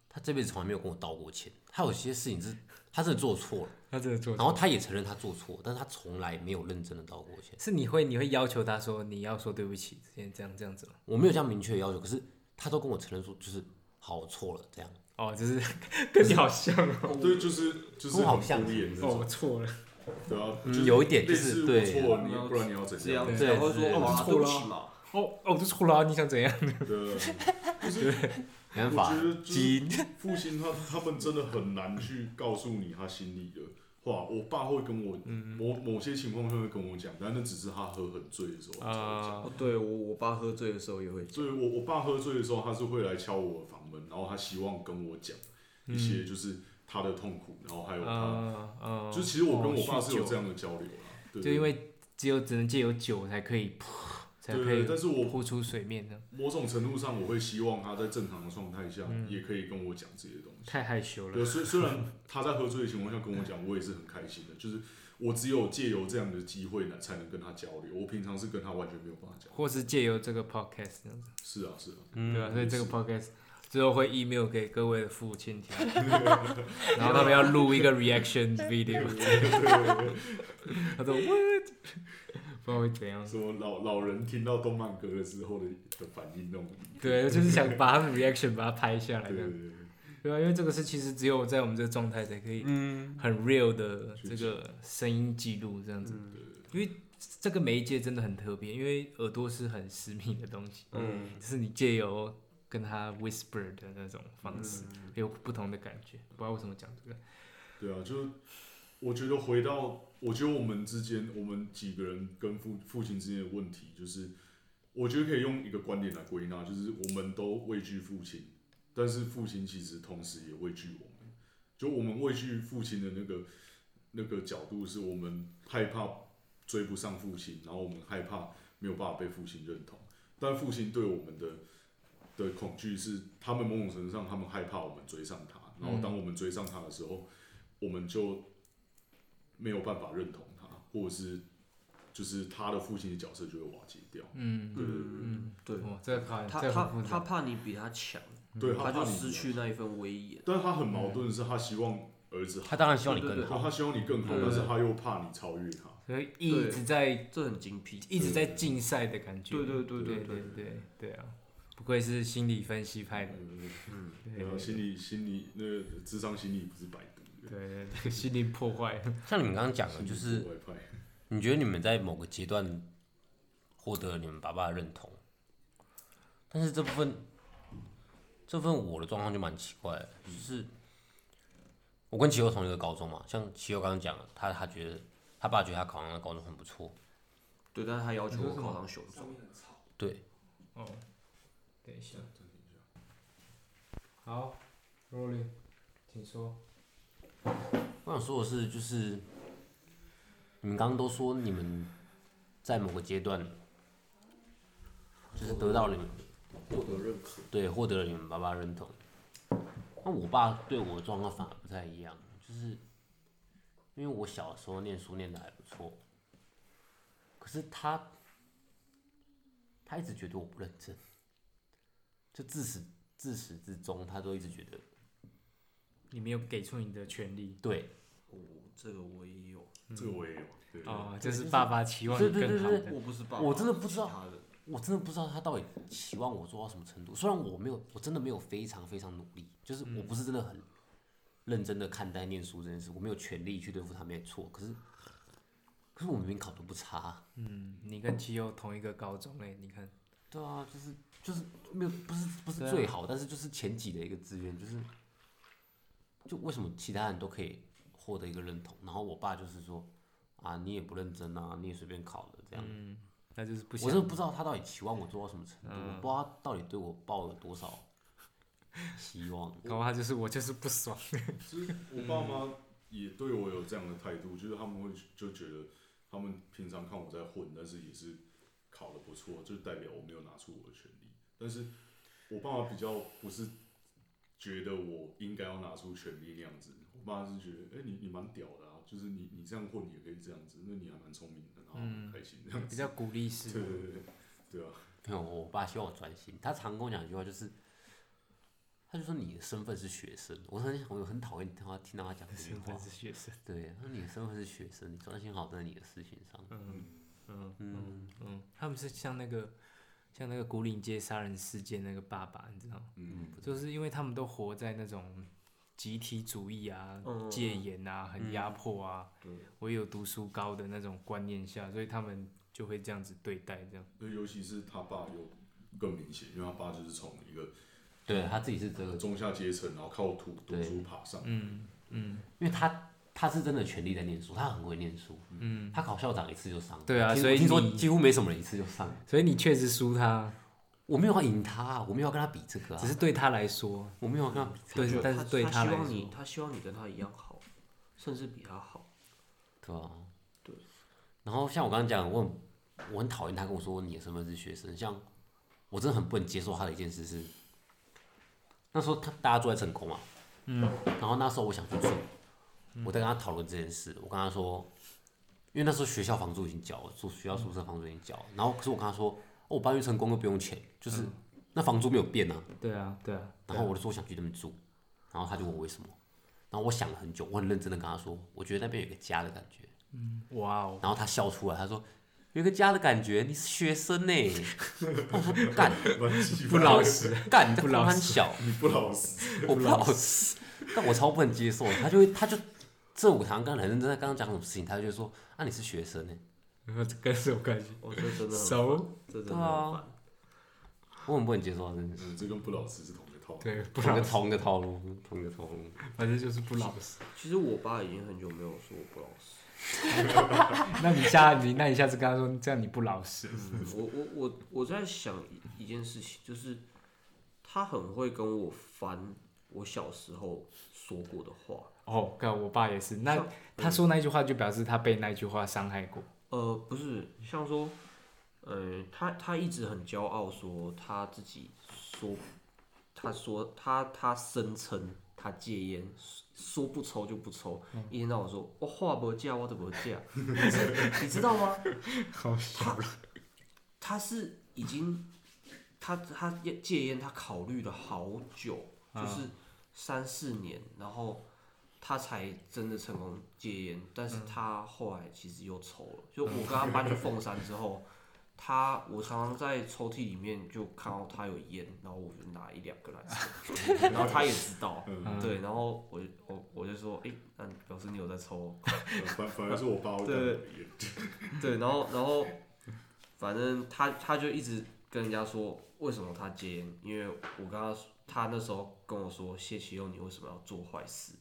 Speaker 2: 他这辈子从来没有跟我道过歉。他有些事情是他真的做错了，
Speaker 1: 他真的做
Speaker 2: 然后他也承认他做错，但是他从来没有认真的道过歉。
Speaker 1: 是你会你会要求他说你要说对不起，这样这样这样子吗？
Speaker 2: 我没有这样明确的要求，可是他都跟我承认说，就是好我错了这样。
Speaker 1: 哦，就是 跟你好像哦，
Speaker 3: 对，就是就是
Speaker 2: 跟我好
Speaker 3: 很
Speaker 2: 像
Speaker 3: 敷衍那
Speaker 1: 哦，我
Speaker 3: 种，
Speaker 1: 错了，
Speaker 3: 对啊，
Speaker 2: 嗯
Speaker 3: 就是
Speaker 2: 有一点就
Speaker 3: 类
Speaker 2: 是
Speaker 3: 似
Speaker 2: 对
Speaker 3: 我错了，
Speaker 5: 你要
Speaker 3: 你不然你要
Speaker 5: 这
Speaker 3: 怎
Speaker 5: 样
Speaker 3: 样？
Speaker 5: 才会说
Speaker 2: 对
Speaker 5: 哇，
Speaker 1: 对
Speaker 5: 对不起嘛。
Speaker 1: 哦哦，我就错了啊，你想怎样？
Speaker 3: 对，啊
Speaker 2: 没
Speaker 3: 我
Speaker 2: 办法
Speaker 3: 觉得，就是
Speaker 2: 基因
Speaker 3: 父亲他他们真的很难去告诉你他心里的话。我爸会跟
Speaker 1: 嗯
Speaker 3: 我某某些情况他会跟我讲，但那只是他喝很醉的时候他才会
Speaker 1: 啊，
Speaker 3: 讲。
Speaker 5: 哦，对我我爸喝醉的时候也会，
Speaker 3: 所以我我爸喝醉的时候，他是会来敲我的房门，然后他希望跟我讲一些就是他的痛苦，然后还有他，
Speaker 1: 嗯嗯，
Speaker 3: 呃就其实我跟我爸
Speaker 1: 哦
Speaker 3: 是有这样的交流啦，对，
Speaker 1: 就因为只有只能借由酒才可以，才
Speaker 3: 对
Speaker 1: 可
Speaker 3: 对，
Speaker 1: 以
Speaker 3: 但是我
Speaker 1: 呼出水面的，
Speaker 3: 某种程度上我会希望他在正常的状态下
Speaker 1: 嗯
Speaker 3: 也可以跟我讲这些东西。
Speaker 1: 太害羞了
Speaker 3: 对，。虽虽然他在喝醉的情况下跟我讲，我也是很开心的。就是我只有借由这样的机会呢，才能跟他交流。我平常是跟他完全没有办法讲。
Speaker 1: 或是借由这个 podcast 这样子，
Speaker 3: 是啊，是啊，
Speaker 2: 嗯
Speaker 1: 对啊，所以这个 podcast 最后会 email 给各位的父亲 听，然后他们要录一个 reaction video，他说 what，不知道会怎样，
Speaker 3: 什么老老人听到动漫歌了之后的的反应那种。
Speaker 1: 对，就是想把他们 reaction 把它拍下来
Speaker 3: 对对
Speaker 1: 的，
Speaker 3: 对，
Speaker 1: 对啊，因为这个是其实只有在我们这个状态才可以
Speaker 2: 嗯，
Speaker 1: 很 real 的这个声音记录这样子，
Speaker 2: 嗯
Speaker 1: 因为这个媒介真的很特别，因为耳朵是很私密的东西，
Speaker 2: 嗯，
Speaker 1: 是你借由跟他 whisper 的那种方式，有不同的感觉。不知道为什么讲这个，
Speaker 3: 对啊，就我觉得回到，我觉得我们之间，我们几个人跟父父亲之间的问题，就是我觉得可以用一个观点来归纳，就是我们都畏惧父亲，但是父亲其实同时也畏惧我们。就我们畏惧父亲的那个那个角度，是我们害怕追不上父亲，然后我们害怕没有办法被父亲认同。但父亲对我们的的恐惧是，他们某种程度上，他们害怕我们追上他。然后当我们追上他的时候，我们就没有办法认同他，或者是就是他的父亲的角色就会瓦解掉。
Speaker 1: 嗯，
Speaker 3: 对对对
Speaker 5: 嗯，对，
Speaker 1: 哇，哦这个好，
Speaker 5: 他
Speaker 1: 这个很
Speaker 5: 他
Speaker 1: 复
Speaker 5: 他
Speaker 1: 杂，
Speaker 5: 怕你比他强，
Speaker 3: 对，
Speaker 5: 他
Speaker 3: 他
Speaker 5: 就
Speaker 3: 怕你
Speaker 5: 失去那一份威严。
Speaker 3: 但他很矛盾，是他希望儿子
Speaker 2: 他当然希望你
Speaker 5: 对
Speaker 2: 更
Speaker 5: 对
Speaker 2: 好，
Speaker 3: 好，他希望你更好，
Speaker 5: 对对
Speaker 3: 但
Speaker 5: 对
Speaker 3: 是他又怕你超越他。
Speaker 1: 所以一直在
Speaker 5: 这很精辟。
Speaker 1: 一直在竞赛的感觉。
Speaker 5: 对对
Speaker 1: 对
Speaker 5: 对对
Speaker 1: 对对对啊！不愧是心理分析
Speaker 5: 哎
Speaker 1: 派的，对
Speaker 3: 嗯然后心理心理那个智商心理不是百度的，
Speaker 1: 对对对，心理破坏。
Speaker 2: 像你们刚刚讲的，
Speaker 3: 心理
Speaker 2: 就是
Speaker 3: 破坏派。
Speaker 2: 你觉得你们在某个阶段获得了你们爸爸的认同，但是这部分这部分我的状况就蛮奇怪的，就是我跟奇佑同一个高中嘛，像奇佑刚刚讲的，他他觉得他爸觉得他考上的高中很不错，
Speaker 5: 对，但是他要求
Speaker 1: 你说
Speaker 5: 我
Speaker 1: 什么
Speaker 5: 考上雄中，
Speaker 2: 对，
Speaker 1: 哦，等一下，好，Rolling，请说。
Speaker 2: 我想说的是，就是你们刚刚都说你们在某个阶段就是得到了你们
Speaker 5: 获得认可。
Speaker 2: 对，获得了你们爸爸认同。那我爸对我的状况反而不太一样，就是因为我小时候念书念的还不错，可是他他一直觉得我不认真，就自始自始至终，他都一直觉得
Speaker 1: 你没有给出你的权利
Speaker 2: 对，
Speaker 5: 哦，这个我也有，
Speaker 3: 这个我也有，对，
Speaker 5: 啊
Speaker 1: 哦，就是爸爸期望你
Speaker 2: 对对
Speaker 1: 更好
Speaker 2: 对对
Speaker 1: 嗯的
Speaker 5: 我不是爸爸，
Speaker 2: 我真的不知道
Speaker 5: 其他人。
Speaker 2: 我真的不知道他到底期望我做到什么程度。虽然我没有，我真的没有非常非常努力，就是我不是真的很认真的看待念书这件事，我没有全力去对付他，没有错。可是，可是我明明考得不差，
Speaker 1: 嗯，你跟基友同一个高中诶、你看，
Speaker 2: 对啊，就是就是没有不是不
Speaker 1: 对
Speaker 2: 是
Speaker 1: 啊
Speaker 2: 最好，但是就是前几的一个志愿，就是就为什么其他人都可以获得一个认同，然后我爸就是说啊，你也不认真啊，你也随便考的这样。
Speaker 1: 那就是不嗯
Speaker 2: 我
Speaker 1: 想
Speaker 2: 真的不知道他到底期望我做到什么程度，我不知道他到底对我抱有多少希 望。
Speaker 1: 搞不好就是我就是不爽。
Speaker 3: 就是我爸
Speaker 1: 嗯
Speaker 3: 妈也对我有这样的态度，就是他们会就觉得他们平常看我在混，但是也是考的不错，就代表我没有拿出我的全力。但是我爸妈比较不是觉得我应该要拿出全力那样子，我爸是觉得，哎、你你蛮屌的啊，就是你你这样混也可以这样子，那你还蛮聪明的，然后很开心这样
Speaker 1: 比
Speaker 3: 子。
Speaker 1: 较鼓励式，
Speaker 3: 对对对对，对啊，
Speaker 2: 没有，我爸希望我专心。他常跟我讲一句话，就是他就说你的身份是学生。我很我很讨厌听他听到他讲这句
Speaker 1: 身
Speaker 2: 话
Speaker 1: 份。是学生，
Speaker 2: 对，他说你的身份是学生，你专心好在你的事情上。
Speaker 1: 嗯，他们是像那个像那个古岭街杀人事件那个爸爸，你知道吗？
Speaker 3: 嗯，
Speaker 1: 就是因为他们都活在那种集体主义啊、
Speaker 5: 嗯
Speaker 1: 戒严啊、很压迫啊，我也有读书高的那种观念下，所以他们就会这样子对待，这样
Speaker 3: 那尤其是他爸又更明显，因为他爸就是从一个
Speaker 2: 对他自己是这个，
Speaker 3: 中下阶层，然后靠读读
Speaker 2: 对
Speaker 3: 书爬上。
Speaker 1: 嗯
Speaker 2: 因为他他是真的全力在念书，他很会念书。嗯，他考校长一次就上。
Speaker 1: 对啊
Speaker 2: 听
Speaker 1: 所以
Speaker 2: 听说
Speaker 1: 你
Speaker 2: 几乎没什么人一次就上。
Speaker 1: 所以你确实输他，
Speaker 2: 我没有要赢他啊，我没有要跟他比这个啊
Speaker 1: 只，是对他来说，
Speaker 2: 我没有要跟他比这个，啊
Speaker 1: 对，但是对
Speaker 5: 他
Speaker 1: 来
Speaker 5: 希望
Speaker 1: 说
Speaker 5: 你，，他希望你跟他一样好，甚至比他好。
Speaker 2: 对啊，然后像我刚刚讲，我很我很讨厌他跟我说你的身份是学生，像我真的很不能接受他的一件事是，那时候他大家住在成功嘛，嗯，然后那时候我想去住，我在跟他讨论这件事，我跟他说，因为那时候学校房租已经交了，住学校宿舍房租已经交了，然后可是我跟他说，哦，我搬去成功又不用钱，就是、那房租没有变啊，
Speaker 1: 对啊，对啊，
Speaker 2: 然后我就说我想去那边住，然后他就问我为什么，然后我想了很久，我很认真的跟他说，我觉得那边有一个家的感觉。
Speaker 1: 哇 哦，
Speaker 2: 然后他笑出来，他说：“有一个家的感觉，你是学生 呢。”我说：“干，
Speaker 1: 不老实，
Speaker 2: 干，你在
Speaker 1: 不老
Speaker 2: 夸他
Speaker 1: 实
Speaker 2: 小，
Speaker 3: 你不老实，
Speaker 2: 我不老实，但我超不能接受。”他就会，他就这我堂刚很认真，在刚刚讲什么事情，他就说：“啊，你是学生呢。
Speaker 1: 跟什么关系？
Speaker 5: 我这真的很烦，
Speaker 1: 熟，
Speaker 5: 这真的很
Speaker 2: 对
Speaker 5: 烦。”
Speaker 2: 我很不能接受，啊真的是
Speaker 3: 嗯这跟不老实是同一个套路。
Speaker 1: 对，不
Speaker 2: 同一
Speaker 1: 老
Speaker 2: 个
Speaker 1: 实，
Speaker 2: 同一个套路，同一个套路。
Speaker 1: 反正就是不老实。
Speaker 5: 其实我爸已经很久没有说我不老实。
Speaker 1: 那你下你那你下次跟他说，这样你不老实，
Speaker 5: 嗯我我我我在想一一件事情，就是他很会跟我翻我小时候说过的话。
Speaker 1: 哦，看我爸也是。那
Speaker 5: 像
Speaker 1: 他说那句话，就表示他被那句话伤害过。
Speaker 5: 呃，不是，像说，呃，他他一直很骄傲说他自己说，他说他他声称他戒烟，说不抽就不抽，
Speaker 1: 嗯
Speaker 5: 一天到晚说我话不戒，我怎么戒？ 你知道吗？
Speaker 1: 好笑，
Speaker 5: 他是已经他他戒烟，他考虑了好久，
Speaker 1: 嗯
Speaker 5: 就是三四年，然后他才真的成功戒烟。但是他后来其实又抽了，就我跟他搬去凤山之后，他我常常在抽屉里面就看到他有烟，然后我就拿一两个来抽，然后他也知道，
Speaker 1: 嗯
Speaker 5: 对，然后我就我我就说，诶，那你表示你有在抽哦、
Speaker 3: 反反而是我爸会干
Speaker 5: 对
Speaker 3: 我一样
Speaker 5: 对，然后然后反正他他就一直跟人家说为什么他戒烟，因为我跟他说他那时候跟我说谢启佑你为什么要做坏事？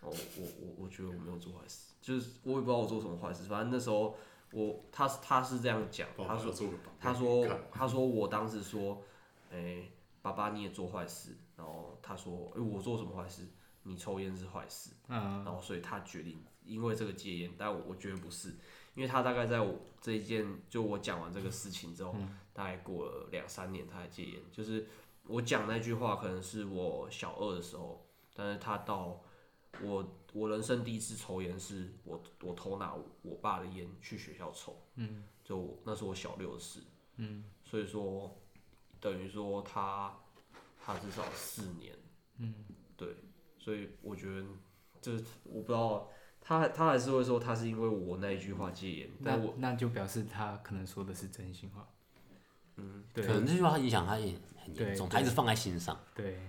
Speaker 5: 哦，我我我觉得我没有做坏事，就是我也不知道我做什么坏事，反正那时候我他他是这样讲，
Speaker 3: 爸
Speaker 5: 他
Speaker 3: 爸
Speaker 5: 说
Speaker 3: 做个榜样
Speaker 5: 他说
Speaker 3: 看
Speaker 5: 他说我当时说，哎、爸爸你也做坏事，然后他说，哎、我做什么坏事？你抽烟是坏事，
Speaker 1: 嗯，
Speaker 5: 然后所以他决定因为这个戒烟，但我我觉得不是，因为他大概在我这一件就我讲完这个事情之后，大概过了两三年他才戒烟，就是我讲那句话可能是我小二的时候，但是他到我我人生第一次抽烟是我我偷拿我爸的烟去学校抽，嗯，就我那是我小六的事，嗯，所以说等于说他他至少四年，嗯，对，所以我觉得。就是我不知道，他他还是会说他是因为我那一句话戒烟，
Speaker 1: 那
Speaker 5: 但我
Speaker 1: 那就表示他可能说的是真心话。嗯，对
Speaker 2: 可能这句话影响他也很
Speaker 1: 对
Speaker 2: 严重，
Speaker 1: 对
Speaker 2: 他一直放在心上。
Speaker 1: 对，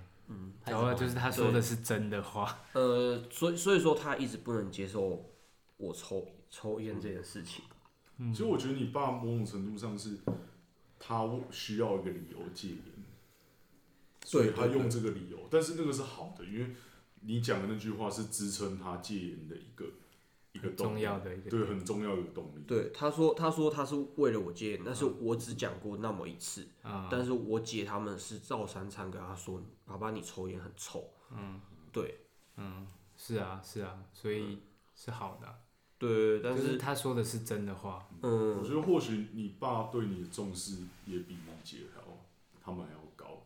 Speaker 2: 他
Speaker 1: 然
Speaker 2: 一直
Speaker 1: 后
Speaker 2: 放
Speaker 1: 就是他说的是真的话。
Speaker 5: 呃，所以所以说他一直不能接受我抽抽烟这件事情。
Speaker 3: 其实我觉得你爸某种程度上是他需要一个理由戒烟，所以他用这个理由，但是那个是好的，因为你讲的那句话是支撑他戒烟的一个一个
Speaker 1: 很
Speaker 3: 动
Speaker 1: 重
Speaker 3: 力
Speaker 1: 要的一个
Speaker 3: 对，很重要的一个动力。
Speaker 5: 对，他说他说他是为了我戒烟，但是我只讲过那么一次。
Speaker 1: 嗯
Speaker 5: 但是我姐他们是照三餐跟他说，爸爸你抽烟很臭。嗯，对
Speaker 1: 是啊，是啊，所以是好的啊。
Speaker 5: 对，但
Speaker 1: 就是
Speaker 5: 是
Speaker 1: 他说的是真的话，
Speaker 5: 嗯
Speaker 3: 我觉得或许你爸对你的重视也比你姐还要，他们还要高。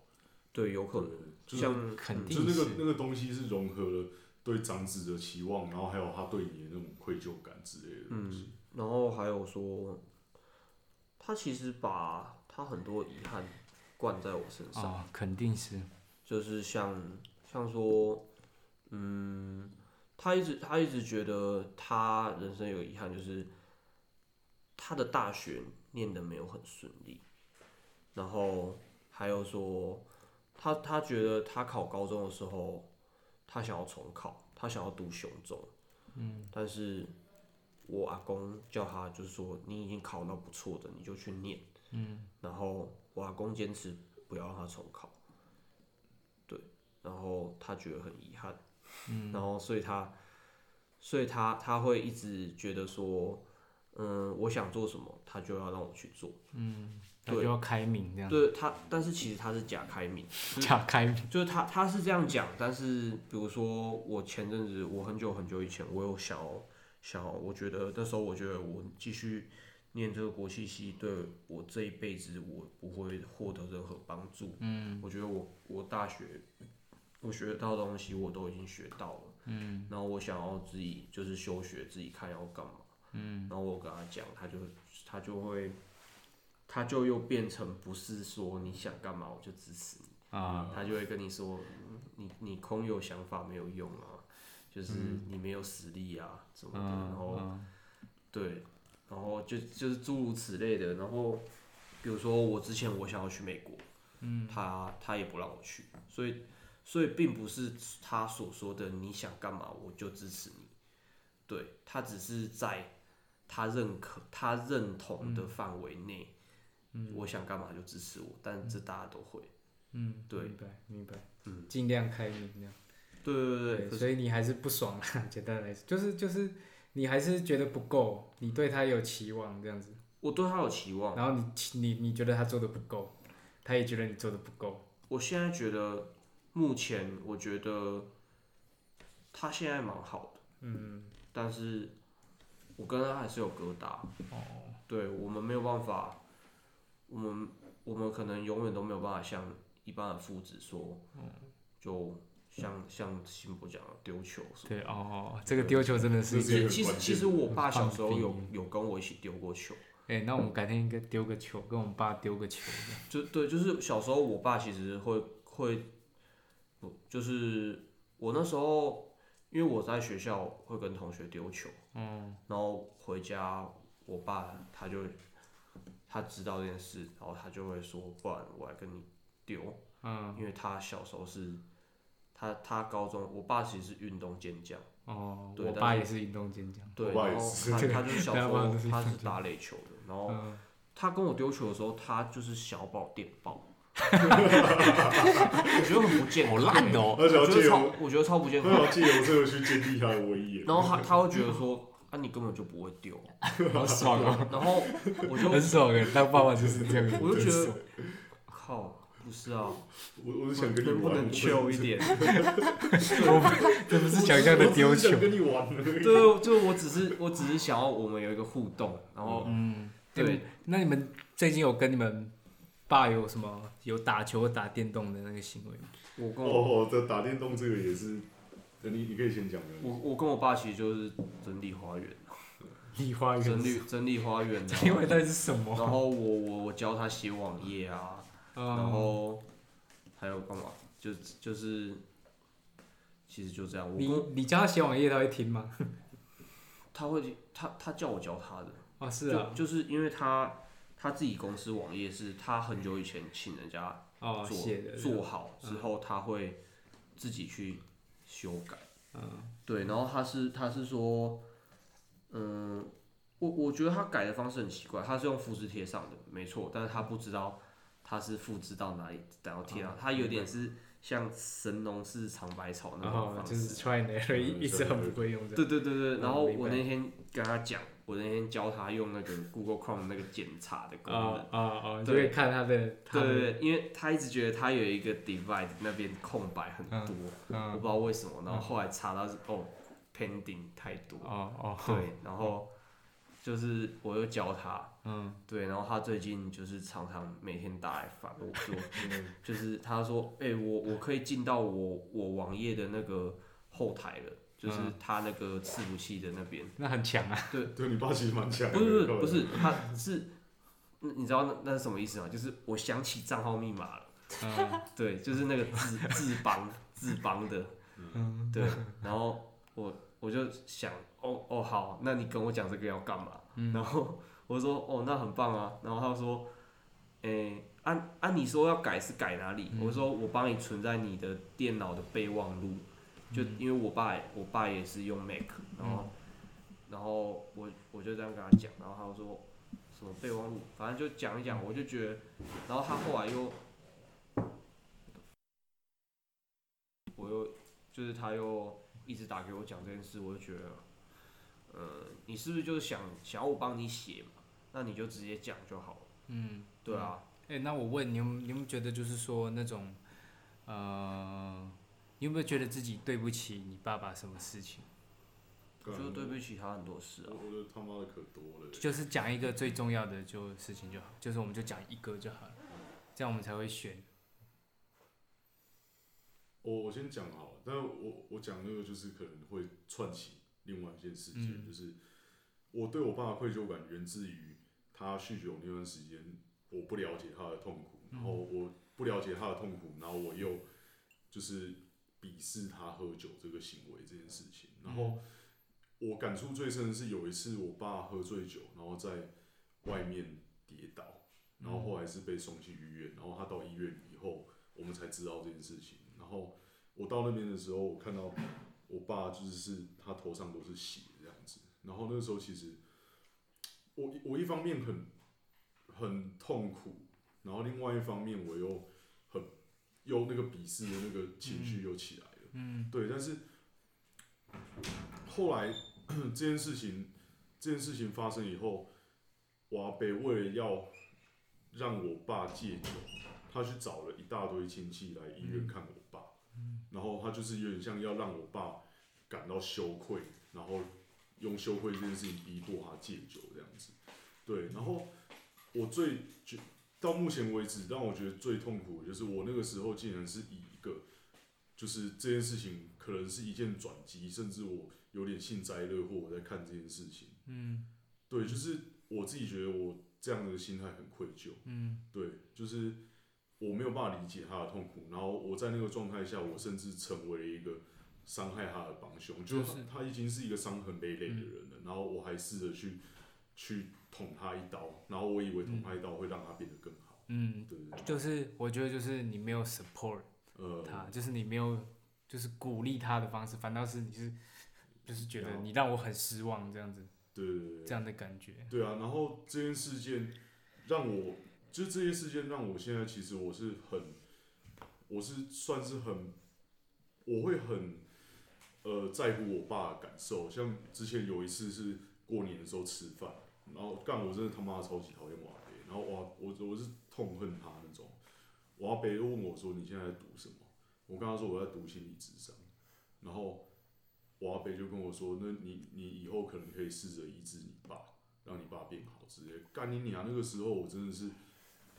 Speaker 5: 对有可能
Speaker 3: 就是
Speaker 5: 像
Speaker 1: 肯
Speaker 3: 就
Speaker 1: 定
Speaker 3: 那
Speaker 1: 是
Speaker 3: 个那个东西是融合了对长子的期望，然后还有他对你的那种愧疚感之类的东
Speaker 1: 嗯
Speaker 3: 西。
Speaker 5: 嗯然后还有说，他其实把他很多遗憾灌在我身上。
Speaker 1: 哦，肯定是
Speaker 5: 就是像像说，嗯，他一直他一直觉得他人生有遗憾，就是他的大学念的没有很顺利，然后还有说他他觉得他考高中的时候，他想要重考，他想要读雄中，嗯，但是我阿公叫他就是说你已经考到不错的，你就去念，嗯，然后我阿公坚持不要让他重考。然后他觉得很遗憾，嗯，然后所以他，所以他他会一直觉得说，嗯、嗯，我想做什么，他就要让我去做。
Speaker 1: 他就要开明这样，
Speaker 5: 对他，但是其实他是假开明，
Speaker 1: 假开明，
Speaker 5: 就是他他是这样讲，但是比如说我前阵子，我很久很久以前，我有想要想要，我觉得那时候我觉得我继续念这个国际系，对我这一辈子我不会获得任何帮助。嗯，我觉得我我大学我学到的东西我都已经学到了。嗯，然后我想要自己就是休学，自己看要干嘛。嗯，然后我跟他讲，他就他就会。他就又变成不是说你想干嘛我就支持你，啊，他就会跟你说，嗯你你空有想法没有用啊，就是你没有实力啊，什
Speaker 1: 嗯
Speaker 5: 么的，然后、对，然后就就是诸如此类的，然后比如说我之前我想要去美国，嗯，他他也不让我去，所以所以并不是他所说的你想干嘛我就支持你，对他只是在他认可他认同的范围内。我想干嘛就支持我，但这大家都会。
Speaker 1: 嗯，
Speaker 5: 对
Speaker 1: 明白明白，嗯，尽量开明这样。
Speaker 5: 对对对，可是
Speaker 1: 所以你还是不爽啦， 简单来说，就是就是你还是觉得不够，你对他有期望这样子，
Speaker 5: 我对他有期望。
Speaker 1: 然后你你你觉得他做的不够，他也觉得你做的不够，
Speaker 5: 我现在觉得，目前我觉得他现在蛮好的，嗯，但是我跟他还是有疙瘩。哦，对我们没有办法，我们我们可能永远都没有办法像一般的父子说，就像像辛博讲的丢球什么的
Speaker 1: 对哦，这个丢球真的是
Speaker 3: 是
Speaker 1: 一个
Speaker 3: 这个
Speaker 5: 其其
Speaker 3: 关
Speaker 5: 实
Speaker 3: 键
Speaker 5: 其实我爸小时候有
Speaker 1: 很
Speaker 5: 有跟我一起丢过球，
Speaker 1: 哎、那我们改天应该丢个球，跟我们爸丢个球这样。
Speaker 5: 就对，就是小时候我爸其实会会，不就是我那时候因为我在学校会跟同学丢球，嗯，然后回家我爸他就他知道这件事，然后他就会说，不然我来跟你丢，嗯，因为他小时候是。他他高中，我爸其实是运动健将，
Speaker 1: 哦，
Speaker 5: 对
Speaker 1: 我
Speaker 5: 但
Speaker 1: 爸也是运动健将。
Speaker 5: 对，
Speaker 3: 我爸也
Speaker 5: 然后
Speaker 3: 是
Speaker 5: 他他就是 小时
Speaker 1: 大家
Speaker 5: 候
Speaker 1: 都是运
Speaker 5: 他是打垒球的，然后
Speaker 1: 嗯，
Speaker 5: 他跟我丢球的时候，他就是小宝电 爆，我觉得很不健康，好烂哦
Speaker 3: 而且要
Speaker 5: 我觉
Speaker 3: 借
Speaker 5: 得超
Speaker 3: 由，
Speaker 5: 我觉得超不健
Speaker 3: 而
Speaker 5: 康
Speaker 3: 且。要借由这个去建立他的威严。
Speaker 5: 然后他他会觉得说，啊，你根本就不会丢，
Speaker 1: 好爽哦，
Speaker 5: 然后我就
Speaker 1: 很爽哎，当爸爸就是这样。
Speaker 5: 我就觉
Speaker 1: 很
Speaker 5: 得
Speaker 1: 爽，
Speaker 5: 靠，不是啊，
Speaker 3: 我我是想跟你
Speaker 5: 能
Speaker 3: 玩，
Speaker 5: 不能 chill 一
Speaker 3: 点？
Speaker 5: 点？
Speaker 1: 这不是想象的丢
Speaker 3: 我只
Speaker 1: 球
Speaker 3: 是想。跟你玩而已。
Speaker 5: 对，就我只是我只是想要我们有一个互动，然后
Speaker 1: 嗯，
Speaker 5: 对，
Speaker 1: 那你们最近有跟你们爸有什么有打球、打电动的那个行为吗？
Speaker 5: 我跟我
Speaker 3: 哦，这打电动这个也是，呃你你可以先讲没
Speaker 5: 我
Speaker 3: 有？
Speaker 5: 我跟我爸其实就是整理花园，
Speaker 1: 立花
Speaker 5: 整理整理花园，然 后
Speaker 1: 因为到底是什
Speaker 5: 然
Speaker 1: 么？
Speaker 5: 后我我我教他写网页啊，然
Speaker 1: 嗯，
Speaker 5: 后还有干嘛？就就是，其实就这样。我
Speaker 1: 你
Speaker 5: 跟
Speaker 1: 你教他写网页，他会听吗？
Speaker 5: 他会他他叫我教他的，
Speaker 1: 哦，是啊，
Speaker 5: 就就是因为他他自己公司网页是他很久以前请人家
Speaker 1: 哦，
Speaker 5: 做、
Speaker 1: 写的嗯
Speaker 5: 做好之后，他会自己去修改。嗯，对，然后他是他是说，嗯，我我觉得他改的方式很奇怪，他是用复制贴上的，没错，但是他不知道他是复制到哪里，然后
Speaker 1: 哦
Speaker 5: 贴上，他有点是像神农氏尝百草那
Speaker 1: 然
Speaker 5: 种
Speaker 1: 后
Speaker 5: 方
Speaker 1: 哦就
Speaker 5: 式，
Speaker 1: 是 try and error，一一直很不会用这样。
Speaker 5: 对对对对，
Speaker 1: 嗯
Speaker 5: 然后
Speaker 1: 明白
Speaker 5: 我那天跟他讲，我那天教他用那个 Google Chrome 那个检查的功能
Speaker 1: 哦，哦哦，就
Speaker 5: 对
Speaker 1: 会看他的，他
Speaker 5: 对
Speaker 1: 的
Speaker 5: 对对，因为他一直觉得他有一个 divide 那边空白很多，
Speaker 1: 嗯
Speaker 5: 我不知道为什么，然后后来查到是哦 pending 太多，
Speaker 1: 哦哦，
Speaker 5: 对，然后就是我又教他，嗯，对，然后他最近就是常常每天打来烦我说， 就是他说，哎、我我可以进到我我网页的那个后台了，就是
Speaker 1: 嗯
Speaker 5: 他那个伺服器的那边。
Speaker 1: 那很强啊，
Speaker 3: 对你爸其实蛮强的。
Speaker 5: 不是
Speaker 3: 靠
Speaker 5: 不是不是，他是，嗯你知道那那是什么意思吗？就是我想起账号密码了， 对，就是那个字字帮字帮的，对，然后我我就想，哦哦好，那你跟我讲这个要干嘛？然后我说，哦那很棒啊，然后他说，诶、按按、啊你说要改是改哪里？我说我帮你存在你的电脑的备忘录，就
Speaker 1: 嗯
Speaker 5: 因为我爸也我爸也是用 Mac，然后。然后我我就这样跟他讲，然后他就说什么备忘录，反正就讲一讲，我就觉得，然后他后来又，我又就是他又一直打给我讲这件事，我就觉得呃，你是不是就是想想要我帮你写嘛？那你就直接讲就好了。嗯，对啊，
Speaker 1: 哎、那我问你有没有，你有没有觉得就是说那种，呃，你有没有觉得自己对不起你爸爸什么事情？
Speaker 5: 就
Speaker 3: 干
Speaker 5: 是对不啊起他很多事啊
Speaker 3: 我。我的他妈的可多了。
Speaker 1: 就是讲一个最重要的就事情就好，就是我们就讲一个就好了，这样我们才会选。
Speaker 3: 我我先讲好了，但我我讲那个就是可能会串起另外一件事情，就是我对我爸的愧疚感源自于他酗酒那段时间，我不了解他的痛苦，然后我不了解他的痛苦，然后我又就是鄙视他喝酒这个行为这件事情，然后我感触最深的是有一次我爸喝醉酒，然后在外面跌倒，然后后来是被送去医院，然后他到医院以后。我们才知道这件事情。然后我到那边的时候，我看到我爸就是是他头上都是血这样子。然后那时候其实我我一方面很很痛苦，然后另外一方面我又很又那个鄙视的那个情绪又起来了。嗯，对。但是后来 这件事情这件事情发生以后，我阿伯为了要让我爸戒酒，他去找了一大堆亲戚来医院看我爸，然后他就是有点像要让我爸感到羞愧，然后用羞愧这件事情逼迫他戒酒这样子。对，然后我最觉到目前为止让我觉得最痛苦的就是我那个时候竟然是以一个就是这件事情可能是一件转机，甚至我有点幸灾乐祸我在看这件事情。嗯，对，就是我自己觉得我这样的心态很愧疚。嗯，对，就是。我没有办法理解他的痛苦，然后我在那个状态下，我甚至成为了一个伤害他的帮凶，就
Speaker 1: 就是
Speaker 3: 是嗯他已经是一个伤痕累累的人了，然后我还试着去去捅他一刀，然后我以为捅他一刀会让他变得更好，
Speaker 1: 嗯，
Speaker 3: 对对对，
Speaker 1: 就是我觉得就是你没有 support
Speaker 3: 呃，
Speaker 1: 他，就是你没有就是鼓励他的方式，反倒是你是就是觉得你让我很失望这样子，
Speaker 3: 对对对对，
Speaker 1: 这样的感觉。
Speaker 3: 对啊，然后这件事件让我，就这些事件让我现在其实我是很，我是算是很，我会很，呃，在乎我爸的感受。像之前有一次是过年的时候吃饭，然后干我真的他妈超级讨厌我阿伯，然后我阿我我是痛恨他那种。我阿伯又问我说：“你现在在读什么？”我跟他说我在读心理智商，然后我阿伯就跟我说：“那你你以后可能可以试着医治你爸。”让你爸变好之类的。干你娘！那个时候我真的是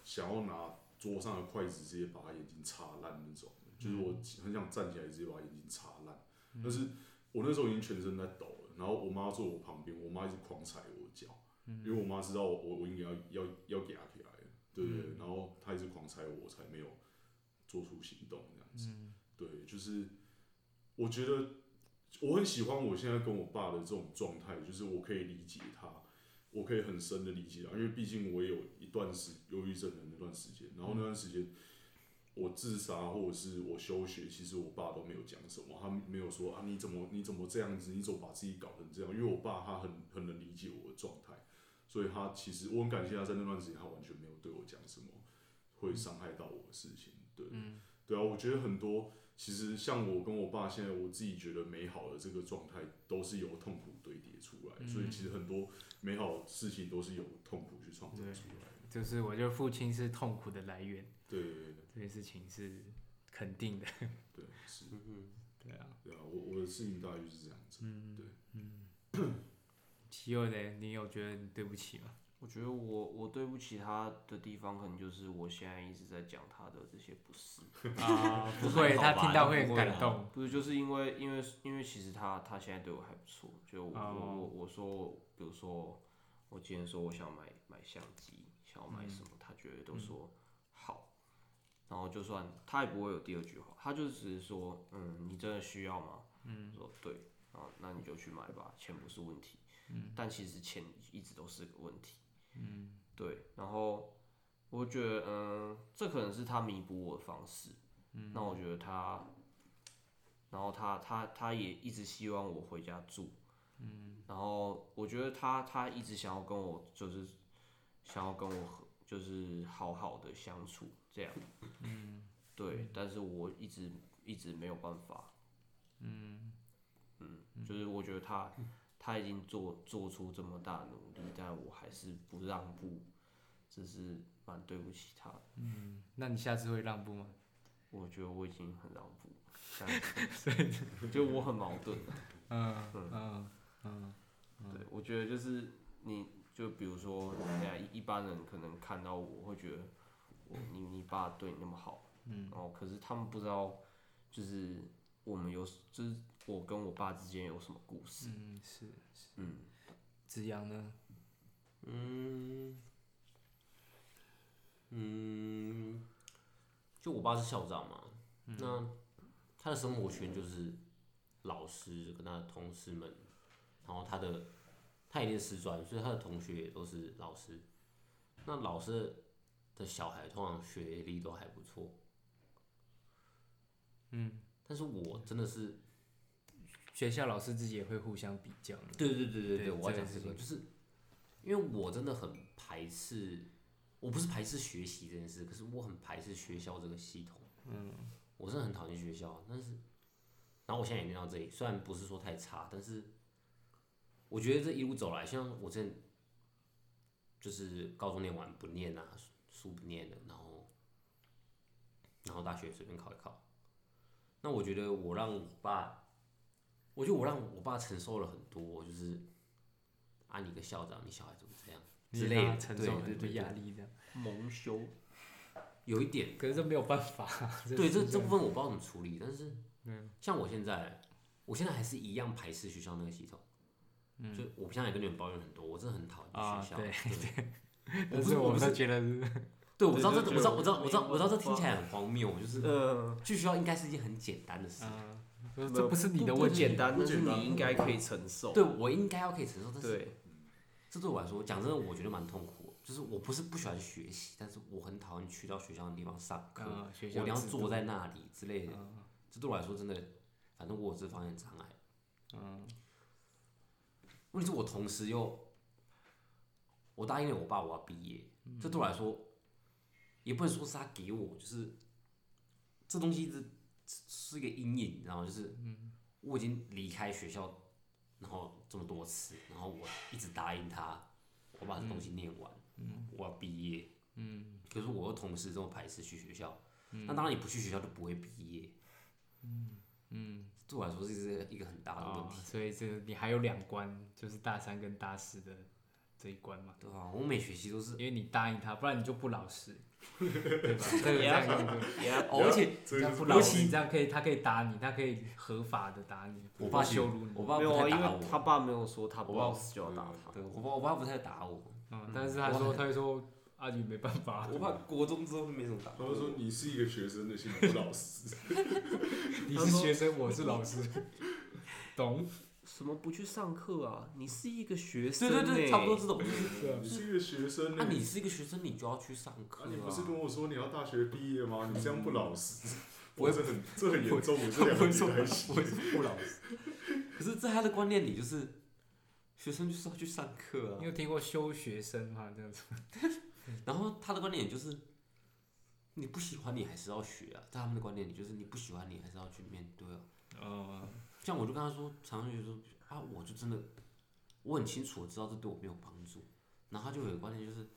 Speaker 3: 想要拿桌上的筷子直接把他眼睛插烂那种，就是我很想站起来直接把他眼睛插烂。但是我那时候已经全身在抖了，然后我妈坐我旁边，我妈一直狂踩我的脚，因为我妈知道我我我应该要要要给她起来了，对不对？然后她一直狂踩我，我才没有做出行动这样子。对，就是我觉得。我很喜欢我现在跟我爸的这种状态，就是我可以理解他，我可以很深的理解啊，因为毕竟我也有一段时忧郁症的那段时间，然后那段时间我自杀或者是我休学，其实我爸都没有讲什么，他没有说啊你怎么你怎么这样子，你怎么把自己搞成这样？因为我爸他很很能理解我的状态，所以他其实我很感谢他在那段时间他完全没有对我讲什么会伤害到我的事情，对，对啊，我觉得很多其实像我跟我爸现在我自己觉得美好的这个状态，都是由痛苦堆叠出来，所以其实很多。美好的事情都是由痛苦去创造出来的。
Speaker 1: 就是我觉得父亲是痛苦的来源，
Speaker 3: 对对对
Speaker 1: 这件事情是肯定的。
Speaker 3: 对，是，
Speaker 1: 对啊，
Speaker 3: 对啊，我我的事情大概就是这样子。对，
Speaker 1: 奇佑嘞，你有觉得你对不起吗？
Speaker 5: 我觉得我我对不起他的地方，可能就是我现在一直在讲他的这些不是，
Speaker 1: 啊，不会，他听到会很感动。
Speaker 5: 不是就是因为因为因为其实他他现在对我还不错，就我、
Speaker 1: 哦
Speaker 5: 我我我说，比如说我今天说我想买买相机，想要买什么，他绝对都说好，然后就算他也不会有第二句话，他就只是说，嗯，你真的需要吗？嗯，说对，啊，那你就去买吧，钱不是问题，嗯，但其实钱一直都是个问题，嗯，对，然后我觉得，嗯，这可能是他弥补我的方式，嗯，那我觉得他。然后他他他也一直希望我回家住，嗯，然后我觉得他他一直想要跟我就是想要跟我和就是好好的相处这样，嗯，对，但是我一直一直没有办法，嗯嗯，就是我觉得他他已经做做出这么大的努力，但我还是不让步，这是蛮对不起他的。
Speaker 1: 那你下次会让步吗？
Speaker 5: 我觉得我已经很让步，但就我很矛盾。
Speaker 1: 嗯嗯
Speaker 5: 对，我觉得就是你就比如说，人家一一般人可能看到我会觉得我你你爸对你那么好，嗯，然后可是他们不知道，就是我们有就是我跟我爸之间有什么故事，
Speaker 1: 嗯，是。
Speaker 5: 嗯，
Speaker 1: 子阳呢？
Speaker 2: 嗯，嗯，就我爸是校长嘛，那他的生活圈就是老师跟他的同事们，然后他的他也念师专，所以他的同学也都是老师。那老师的小孩通常学历都还不错，嗯，但是我真的是
Speaker 1: 学校老师自己也会互相比较吗？
Speaker 2: 对对对对
Speaker 1: 对
Speaker 2: 对，我要讲
Speaker 1: 这
Speaker 2: 这
Speaker 1: 个
Speaker 2: 个，就是因为我真的很排斥，我不是排斥学习这件事，可是我很排斥学校这个系统。嗯，我真的很讨厌学校，但是，然后我现在也念到这里，虽然不是说太差，但是我觉得这一路走来，像我之前就是高中念完不念啊，书书不念了，然后然后大学随便考一考。那我觉得我让我爸，我觉得我让我爸承受了很多，就是啊，你个校长，你小孩怎么这样
Speaker 1: 你
Speaker 2: 之
Speaker 1: 也
Speaker 2: 类
Speaker 1: 让
Speaker 2: 的，
Speaker 1: 他啊承
Speaker 2: 对
Speaker 1: 受
Speaker 2: 对
Speaker 1: 很多
Speaker 2: 对，
Speaker 1: 压
Speaker 2: 对
Speaker 1: 力这样。
Speaker 5: 嗯蒙羞，
Speaker 2: 有一点。
Speaker 1: 可是这没有办 法。
Speaker 2: 对，这这部分我不知道怎么处理，但是，像我现在，我现在还是一样排斥学校那个系统，就我不像也跟你们抱怨很多，我真的很讨厌
Speaker 1: 啊
Speaker 2: 学校。
Speaker 1: 对
Speaker 2: 对，我
Speaker 1: 但
Speaker 2: 不是
Speaker 1: 我
Speaker 2: 我不
Speaker 1: 们
Speaker 2: 是
Speaker 1: 都觉得是，
Speaker 2: 对，我知道这，
Speaker 3: 对就
Speaker 2: 我知道，我知道，
Speaker 5: 就
Speaker 2: 我知道，我知道这听起来很荒谬，就是去学校应该是一件很简单的事，
Speaker 1: 嗯，这不是你的
Speaker 5: 不
Speaker 1: 问
Speaker 5: 简
Speaker 1: 题。
Speaker 5: 单，
Speaker 3: 不
Speaker 5: 但
Speaker 3: 简
Speaker 5: 是
Speaker 3: 单
Speaker 5: 你应该可以承受。
Speaker 2: 对我应该要可以承受，但是
Speaker 5: 对，
Speaker 2: 这对我来说，讲真的，我觉得蛮痛苦的。就是我不是不喜欢学习，但是我很讨厌去到学校的地方上课，
Speaker 1: 嗯，学
Speaker 2: 我一
Speaker 1: 校
Speaker 2: 定要
Speaker 1: 制度
Speaker 2: 坐在那里之类的。
Speaker 1: 嗯
Speaker 2: 这对我来说真的，反正我有这方面的障碍。
Speaker 1: 嗯
Speaker 2: 问题是我同时又，我答应了我爸我要毕业，
Speaker 1: 嗯
Speaker 2: 这对我来说，也不能说是他给我，就是这东西是是一个阴影，你知道吗？就是我已经离开学校，然后这么多次，然后我一直答应他，我把这东西念完，我要毕业，嗯，可是我又同时这么排斥去学校，那当然你不去学校就不会毕业，嗯啊嗯，对我来说这是一个很大的问
Speaker 1: 哦
Speaker 2: 题。
Speaker 1: 所以这你还有两关，就是大三跟大四的这一关嘛，
Speaker 2: 对啊，我每学期都是
Speaker 1: 因为你答应他，不然你就不老实，对吧？这个这样
Speaker 5: Yeah
Speaker 1: 用对
Speaker 2: 哦，而且
Speaker 1: 这
Speaker 3: 这就
Speaker 1: 样
Speaker 3: 是
Speaker 1: 不
Speaker 2: 老
Speaker 1: 老
Speaker 2: 实
Speaker 1: 实，这样可以，他可以打你，他可以合法的打你，
Speaker 2: 我爸
Speaker 1: 羞辱你，
Speaker 2: 我爸
Speaker 5: 没有
Speaker 2: 不
Speaker 5: 啊，
Speaker 2: 太
Speaker 5: 因
Speaker 2: 打
Speaker 5: 为他
Speaker 2: 我，
Speaker 5: 爸没有说他不
Speaker 2: 我
Speaker 5: 好
Speaker 2: 爸
Speaker 5: 死就要打他。
Speaker 2: 对我爸我爸不太打我，
Speaker 1: 嗯，但是他说，他会说阿宇没办法，
Speaker 2: 我爸国中之后没怎么打
Speaker 3: 他们说你是一个学生的心理老师，
Speaker 1: 你是学生，我是老师， 懂？
Speaker 5: 什么不去上课啊？你是一个学生、
Speaker 2: 对
Speaker 5: 欸，
Speaker 2: 对对，差不多这种。
Speaker 3: 你是一个学生
Speaker 2: 那
Speaker 3: 呢。
Speaker 2: 你是一个学欸生，你就要去上课
Speaker 3: 啊，你不是跟我说你要大学毕业吗？你这样不老实，
Speaker 2: 我
Speaker 3: 我这很这很严重，我 这两个礼拜洗。
Speaker 2: 我是不老师， 可是，在他的观念里，就是学生就是要去上课啊
Speaker 1: 你。有听过休学生吗？这样子，
Speaker 2: 然后他的观点就是，你不喜欢你还是要学啊。在他们的观念里，就是你不喜欢你还是要去面对啊。
Speaker 1: 哦，
Speaker 2: 像我就跟他说，常常就说啊，我就真的我很清楚，我知道这对我没有帮助。然后他就有一个观念就是，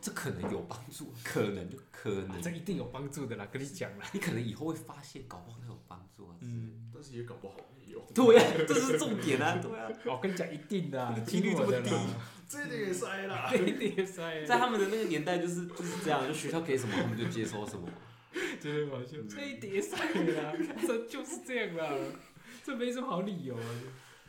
Speaker 2: 这可能有帮助，可能就可能，
Speaker 1: 啊这一定有帮助的啦，跟你讲啦。
Speaker 2: 你可能以后会发现，搞不好它有帮助啊。嗯，
Speaker 3: 但是也搞不好没有，
Speaker 2: 对呀、这是重点啊，对啊，
Speaker 1: 我哦跟你讲，一定的啊，
Speaker 2: 几率
Speaker 1: 听我的
Speaker 2: 这么啊
Speaker 1: 啦，
Speaker 3: 这点也塞 啦。
Speaker 1: 一定塞，
Speaker 2: 在他们的那个年代就是就是这样，就学校给什么他们就接收什么。
Speaker 1: 真的好
Speaker 2: 嗯
Speaker 1: 笑，这一碟塞啦，这就是这样啦，这没什么好理由啊，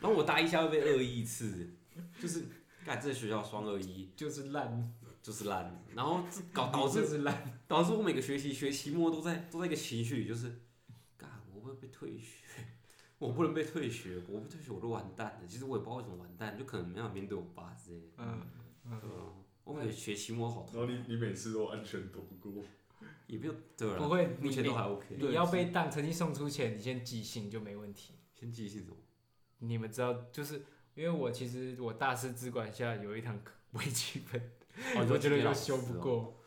Speaker 2: 然后我大一下会被恶意一次，就是干这学校双恶意
Speaker 1: 就是烂，
Speaker 2: 就是烂，然后这搞哦导致
Speaker 1: 就是烂，
Speaker 2: 导致我每个学期学期末都在都在一个情绪里，就是，干我会不会被退学？我不能被退学，我不退学我都完蛋了。其实我也不知道为什么完蛋，就可能没办法面对我爸之类的。
Speaker 1: 嗯嗯
Speaker 2: 对啊，我每个学期末好
Speaker 3: 然后
Speaker 2: 痛，
Speaker 3: 你你每次都安全躲过，
Speaker 2: 也没有对了，
Speaker 1: 不会
Speaker 2: 目前
Speaker 1: 你
Speaker 2: 都还 OK。
Speaker 1: 你要被当成绩送出前，你先寄信就没问题。
Speaker 2: 先记性什么？
Speaker 1: 你们知道，就是因为我其实我大师资管下有一堂课微积分，
Speaker 2: 哦
Speaker 1: 我哦觉得就修不过，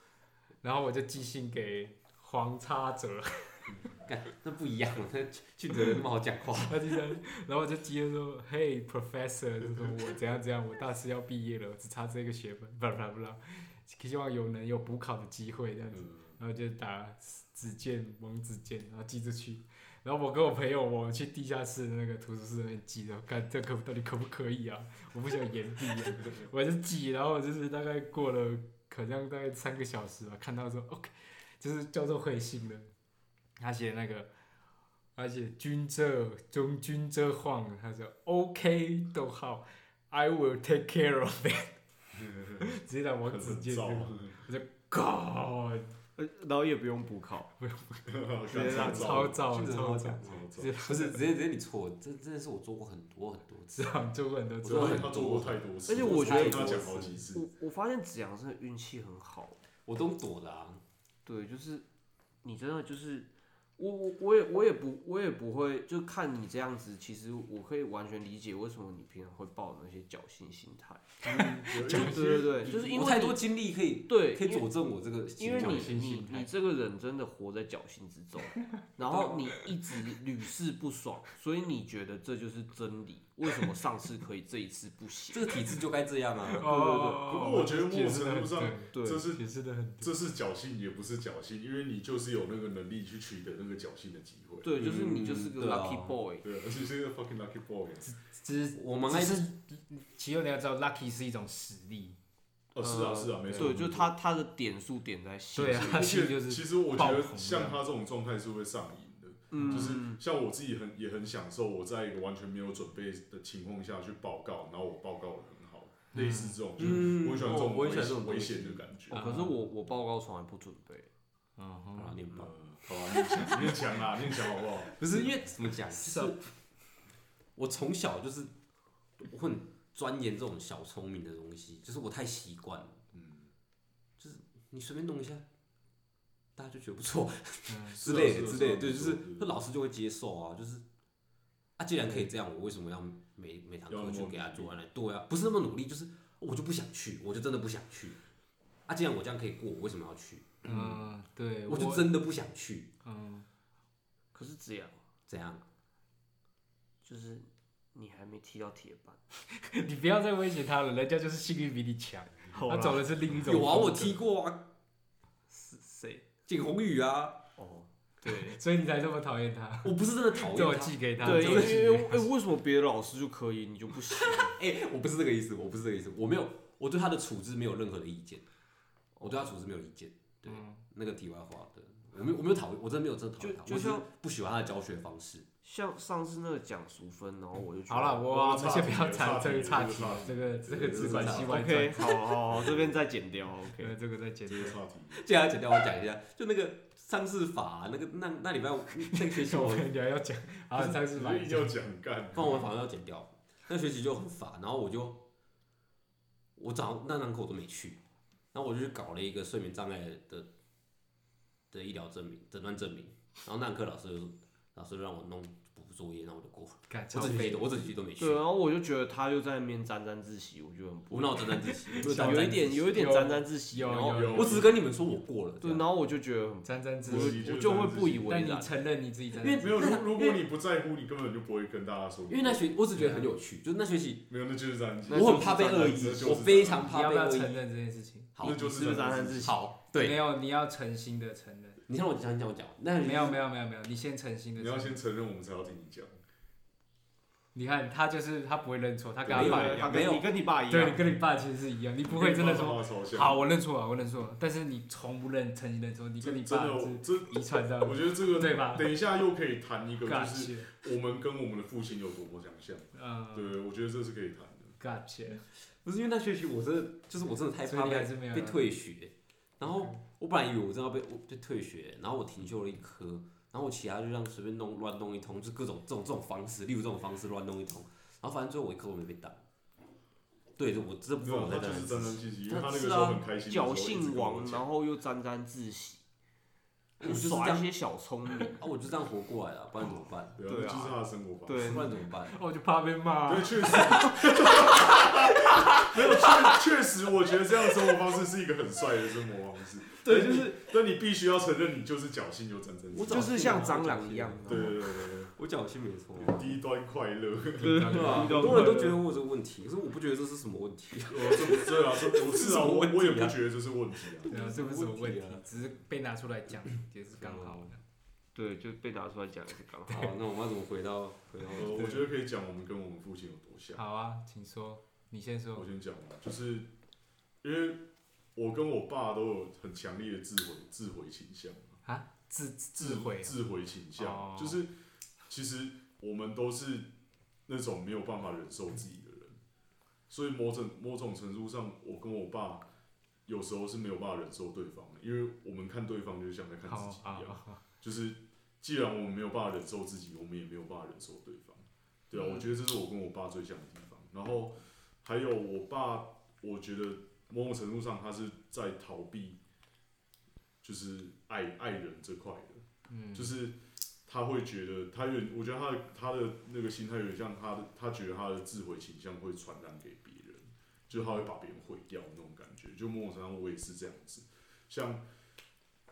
Speaker 1: 然后我就寄信给黄叉哲，
Speaker 2: 干，那不一样， 那俊哲那么好讲话，
Speaker 1: 他就这样，然后我就接着说，Hey professor，就说我怎样怎样，我大四要毕业了，只差这个学分，不啦不啦，希望有能有补考的机会这样子，然后就打子健王子健，然后寄出去，然后我跟我朋友我们去地下室那个图书室那边寄的，看这可到底可不可以啊？我不想延毕啊，我就寄，然后就是大概过了可能大概三个小时吧，看到说 OK，就是叫做回信了，他写那个。而且君这中君这晃，他说 OK 逗号，I will take care of it，直接打王子健这个， 我就 God，
Speaker 6: 呃然后也不用补考，
Speaker 3: 干
Speaker 6: 啊
Speaker 1: 超早
Speaker 6: 俊哲
Speaker 1: 超
Speaker 6: 好
Speaker 1: 早
Speaker 6: 讲，
Speaker 3: 超
Speaker 1: 直接
Speaker 2: 不是，直接直接你错，这真的是我做过很多很多 次
Speaker 1: 这，样做过很多
Speaker 2: 我
Speaker 1: 次，
Speaker 2: 做过很
Speaker 3: 他做过太多次，
Speaker 5: 而且我觉得
Speaker 3: 听他讲好几次，
Speaker 5: 我我发现子阳真的运气很好，
Speaker 2: 我都躲的啊。
Speaker 5: 对，就是你真的就是我我我也我也不我也不会，就看你这样子，其实我可以完全理解为什么你平常会抱那些侥幸心态。
Speaker 3: 嗯
Speaker 5: 对对对，就是因
Speaker 2: 我
Speaker 5: 为
Speaker 2: 太
Speaker 5: 你
Speaker 2: 多经历可以
Speaker 5: 对，
Speaker 2: 可以
Speaker 5: 因为
Speaker 2: 佐证我这个
Speaker 5: 因
Speaker 2: 形
Speaker 5: 为
Speaker 2: 象
Speaker 5: 你
Speaker 1: 心
Speaker 5: 你
Speaker 1: 心态
Speaker 5: 你这个人真的活在侥幸之中，然后你一直屡试不爽，所以你觉得这就是真理。为什么上次可以，这一次不行？
Speaker 2: 这个体质就该这样啊。
Speaker 1: 哦，
Speaker 3: 不过我觉得
Speaker 1: 解
Speaker 3: 某
Speaker 1: 释的
Speaker 3: 程
Speaker 1: 很
Speaker 3: 度上
Speaker 1: 对，
Speaker 5: 对
Speaker 3: 这是
Speaker 1: 解释的很对，
Speaker 3: 这是侥幸，也不是侥幸，因为你就是有那个能力去取得那个侥幸的机会。嗯
Speaker 5: 对，就是你
Speaker 1: 嗯
Speaker 5: 就是个
Speaker 2: 对啊
Speaker 5: lucky boy。
Speaker 3: 对，而且是个 fucking lucky boy。啊
Speaker 1: 只是
Speaker 2: 我们
Speaker 1: 只
Speaker 2: 还
Speaker 1: 是其实你要知道，lucky 是一种实力，
Speaker 3: 哦，是啊，是啊，没错。
Speaker 5: 呃对，就是他他的点数点在心
Speaker 1: 对啊
Speaker 5: 里
Speaker 3: 而
Speaker 1: 他
Speaker 3: 且
Speaker 1: 其实 就是
Speaker 3: 其实我觉
Speaker 1: 爆
Speaker 3: 得
Speaker 1: 红的
Speaker 3: 像他这种状态是会上瘾的，
Speaker 5: 嗯
Speaker 3: 就是像我自己很也很享受，我在一个完全没有准备的情况下去报告，然后我报告的很好，类似这种，
Speaker 5: 嗯
Speaker 3: 就是我很喜欢这种
Speaker 6: 我我
Speaker 3: 危
Speaker 6: 也喜欢这
Speaker 3: 险
Speaker 6: 种
Speaker 3: 危
Speaker 6: 东
Speaker 3: 险
Speaker 6: 西
Speaker 3: 的感觉。
Speaker 5: 哦，可是我我报告从来不准备，
Speaker 1: 嗯哼，
Speaker 2: 啊，脸
Speaker 3: 呃，，
Speaker 2: 吧
Speaker 3: 好吧，念强，念强啦，念强好不好？
Speaker 2: 不是因为怎么讲，就是啊我从小就是我很钻研这种小聪明的东西，就是我太习惯了。就是你随便弄一下，大家就觉得不错之
Speaker 3: 啊
Speaker 2: 类的之类的，对，就是那老师就会接受啊，就是。啊，既然可以这样，我为什么要每每堂
Speaker 3: 要
Speaker 2: 课
Speaker 3: 那
Speaker 2: 去
Speaker 3: 么
Speaker 2: 给他
Speaker 3: 努力
Speaker 2: 做完来？对啊，不是那么努力，就是我就不想去，我就真的不想去。啊，既然我这样可以过，我为什么要去？
Speaker 1: 嗯，对，
Speaker 2: 我就真的不想去，
Speaker 1: 嗯，
Speaker 5: 可是这样
Speaker 2: 怎样？
Speaker 5: 就是你还没踢到铁板，
Speaker 1: 你不要再威胁他了，人家就是幸运比你 强，
Speaker 6: 好
Speaker 1: 他走
Speaker 6: 啦，
Speaker 1: 的是另一种，
Speaker 2: 有啊，我踢，过啊，
Speaker 5: 是谁？
Speaker 2: 景宏宇啊，
Speaker 5: 哦，
Speaker 1: 对， 所以你才这么讨厌他，
Speaker 2: 我不是真的讨
Speaker 1: 叫我
Speaker 2: 厌他，
Speaker 1: 寄给他，
Speaker 5: 对，
Speaker 1: 叫
Speaker 5: 因
Speaker 1: 我寄
Speaker 5: 为
Speaker 1: 给
Speaker 5: 因为
Speaker 1: 他
Speaker 5: 哎，为什么别的老师就可以，你就 不行？
Speaker 2: 哎、我不是这个意思，我不是这个意思，我没有，我对他的处置没有任何的意见，我对他处置没有意见，
Speaker 1: 嗯
Speaker 2: 对，那个题外话的，我没有我没有讨厌，我真的没有真的讨厌他，
Speaker 5: 就
Speaker 2: 我
Speaker 5: 就
Speaker 2: 只
Speaker 5: 像
Speaker 2: 是不喜欢他的教学方式，
Speaker 5: 像上次那个讲淑芬，然后我就觉 得
Speaker 1: 好了，我
Speaker 3: 我
Speaker 1: 我们先不要
Speaker 3: 岔
Speaker 1: 谈
Speaker 3: 题
Speaker 1: 这个岔
Speaker 3: 这个
Speaker 1: 题
Speaker 3: 岔
Speaker 1: 了
Speaker 3: 题，
Speaker 1: 这个这个
Speaker 3: 这个
Speaker 1: 只管
Speaker 2: 岔题
Speaker 1: 系外传，
Speaker 6: OK，好好好，这边再剪掉
Speaker 1: 对，
Speaker 6: ，OK，
Speaker 1: 这个再解
Speaker 3: 这
Speaker 1: 释
Speaker 3: 个。话题，
Speaker 2: 接下来剪掉我讲一下，就那个上市法、那个那那礼拜我那个学 期
Speaker 1: 就 我
Speaker 2: 我
Speaker 1: 跟你要讲，好，上次买
Speaker 3: 一定要讲干，
Speaker 2: 放完反而要剪掉，那学期就很烦，然后我就我早上那堂课我都没去，然后我就去搞了一个睡眠障碍的的医疗证明诊断证明，然后那堂课老师就老师就让我弄补作业，然后我就过了，
Speaker 1: 干
Speaker 2: 我
Speaker 1: 超
Speaker 2: 整
Speaker 1: 费
Speaker 2: 学，我整学都没去
Speaker 5: 对，，然啊后我就觉得他就在那边沾沾自喜，我就很不
Speaker 2: 我那我沾沾自 喜，我沾
Speaker 5: 有
Speaker 2: 沾
Speaker 5: 一
Speaker 2: 自
Speaker 5: 点
Speaker 2: 喜
Speaker 5: 有一点
Speaker 1: 有
Speaker 5: 沾沾自喜，
Speaker 1: 有
Speaker 5: 然后
Speaker 1: 有
Speaker 2: 我只是跟你们说我过了，
Speaker 5: 对，
Speaker 2: 这样
Speaker 5: 然后我就觉得很，
Speaker 1: 沾沾自
Speaker 5: 我
Speaker 1: 喜，
Speaker 5: 我就会不以为
Speaker 1: 但你
Speaker 5: 然。
Speaker 1: 承认你自己沾
Speaker 2: 因
Speaker 1: 沾
Speaker 2: 为
Speaker 1: 自
Speaker 3: 没有，如如果你不在乎，你根本就不会跟大家说。
Speaker 2: 因为那学我只觉得很有趣，就是那学期
Speaker 3: 没有，那就是占自己。
Speaker 2: 我很怕被恶意
Speaker 3: 那就是，
Speaker 2: 我非常
Speaker 1: 喜，
Speaker 2: 怕
Speaker 1: 你要
Speaker 2: 被
Speaker 1: 不要
Speaker 2: 恶
Speaker 1: 承
Speaker 2: 意，
Speaker 1: 认这件事情？
Speaker 2: 好
Speaker 3: 那，就是
Speaker 6: 不是咱
Speaker 3: 占
Speaker 6: 还
Speaker 3: 自
Speaker 6: 是
Speaker 3: 己
Speaker 2: 好，对
Speaker 1: 没，有，你要诚心的承认，
Speaker 2: 你看我讲，你讲我讲，那学期
Speaker 1: 没有没有没有没有，你先诚心的
Speaker 3: 你要
Speaker 1: 承认。
Speaker 3: 先承认，我们才要听你讲。
Speaker 1: 你看他就是他不会认错，他跟他
Speaker 2: 没有
Speaker 1: 爸一
Speaker 6: 对
Speaker 1: 样，
Speaker 6: 他跟
Speaker 2: 没有
Speaker 6: 你跟你爸一
Speaker 1: 对
Speaker 6: 样
Speaker 1: 你，跟你爸其实是一样，你不会真的说
Speaker 3: 我跟你爸妈超像
Speaker 1: 好我认错了，我认错了，但是你从不认诚心认错，你跟你
Speaker 3: 真
Speaker 1: 爸
Speaker 3: 的
Speaker 1: 是
Speaker 3: 我，这
Speaker 1: 遗传上
Speaker 3: 我觉得这个
Speaker 1: 对吧
Speaker 3: 等一下又可以谈一个，
Speaker 1: 尬
Speaker 3: 就是
Speaker 1: 切，
Speaker 3: 我们跟我们的父亲有多么相像。
Speaker 1: 嗯
Speaker 3: 对，我觉得这是可以谈的。
Speaker 1: 尬切，
Speaker 2: 不是因为那学期我真的就是我真的太
Speaker 1: 所以
Speaker 2: 怕
Speaker 1: 你还
Speaker 2: 被
Speaker 1: 是没有
Speaker 2: 被退学，然后我本来以为我真的要被我被退学，然后我停休了一科，然后我其他就这样随便弄乱弄一通，就各种这种这种方式，例如这种方式乱弄一通，然后反正最后我一科我没被当。对，我这部
Speaker 3: 没
Speaker 2: 分我
Speaker 3: 有，啊他
Speaker 2: 在这
Speaker 3: 就是沾沾自喜，因为他那
Speaker 5: 他
Speaker 3: 个
Speaker 5: 是
Speaker 3: 时候
Speaker 5: 啊
Speaker 3: 很开心的时候，
Speaker 5: 侥幸
Speaker 3: 一
Speaker 5: 王，
Speaker 3: 直跟我讲
Speaker 5: 然后又沾沾自喜，
Speaker 2: 我就是这
Speaker 5: 耍一
Speaker 2: 样
Speaker 5: 些小聪明。
Speaker 2: 啊，我就这样活过来了，不然怎么办？
Speaker 3: 对啊，
Speaker 6: 对
Speaker 3: 那
Speaker 6: 啊
Speaker 3: 就是他的生活吧。
Speaker 6: 对
Speaker 2: 不然怎么办？
Speaker 1: 我就怕被骂
Speaker 3: 对，，确实，没有，确确实，我觉得这样的生活方式是一个很帅的生活方式。
Speaker 6: 对，就是
Speaker 3: 但你必须要承认，你就是侥幸又沾沾
Speaker 5: 我
Speaker 3: 自喜。
Speaker 5: 就是像蟑螂一样，啊
Speaker 3: 对 对对对
Speaker 6: 我侥幸没错，
Speaker 3: 对，低端快乐。
Speaker 6: 对啊，
Speaker 2: 很多人都觉得我有这个问题，可是我不觉得这是什么 问题。
Speaker 3: 我这不对啊，这不是啊，我我也不觉得这是问题啊。
Speaker 1: 对啊，这不是什么问题
Speaker 2: 这不是问题啊，
Speaker 1: 只是被拿出来讲也是刚好的。
Speaker 6: 对，就被拿出来讲也是刚好。
Speaker 2: 好，那我们要怎么回到回到？
Speaker 3: 呃，我觉得可以讲我们跟我们父亲有多像。
Speaker 1: 好啊，请说，你先
Speaker 3: 我
Speaker 1: 说。
Speaker 3: 先讲嘛，就是因为我跟我爸都有很强烈的自毁自毁倾向，
Speaker 1: 啊，自自毁
Speaker 3: 自毁倾向，
Speaker 1: 啊哦
Speaker 3: 就是其实我们都是那种没有办法忍受自己的人，所以某种某种程度上，我跟我爸有时候是没有办法忍受对方的，因为我们看对方就像在
Speaker 2: 啊
Speaker 3: 看
Speaker 1: 好
Speaker 3: 自己一
Speaker 1: 好
Speaker 3: 样，
Speaker 1: 好，
Speaker 3: 就是既然我们没有办法忍受自己，我们也没有办法忍受对方，对啊，
Speaker 5: 嗯
Speaker 3: 我觉得这是我跟我爸最像的地方。然后还有我爸，我觉得某种程度上他是在逃避，就是爱爱人这块的，
Speaker 1: 嗯，
Speaker 3: 就是他会觉得他有点，我觉得他的他的那个心态有点像他的，他觉得他的自毁倾向会传染给别人，就是他会把别人毁掉那种感觉。就某种程度上，我也是这样子，像。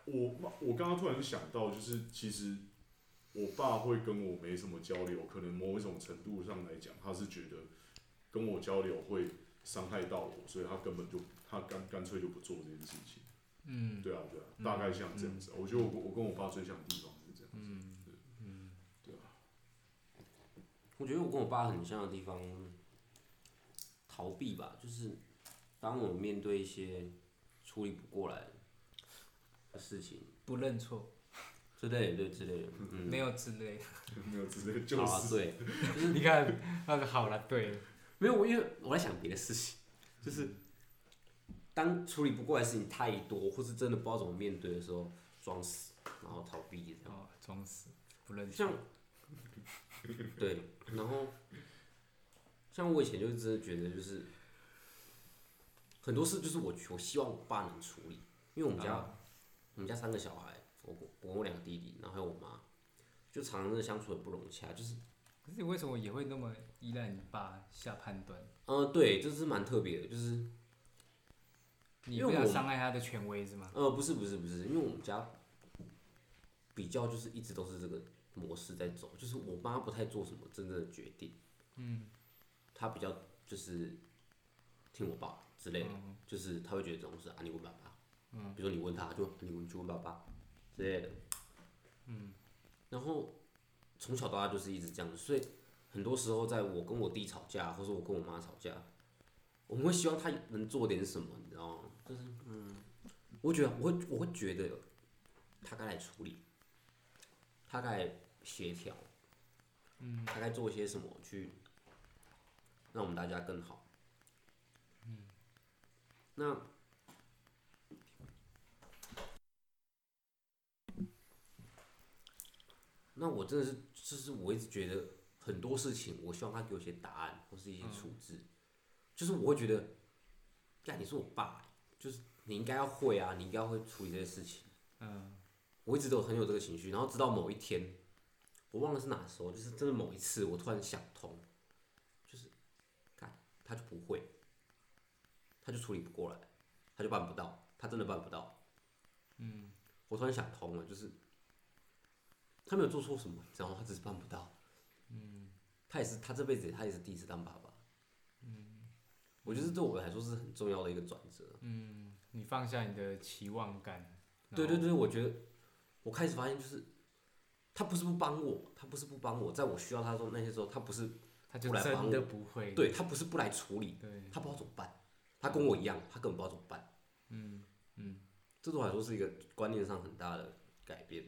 Speaker 3: 我我刚刚突然想到，就是其实我爸会跟我没什么交流，可能某一种程度上来讲，他是觉得跟我交流会伤害到我，所以他根本就他干干脆就不做这件事情。
Speaker 1: 嗯
Speaker 3: 对啊，对啊，
Speaker 1: 嗯
Speaker 3: 大概像这样子。我觉得我我跟我爸最像的地方是这样。
Speaker 1: 嗯
Speaker 3: 对
Speaker 1: 嗯，
Speaker 2: 我觉得我跟我爸很像的地方，逃避吧，就是当我面对一些处理不过来的事情
Speaker 1: 不认错，
Speaker 2: 之类的，对之类的，嗯，
Speaker 1: 没有之类的。
Speaker 3: 没有，只是就
Speaker 2: 好啊，
Speaker 3: 是
Speaker 2: 对，
Speaker 1: 你看，那个好了，对，
Speaker 2: 没有，我因为我在想别的事情，就是当处理不过来的事情太多，或是真的不知道怎么面对的时候，装死，然后逃避这样。
Speaker 1: 哦，装死不认
Speaker 2: 像
Speaker 1: 错，，
Speaker 2: 对，然后像我以前就真的觉得就是很多事就是我我希望我爸能处理，因为我们家、
Speaker 1: 啊
Speaker 2: 我们家三个小孩，我我我两个弟弟，然后还有我妈，就常常真的相处很不融洽，就是
Speaker 1: 可是你为什么也会那么依赖你爸下判断？
Speaker 2: 嗯、呃对，这是蛮特别的，就是
Speaker 1: 你
Speaker 2: 因为
Speaker 1: 不要
Speaker 2: 我
Speaker 1: 伤害他的权威是吗？
Speaker 2: 呃，不是不是不是，因为我们家比较就是一直都是这个模式在走，就是我妈不太做什么真正的决定，嗯，她比较就是听我爸之类的，就是她会觉得这种事啊，你问爸爸，嗯，比如说你问他就你问你去问爸爸之类的，嗯，嗯然后从小到大就是一直这样，所以很多时候在我跟我弟吵架，或是我跟我妈吵架。我们会希望他能做点什么，你知道吗？就是我觉得我会我会觉得他该来处理，他该协调，嗯，他该做些什么去让我们大家更好，嗯，那那我真的是就是我一直觉得很多事情，我希望他给我一些答案或是一些处置，就是我会觉得，干你是我爸，就是你应该要会啊，你应该会处理这些事情。
Speaker 1: 嗯，
Speaker 2: 我一直都很有这个情绪，然后直到某一天，我忘了是哪时候，就是真的某一次，我突然想通，就是，看他就不会，他就处理不过来，他就办不到，他真的办不到。嗯，我突然想通了，就是他没有做错什么，然后他只是办不到。嗯，他也是他这辈子他也是第一次当爸爸。嗯，嗯我觉得这对我来说是很重要的一个转折。
Speaker 1: 嗯你放下你的期望感。
Speaker 2: 对
Speaker 1: 然
Speaker 2: 对
Speaker 1: 后，
Speaker 2: 对，我觉得我开始发现，就是他不是不帮我，他不是不帮我，在我需要他的时候，那些时候他不是
Speaker 1: 他就
Speaker 2: 不来帮
Speaker 1: 真
Speaker 2: 我
Speaker 1: 的不会。
Speaker 2: 对他不是不来处理，
Speaker 1: 对，
Speaker 2: 他不知道怎么办，他跟我一样，他根本不知道怎么办。嗯
Speaker 1: 嗯，
Speaker 2: 这对我来说是一个观念上很大的改变。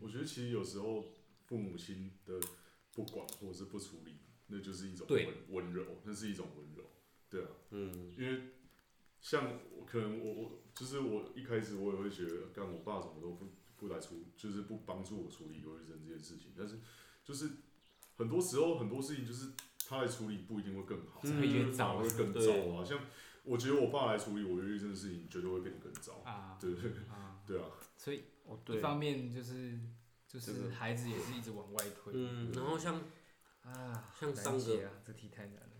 Speaker 3: 我觉得其实有时候父母亲的不管或者是不处理，那就是一种
Speaker 2: 对
Speaker 3: 温温柔，那是一种温柔，对啊。
Speaker 2: 嗯，
Speaker 3: 因为像我可能我我就是我一开始我也会觉得，干我爸怎么都不不来处，就是不帮助我处理忧郁症这件事情。但是就是很多时候很多事情就是他来处理不一定会更好，
Speaker 1: 嗯越
Speaker 3: 反
Speaker 1: 早
Speaker 3: 而会更
Speaker 2: 对
Speaker 3: 糟啊。像我觉得我爸来处理我忧郁症的事情，绝对会变得更糟。
Speaker 1: 啊
Speaker 3: 对
Speaker 1: 啊，
Speaker 3: 对啊，
Speaker 1: 所以
Speaker 6: 哦，
Speaker 1: 一方面就是就是孩子也是一直往外推。
Speaker 2: 嗯嗯，然后像
Speaker 1: 啊，
Speaker 2: 像
Speaker 1: 难
Speaker 2: 上个
Speaker 1: 解啊，这题太难了。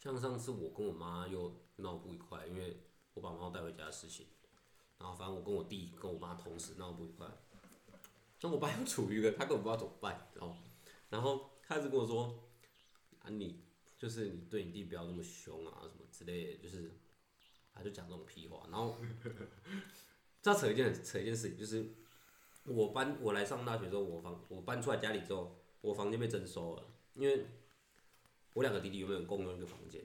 Speaker 2: 像上次我跟我妈又闹不愉快，因为我把猫带回家的事情，然后反正我跟我弟跟我妈同时闹不愉快，像我爸又处于一个他根本不知道怎么办，你知道吗？然后他一直跟我说啊你就是你对你弟不要那么凶啊什么之类的，就是他就讲这种屁话，然后 这扯一件扯一件事情，就是我搬我来上大学之后，我房我搬出来家里之后，我房间被征收了，因为我两个弟弟原本共用一个房间，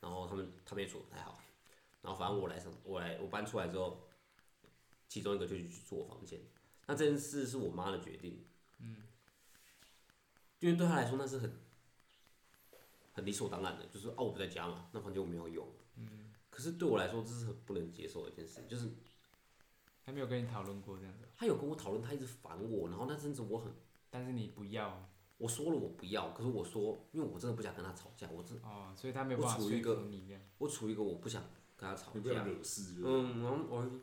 Speaker 2: 然后他们他们也处的不太好，然后反正我来上我来我搬出来之后，其中一个就去住我房间，那这件事是我妈的决定，嗯，因为对她来说那是很很理所当然的，就是哦、我不在家嘛，那房间我没有用，嗯，可是对我来说这是很不能接受的一件事，就是
Speaker 1: 还没有跟你讨论过这样子，
Speaker 2: 他有跟我讨论，他一直烦我，然后那阵子我很，
Speaker 1: 但是你不要
Speaker 2: 我说了我不要，可是我说，因为我真的不想跟他吵架，我真
Speaker 1: 哦，所以他没有办法
Speaker 2: 我处于
Speaker 1: 说
Speaker 2: 一个
Speaker 1: 服你这样。
Speaker 2: 我处于一个我不想跟他吵
Speaker 3: 你不
Speaker 2: 架
Speaker 3: 想，惹事就
Speaker 2: 嗯，然后我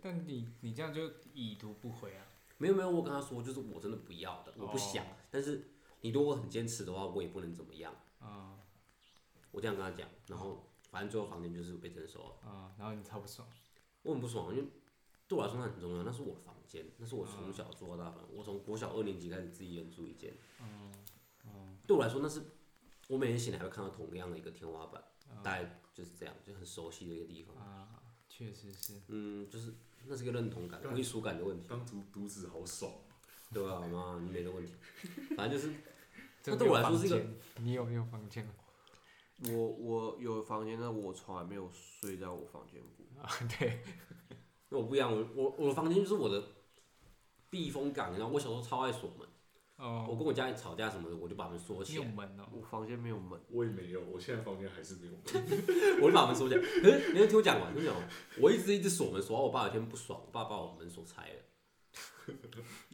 Speaker 1: 但你你这样就已读不回啊，
Speaker 2: 没有没有，我跟他说就是我真的不要的，我不想，但是你如果很坚持的话，我也不能怎么样，
Speaker 1: 啊、
Speaker 2: 我这样跟他讲，然后反正最后房间就是被征收了，
Speaker 1: 啊、然后你超不爽，
Speaker 2: 我很不爽，因为对我来说那很重要，那是我的房间，那是我从小做到大的房间，我从国小二年级开始自己一人住一间，
Speaker 1: 嗯哦
Speaker 2: 对我来说那是我每天醒来会看到同样的一个天花板，大概就是这样，就很熟悉的一个地方，
Speaker 1: 啊确实是，
Speaker 2: 嗯，就是那是一个认同感、归属感的问题，
Speaker 3: 当独独子好爽，
Speaker 2: 对吧、啊？妈，你没这问题，反正就是
Speaker 1: 这
Speaker 2: 那对我来说是一个
Speaker 1: 你有没有房间啊？
Speaker 5: 我我有房间，但我从来没有睡在我房间过。
Speaker 1: 对，
Speaker 2: 那我不一样，我我我的房间就是我的避风港，然后我小时候超爱锁门，我
Speaker 1: 哦，
Speaker 2: 跟我家里吵架什么的，我就把门锁
Speaker 1: 你
Speaker 2: 起
Speaker 1: 有
Speaker 2: 来，
Speaker 1: 门哦，
Speaker 5: 我房间没有门，
Speaker 3: 我也没有，我现在房间还是没有门。
Speaker 2: 我就把门锁起来。可是你要听我讲完，听我讲完，我一直一直锁门锁到我爸有一天不爽，我爸把我门锁拆了，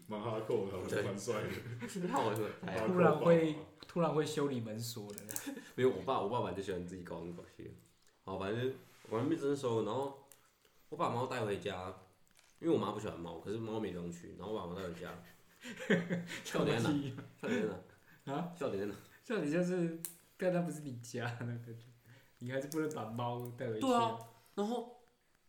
Speaker 3: 蛮哈扣的，我觉得蛮帅的。
Speaker 2: 他我说拆了，
Speaker 1: 突然会
Speaker 3: 啊
Speaker 1: 突然会修理门锁的，
Speaker 2: 没有，我爸我爸爸就喜欢自己搞那搞些，好，反正我还没征收，然后我把猫带回家，因为我妈不喜欢猫，可是猫没地方去，然后我把猫带回家，笑点在哪？ 笑点在哪？
Speaker 1: 啊？
Speaker 2: 笑点在哪？
Speaker 1: 像你就是，但它不是你家那个，你还是不能把猫带回去。
Speaker 2: 对啊，然后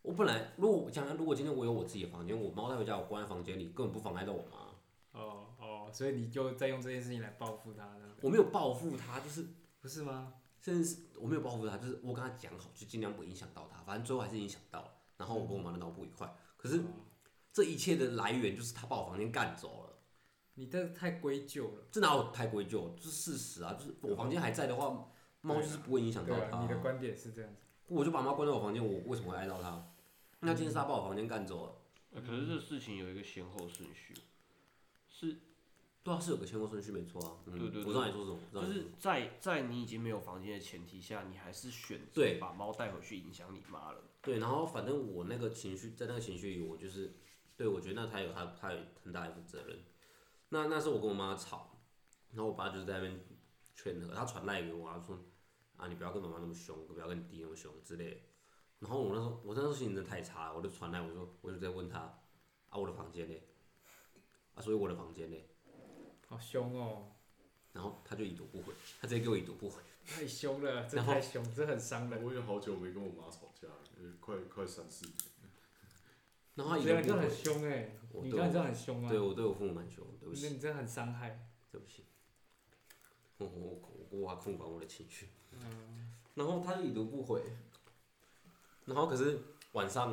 Speaker 2: 我本来如果我讲，如果今天我有我自己的房间，我猫带回家，我关在房间里，根本不妨碍到我妈。
Speaker 1: 哦哦，所以你就再用这件事情来报复他呢？
Speaker 2: 我没有报复她，就是
Speaker 1: 不是吗？
Speaker 2: 甚至是我没有报复她，就是我跟她讲好，就尽量不影响到她。反正最后还是影响到了，然后我跟我妈闹不愉快。可是
Speaker 1: 哦
Speaker 2: 这一切的来源就是她把我房间干走了，
Speaker 1: 你这太归咎了，
Speaker 2: 这哪有太归咎？这是事实啊，就是我房间还在的话，猫就是不会影响
Speaker 1: 对
Speaker 2: 到她、
Speaker 1: 啊，你的观点是这样子。
Speaker 2: 我就把猫关在我房间，我为什么会爱到她？那今天是她把我房间干走了，
Speaker 5: 呃
Speaker 6: 可是这事情有一个先后顺序，是
Speaker 2: 对啊，是有个先后顺序没错啊。嗯，
Speaker 6: 对对对
Speaker 2: 我知道你说什么，我知道
Speaker 5: 就
Speaker 2: 你说什么
Speaker 5: 是在在你已经没有房间的前提下，你还是选择
Speaker 2: 对
Speaker 5: 把猫带回去，影响你妈了。
Speaker 2: 对，然后反正我那个情绪，在那个情绪里，我就是，对我觉得那他有他他有很大一份责任。那那时候我跟我妈吵，然后我爸就是在那边劝和，他传赖给我，他说啊，你不要跟妈妈那么凶，不要跟你弟那么凶之类的。然后我那时候我那时候心情真的太差了，我就传赖，我说我就在问他啊，我的房间嘞，啊，所以我的房间嘞，
Speaker 1: 好凶哦，
Speaker 2: 然后他就已读不回，他直接给我已读不回。
Speaker 1: 太凶了，这
Speaker 2: 然后
Speaker 1: 太凶，这很伤人。
Speaker 3: 我也好久没跟我妈吵架了，呃快快三四年。
Speaker 2: 然后他已
Speaker 1: 对啊，你
Speaker 2: 读不
Speaker 1: 这
Speaker 2: 回
Speaker 1: 很，凶哎，
Speaker 2: 我
Speaker 1: 你
Speaker 2: 对
Speaker 1: 刚才这
Speaker 2: 我
Speaker 1: 样很凶啊。
Speaker 2: 对我对我父母蛮凶，对不起
Speaker 1: 那。你这很伤害。
Speaker 2: 对不起，我我我无法控管我的情绪。然后他就已读不回，然后可是晚上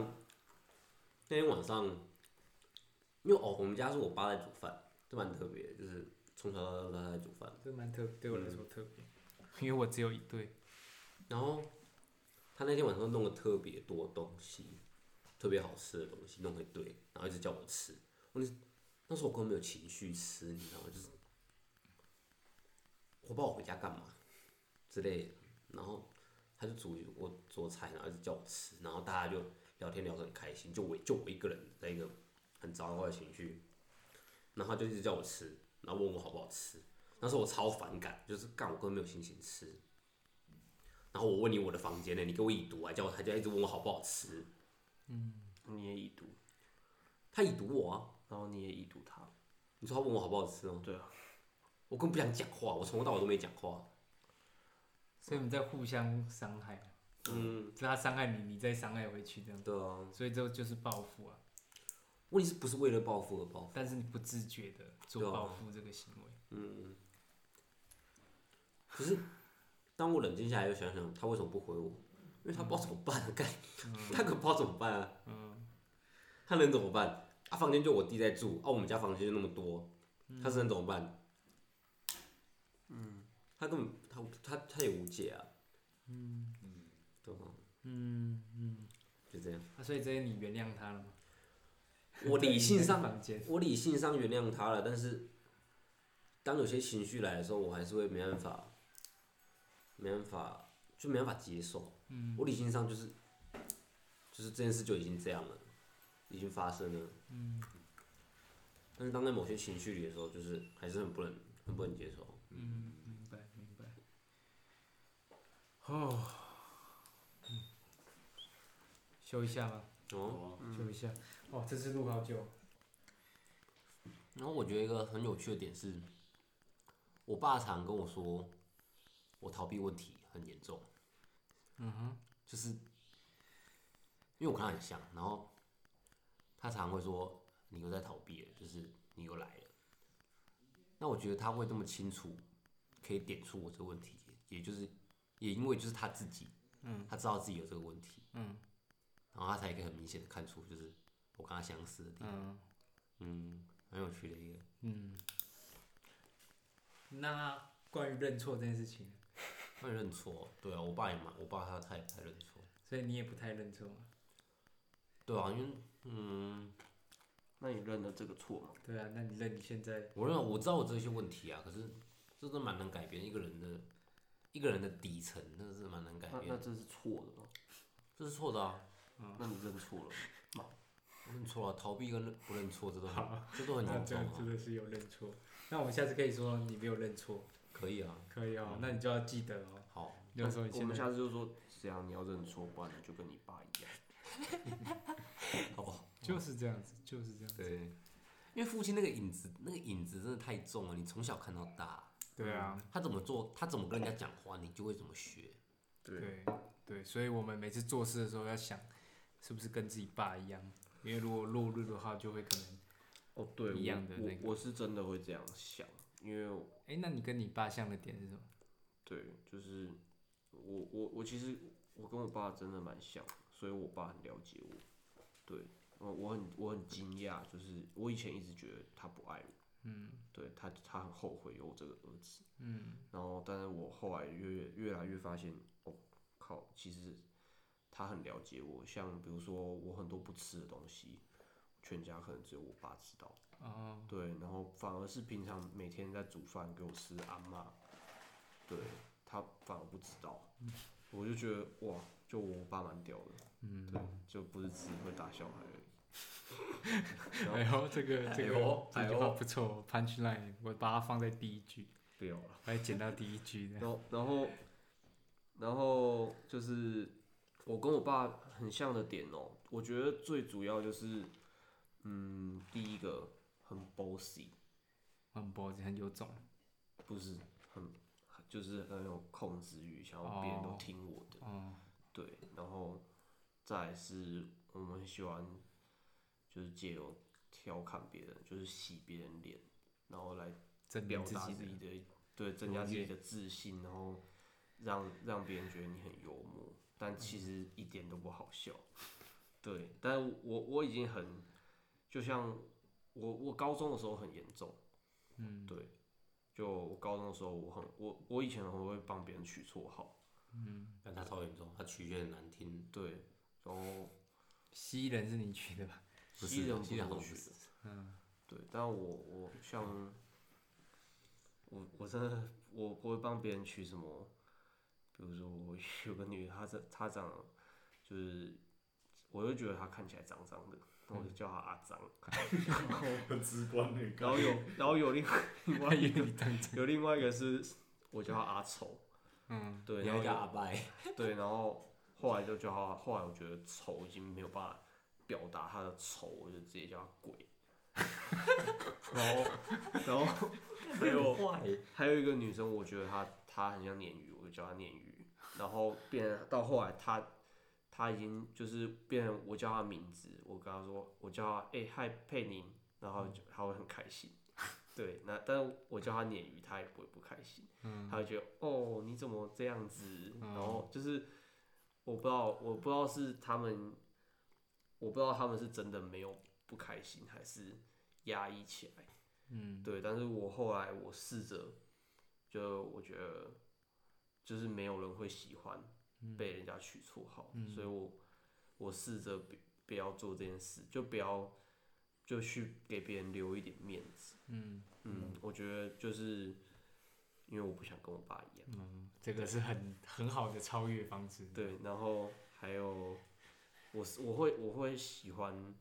Speaker 2: 那天晚上，因为哦，我们家是我爸在煮饭，这蛮特别的，就是从小到大都他在煮饭。
Speaker 1: 这蛮特，对我来
Speaker 2: 嗯
Speaker 1: 说特别，因为我只有一对。
Speaker 2: 然后他那天晚上弄了特别多东西，特别好吃的东西弄一堆，然后一直叫我吃。我那那时候我根本没有情绪吃，你知道吗？就是我不知道我回家干嘛之类的。然后他就煮我做菜，然后一直叫我吃，然后大家就聊天聊得很开心，就我就我一个人在一个很糟糕的情绪，然后他就一直叫我吃，然后问我好不好吃。那时候我超反感，就是干我根本没有心情吃，然后我问你我的房间呢，你给我已读啊，叫我他就一直问我好不好吃，
Speaker 5: 你也已读，
Speaker 2: 他已读我啊，
Speaker 5: 然后你也已读他。
Speaker 2: 你说他问我好不好吃哦，
Speaker 5: 对啊，
Speaker 2: 我根本不想讲话，我从头到尾都没讲话，
Speaker 1: 所以我们在互相伤害，啊
Speaker 7: 嗯，
Speaker 1: 就他伤害你，你再伤害回去这
Speaker 2: 嗯
Speaker 1: 样，
Speaker 7: 对啊，
Speaker 1: 所以这就是报复啊。
Speaker 7: 问题是不是为了报复而报复？
Speaker 1: 但是你不自觉的
Speaker 7: 对
Speaker 1: 做
Speaker 7: 啊
Speaker 1: 报复这个行为，
Speaker 7: 嗯，
Speaker 2: 可是当我冷静下来，又想想他为什么不回我，因为他不知道怎么办啊，干、
Speaker 1: 嗯
Speaker 2: 他可不知道怎么办啊，他能怎么办？啊，房间就我弟在住，啊，我们家房间就那么多，他是能怎么办？嗯，
Speaker 1: 嗯
Speaker 2: 他根本他他他也无解啊，嗯嗯，对吗？
Speaker 1: 嗯嗯，
Speaker 2: 就这样，
Speaker 1: 啊、所以这些你原谅他了吗？
Speaker 2: 我 理性
Speaker 1: 在
Speaker 2: 上
Speaker 1: 房间，
Speaker 2: 我理性上原谅他了，但是当有些情绪来的时候，我还是会没办法，没办法，就没办法接受。嗯，我理性上就是，就是这件事就已经这样了，已经发生了。嗯，但是当在某些情绪里的时候，就是还是很不能，很不能接受。
Speaker 1: 嗯，明白明白。哦，嗯，休一下吧，
Speaker 2: 哦，
Speaker 3: 啊
Speaker 1: 休一下。哦，这次录好久。
Speaker 2: 然后我觉得一个很有趣的点是，我爸常跟我说，我逃避问题很严重。嗯哼，就是因为我跟他很像，然后他常会说你又在逃避了，就是你又来了。那我觉得他会这么清楚，可以点出我这个问题，也就是也因为就是他自己，嗯，他知道自己有这个问题，嗯，然后他才可以很明显的看出，就是我跟他相似的地方，
Speaker 1: 嗯
Speaker 2: 嗯，很有趣的一个。
Speaker 1: 嗯。那关于认错这件事情，
Speaker 2: 会认错，对啊，我爸也蛮，我爸他他也不太认错，
Speaker 1: 所以你也不太认错嘛？
Speaker 2: 对啊，因为嗯，
Speaker 5: 那你认了这个错吗？
Speaker 1: 对啊，那你认你现在，
Speaker 2: 我认为我知道我这些问题啊，可是这都蛮能改变一个人的，一个人的底层，那是蛮能改
Speaker 5: 那
Speaker 2: 变
Speaker 5: 那
Speaker 2: 的，
Speaker 5: 这是错的吗？
Speaker 2: 这是错的啊，
Speaker 1: 嗯
Speaker 5: 那你认错了吗？
Speaker 2: 我认错啊，逃避跟认不认错这都很，这都很
Speaker 1: 那
Speaker 2: 严
Speaker 1: 这
Speaker 2: 重
Speaker 1: 样真
Speaker 2: 啊，
Speaker 1: 的是有认错。那我们下次可以说你没有认错，
Speaker 2: 可以啊，
Speaker 1: 可以哦。那你就要记得哦。
Speaker 2: 好，
Speaker 1: 比如说 你
Speaker 5: 我
Speaker 1: 现
Speaker 5: 们
Speaker 1: 在，
Speaker 5: 下次就说这样，你要认错，不然你就跟你爸一样。
Speaker 2: 好不好？
Speaker 1: 就是这样子，就是这样子。
Speaker 2: 对，因为父亲那个影子，那个影子真的太重了，你从小看到大，
Speaker 1: 对啊，
Speaker 2: 他怎么做，他怎么跟人家讲话，你就会怎么学，
Speaker 1: 对对，所以我们每次做事的时候要想，是不是跟自己爸一样？因为如果落入的话，就会可能，
Speaker 5: 哦，对，
Speaker 1: 一样的
Speaker 5: 我
Speaker 1: 那个
Speaker 5: 我我是真的会这样想，因为我
Speaker 1: 哎、那你跟你爸像的点是什么？
Speaker 5: 对，就是我我我其实我跟我爸真的蛮像的，所以我爸很了解我。对，我我很我很惊讶，就是我以前一直觉得他不爱我，嗯，对他他很后悔有我这个儿子，嗯，然后但是我后来越越来越发现，哦靠，其实他很了解我，像比如说我很多不吃的东西，全家可能只有我爸知道，
Speaker 1: 哦，
Speaker 5: 对，然后反而是平常每天在煮饭给我吃的阿妈，对她反而不知道，我就觉得哇，就我爸蛮屌的，嗯，对，就不是只会打小孩而已。
Speaker 1: 哎呦，这个这
Speaker 2: 哎
Speaker 1: 个
Speaker 2: 呦
Speaker 1: 这句话不错，punch line，我把它放在第一句，
Speaker 5: 不要了。
Speaker 1: 我还剪到第一句的
Speaker 5: 然。后，然后，然后就是我跟我爸很像的点哦、我觉得最主要就是，嗯，第一个很 bossy，
Speaker 1: 很脖子很有种，
Speaker 5: 不是很，就是很有控制欲，想要别人都听我的。
Speaker 1: 哦，
Speaker 5: 对，然后再来是我们很喜欢就是借由调侃别人，就是洗别人脸，然后来
Speaker 1: 证
Speaker 5: 表
Speaker 1: 明自
Speaker 5: 达
Speaker 1: 己
Speaker 5: 自己
Speaker 1: 的，
Speaker 5: 的对，增加自己的自信，然后让让别人觉得你很幽默，但
Speaker 1: 嗯
Speaker 5: 其实一点都不好笑。对，但我我已经很，就像我我高中的时候很严重，嗯，对，就我高中的时候我很我我以前很会帮别人取绰号，
Speaker 2: 但他超严重，他取决很难听，
Speaker 5: 对，然后
Speaker 1: 蜥蜴人是你取的吧？
Speaker 2: 不
Speaker 5: 西
Speaker 2: 是
Speaker 5: 人
Speaker 2: 西人
Speaker 5: 不
Speaker 2: 好
Speaker 5: 是
Speaker 2: 取的。
Speaker 5: 对，但我我像我我真的我不会帮别人取什么，比如说我有个女的，她长她长就是，我就觉得她看起来脏脏的，那我就叫她阿脏。
Speaker 3: 很直观那个。
Speaker 5: 嗯然后有 然后有另外另外一个
Speaker 1: 你当真
Speaker 5: 有另外一个是，我叫她阿丑。
Speaker 1: 嗯，
Speaker 5: 对，
Speaker 2: 你
Speaker 5: 然
Speaker 2: 要
Speaker 5: 后
Speaker 2: 叫
Speaker 5: 有
Speaker 2: 阿拜，
Speaker 5: 对，然后后来就叫她，后来我觉得丑已经没有办法表达她的丑，我就直接叫她鬼。 然后，然后还有
Speaker 2: 坏。
Speaker 5: 还有一个女生，我觉得她她很像鲶鱼，我就叫她鲶鱼。然后变成到后来他他已经就是变成我叫他名字，我跟他说我叫他哎、嗨佩宁，然后就他会很开心。对，那但是我叫他鲶鱼，他也不会不开心，嗯、他会觉得哦你怎么这样子，然后就是我不知道我不知道是他们，我不知道他们是真的没有不开心还是压抑起来，嗯，对，但是我后来我试着就我觉得就是没有人会喜欢被人家取绰号，所以我我试着不不要做这件事，就不要就去给别人留一点面子。嗯嗯，我觉得就是因为我不想跟我爸一样。
Speaker 1: 嗯，这个是很很好的超越方式。
Speaker 5: 对，然后还有我是我会我会喜欢，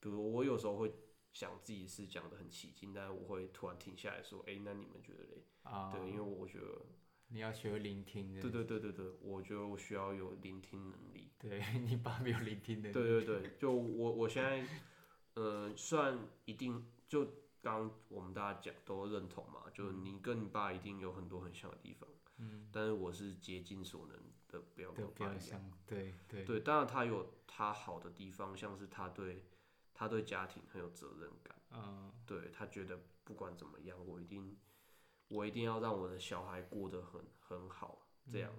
Speaker 5: 比如我有时候会想自己是讲的很起劲，但是我会突然停下来说，哎、那你们觉得嘞？
Speaker 1: 啊，
Speaker 5: 对，因为我觉得。
Speaker 1: 你要学会聆听的。
Speaker 5: 对对对对对，我觉得我需要有聆听能力。
Speaker 1: 对你爸没有聆听的。
Speaker 5: 对对对，就我我现在，呃，虽然一定就刚我们大家讲都认同嘛，就
Speaker 1: 嗯
Speaker 5: 你跟你爸一定有很多很像的地方，嗯，但是我是竭尽所能的不要跟
Speaker 1: 对，
Speaker 5: 我
Speaker 1: 不
Speaker 5: 爸
Speaker 1: 要
Speaker 5: 一样。
Speaker 1: 像对对
Speaker 5: 对，当然他有他好的地方，像是他对他对家庭很有责任感，嗯，对他觉得不管怎么样，我一定我一定要让我的小孩过得很很好，这样，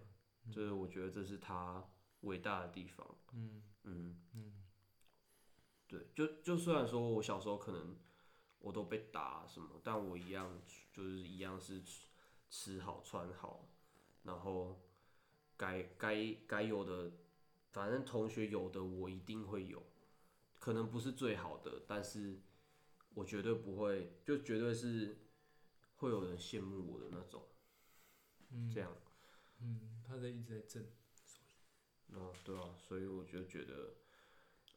Speaker 5: 就是我觉得这是他伟大的地方，嗯嗯对，就就虽然说我小时候可能我都被打啊什么，但我一样就是一样是吃吃好穿好，然后该该该有的反正同学有的我一定会有，可能不是最好的，但是我绝对不会，就绝对是会有人羡慕我的那种。这样，
Speaker 1: 嗯，他在一直在震。
Speaker 5: 啊，对啊，所以我就觉得，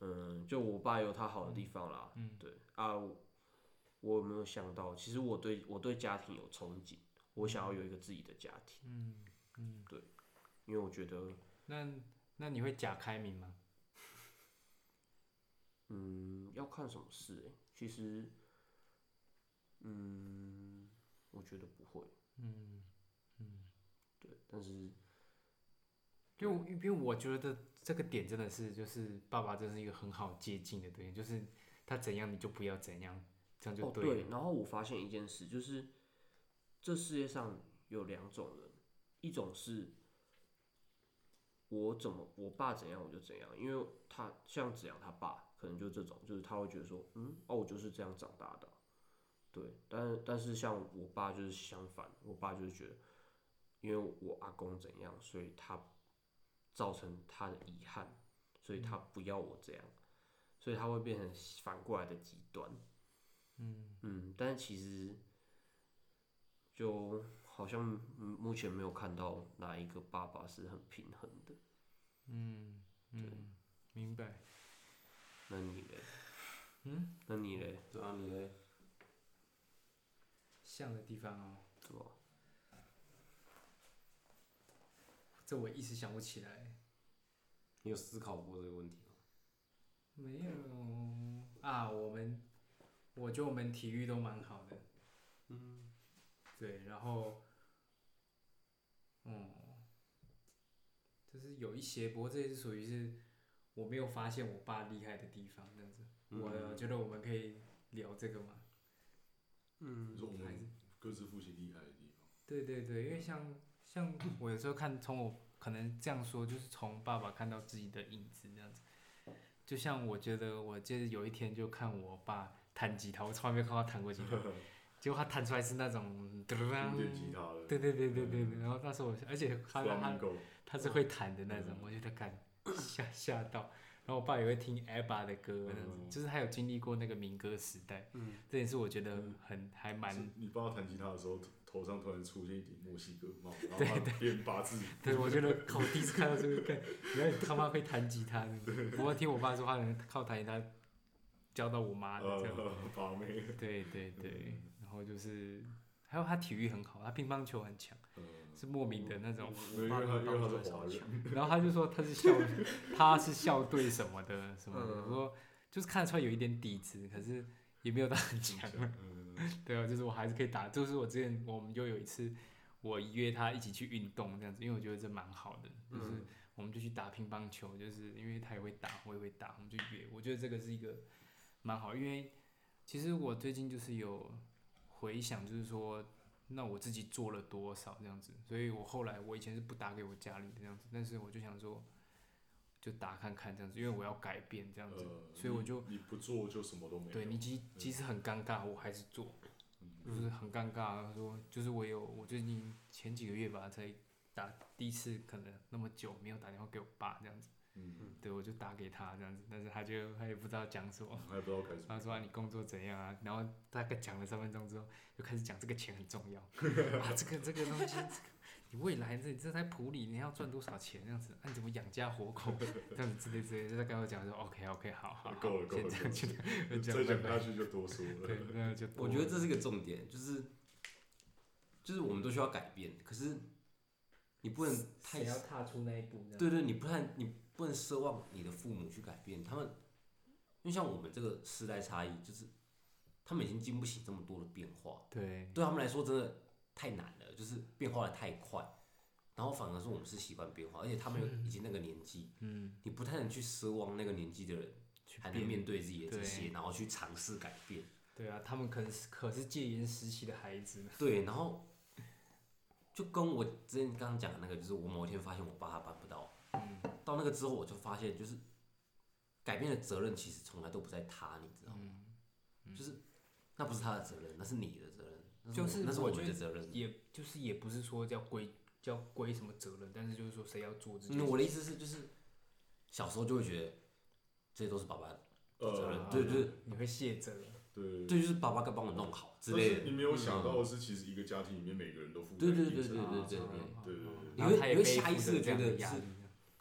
Speaker 5: 嗯，就我爸有他好的地方啦，嗯，对啊，我我有没有想到，其实我对我对家庭有憧憬，我想要有一个自己的家庭，嗯嗯，对，因为我觉得，
Speaker 1: 那那你会假开明吗？
Speaker 5: 嗯，要看什么事欸其实，嗯，我觉得不会，嗯嗯，对，但是
Speaker 1: 因为我因为我觉得这个点真的是，就是爸爸真是一个很好接近的对象，就是他怎样你就不要怎样，这样就
Speaker 5: 哦
Speaker 1: 了。
Speaker 5: 对，然后我发现一件事，就是这世界上有两种人，一种是我怎么我爸怎样我就怎样，因为他像子阳他爸可能就这种，就是他会觉得说，嗯，哦，我就是这样长大的，啊对，但是但是像我爸就是相反，我爸就是觉得，因为我阿公怎样，所以他造成他的遗憾，所以他
Speaker 1: 嗯
Speaker 5: 不要我这样，所以他会变成反过来的极端。嗯，但其实就好像嗯目前没有看到哪一个爸爸是很平衡的。
Speaker 1: 嗯，明白。
Speaker 5: 那你嘞？嗯，那你嘞？
Speaker 2: 对啊，你嘞？
Speaker 1: 像的地方哦，
Speaker 5: 对吧？
Speaker 1: 这我一时想不起来。
Speaker 2: 你有思考过这个问题吗？
Speaker 1: 没有啊，我们我觉得我们体育都蛮好的，嗯，对，然后，嗯，就是有一些，不过这也是属于是我没有发现我爸厉害的地方，这样子，我觉得我们可以聊这个嘛，
Speaker 3: 你说我
Speaker 1: 还是
Speaker 3: 们各自父亲厉害的地方，
Speaker 1: 对对对，因为像像我有时候看从我可能这样说，就是从爸爸看到自己的影子这样子。就像我觉得，我记得有一天就看我爸弹吉他，我从来没有看过他弹过吉他， 结果他弹出来是那种嘟嘟
Speaker 3: 古
Speaker 1: 当
Speaker 3: 典吉他的，
Speaker 1: 对对对对对对。然后那时候我，而且他他
Speaker 3: Flamingo，
Speaker 1: 他是会弹的那种，我觉得感吓吓到。然后我爸也会听 ABBA 的歌，那种就是他有经历过那个民歌时代，嗯，这也是我觉得很还蛮
Speaker 3: 是你爸弹吉他的时候，头头上突然出现一顶墨西哥帽，然后他变八字，
Speaker 1: 对，我觉得靠我第一次看到这个，看原来你他妈会弹吉他呢。不过听我爸说，他能靠弹吉他教到我妈的这样。
Speaker 3: 呃，把妹，
Speaker 1: 对对对，然后就是还有他体育很好，他乒乓球很强，
Speaker 3: 呃，
Speaker 1: 是莫名的那种。
Speaker 3: 因为他因为他是华人，
Speaker 1: 然后他就说他是校，他是校队什么的什么的，不过就是看得出来有一点底子，可是也没有到很强。
Speaker 3: 嗯，
Speaker 1: 对啊，就是我还是可以打，就是我之前我们就有一次，我约他一起去运动这样子，因为我觉得这蛮好的，
Speaker 3: 嗯
Speaker 1: 就是我们就去打乒乓球，就是因为他也会打，我也会打，我们就约。我觉得这个是一个蛮好，因为其实我最近就是有回想，就是说那我自己做了多少这样子，所以我后来我以前是不打给我家里的这样子，但是我就想说就打看看这样子，因为我要改变这样子，
Speaker 3: 呃，
Speaker 1: 所以我就
Speaker 3: 你不做就什么都没有。嗯
Speaker 1: 对你即即使很尴尬，我还是做，就是很尴尬。他说，就是我有我最近前几个月吧，才打第一次，可能那么久没有打电话给我爸这样子，
Speaker 3: 嗯，
Speaker 1: 对我就打给他这样子，但是他就他也不知道讲什么。
Speaker 3: 还不知道该什么。
Speaker 1: 他说、啊、你工作怎样啊？然后大概讲了三分钟之后，就开始讲这个钱很 重要啊，这个这个东西，这个你未来这这在普里你要赚多少钱这样子？啊，你怎么养家活口这样子之类之类，就在跟我讲说 OK OK 好好，好
Speaker 3: 够了够了
Speaker 1: 先这样去， 这
Speaker 3: 再
Speaker 1: 样
Speaker 3: 讲
Speaker 1: 拜
Speaker 3: 下
Speaker 1: 拜
Speaker 3: 去就多说了。
Speaker 1: 对，那就多
Speaker 2: 我觉得这是一个重点，就是就是我们都需要改变，可是你不能太
Speaker 8: 谁要踏出那一步？这样
Speaker 2: 对对，你不太你不能奢望你的父母去改变他们，因为像我们这个世代差异，就是他们已经经不起这么多的变化，
Speaker 1: 对
Speaker 2: 对他们来说真的太难了，就是变化的太快，然后反而是我们是习惯变化，而且他们又已经那个年纪，嗯，你不太能去奢望那个年纪的人
Speaker 1: 去
Speaker 2: 还能
Speaker 1: 变
Speaker 2: 面对自己的这些，
Speaker 1: 对
Speaker 2: 然后去尝试改变，
Speaker 1: 对啊，他们可能是可是戒严时期的孩子呢，
Speaker 2: 对，然后就跟我之前刚刚讲的那个，就是我某天发现我爸他办不到，
Speaker 1: 嗯
Speaker 2: 到那个之后我就发现，就是改变的责任其实从来都不在他，你知道吗？
Speaker 1: 嗯
Speaker 2: 就是那不是他的责任，那是你的责任，那
Speaker 1: 就
Speaker 2: 我
Speaker 1: 是
Speaker 2: 那是
Speaker 1: 我
Speaker 2: 我
Speaker 1: 觉
Speaker 2: 们
Speaker 1: 得
Speaker 2: 的责任。
Speaker 1: 也就是也不是说要归要归什么责任，但是就是说谁要做这件
Speaker 2: 嗯，
Speaker 1: 事
Speaker 2: 我的意思是，就是小时候就会觉得这些都是爸爸的责任，
Speaker 3: 呃，
Speaker 2: 对，就是
Speaker 1: 啊你会卸责任。
Speaker 3: 对。
Speaker 2: 对，就是爸爸该帮我弄好之
Speaker 3: 但
Speaker 2: 类
Speaker 3: 是你
Speaker 2: 的。
Speaker 3: 没有想
Speaker 5: 嗯
Speaker 3: 到的是，其实一个家庭里面每个人都负担
Speaker 2: 对对
Speaker 3: 一定
Speaker 2: 对
Speaker 3: 程
Speaker 2: 对
Speaker 3: 度
Speaker 2: 对对
Speaker 3: 的
Speaker 2: 对，
Speaker 3: 对对对。
Speaker 2: 你
Speaker 1: 啊然后他
Speaker 2: 会
Speaker 1: 也
Speaker 2: 你
Speaker 1: 背
Speaker 2: 会下意
Speaker 1: 负
Speaker 2: 识
Speaker 1: 着
Speaker 2: 的
Speaker 1: 这
Speaker 2: 觉
Speaker 1: 样的
Speaker 2: 得
Speaker 1: 压力
Speaker 2: 是，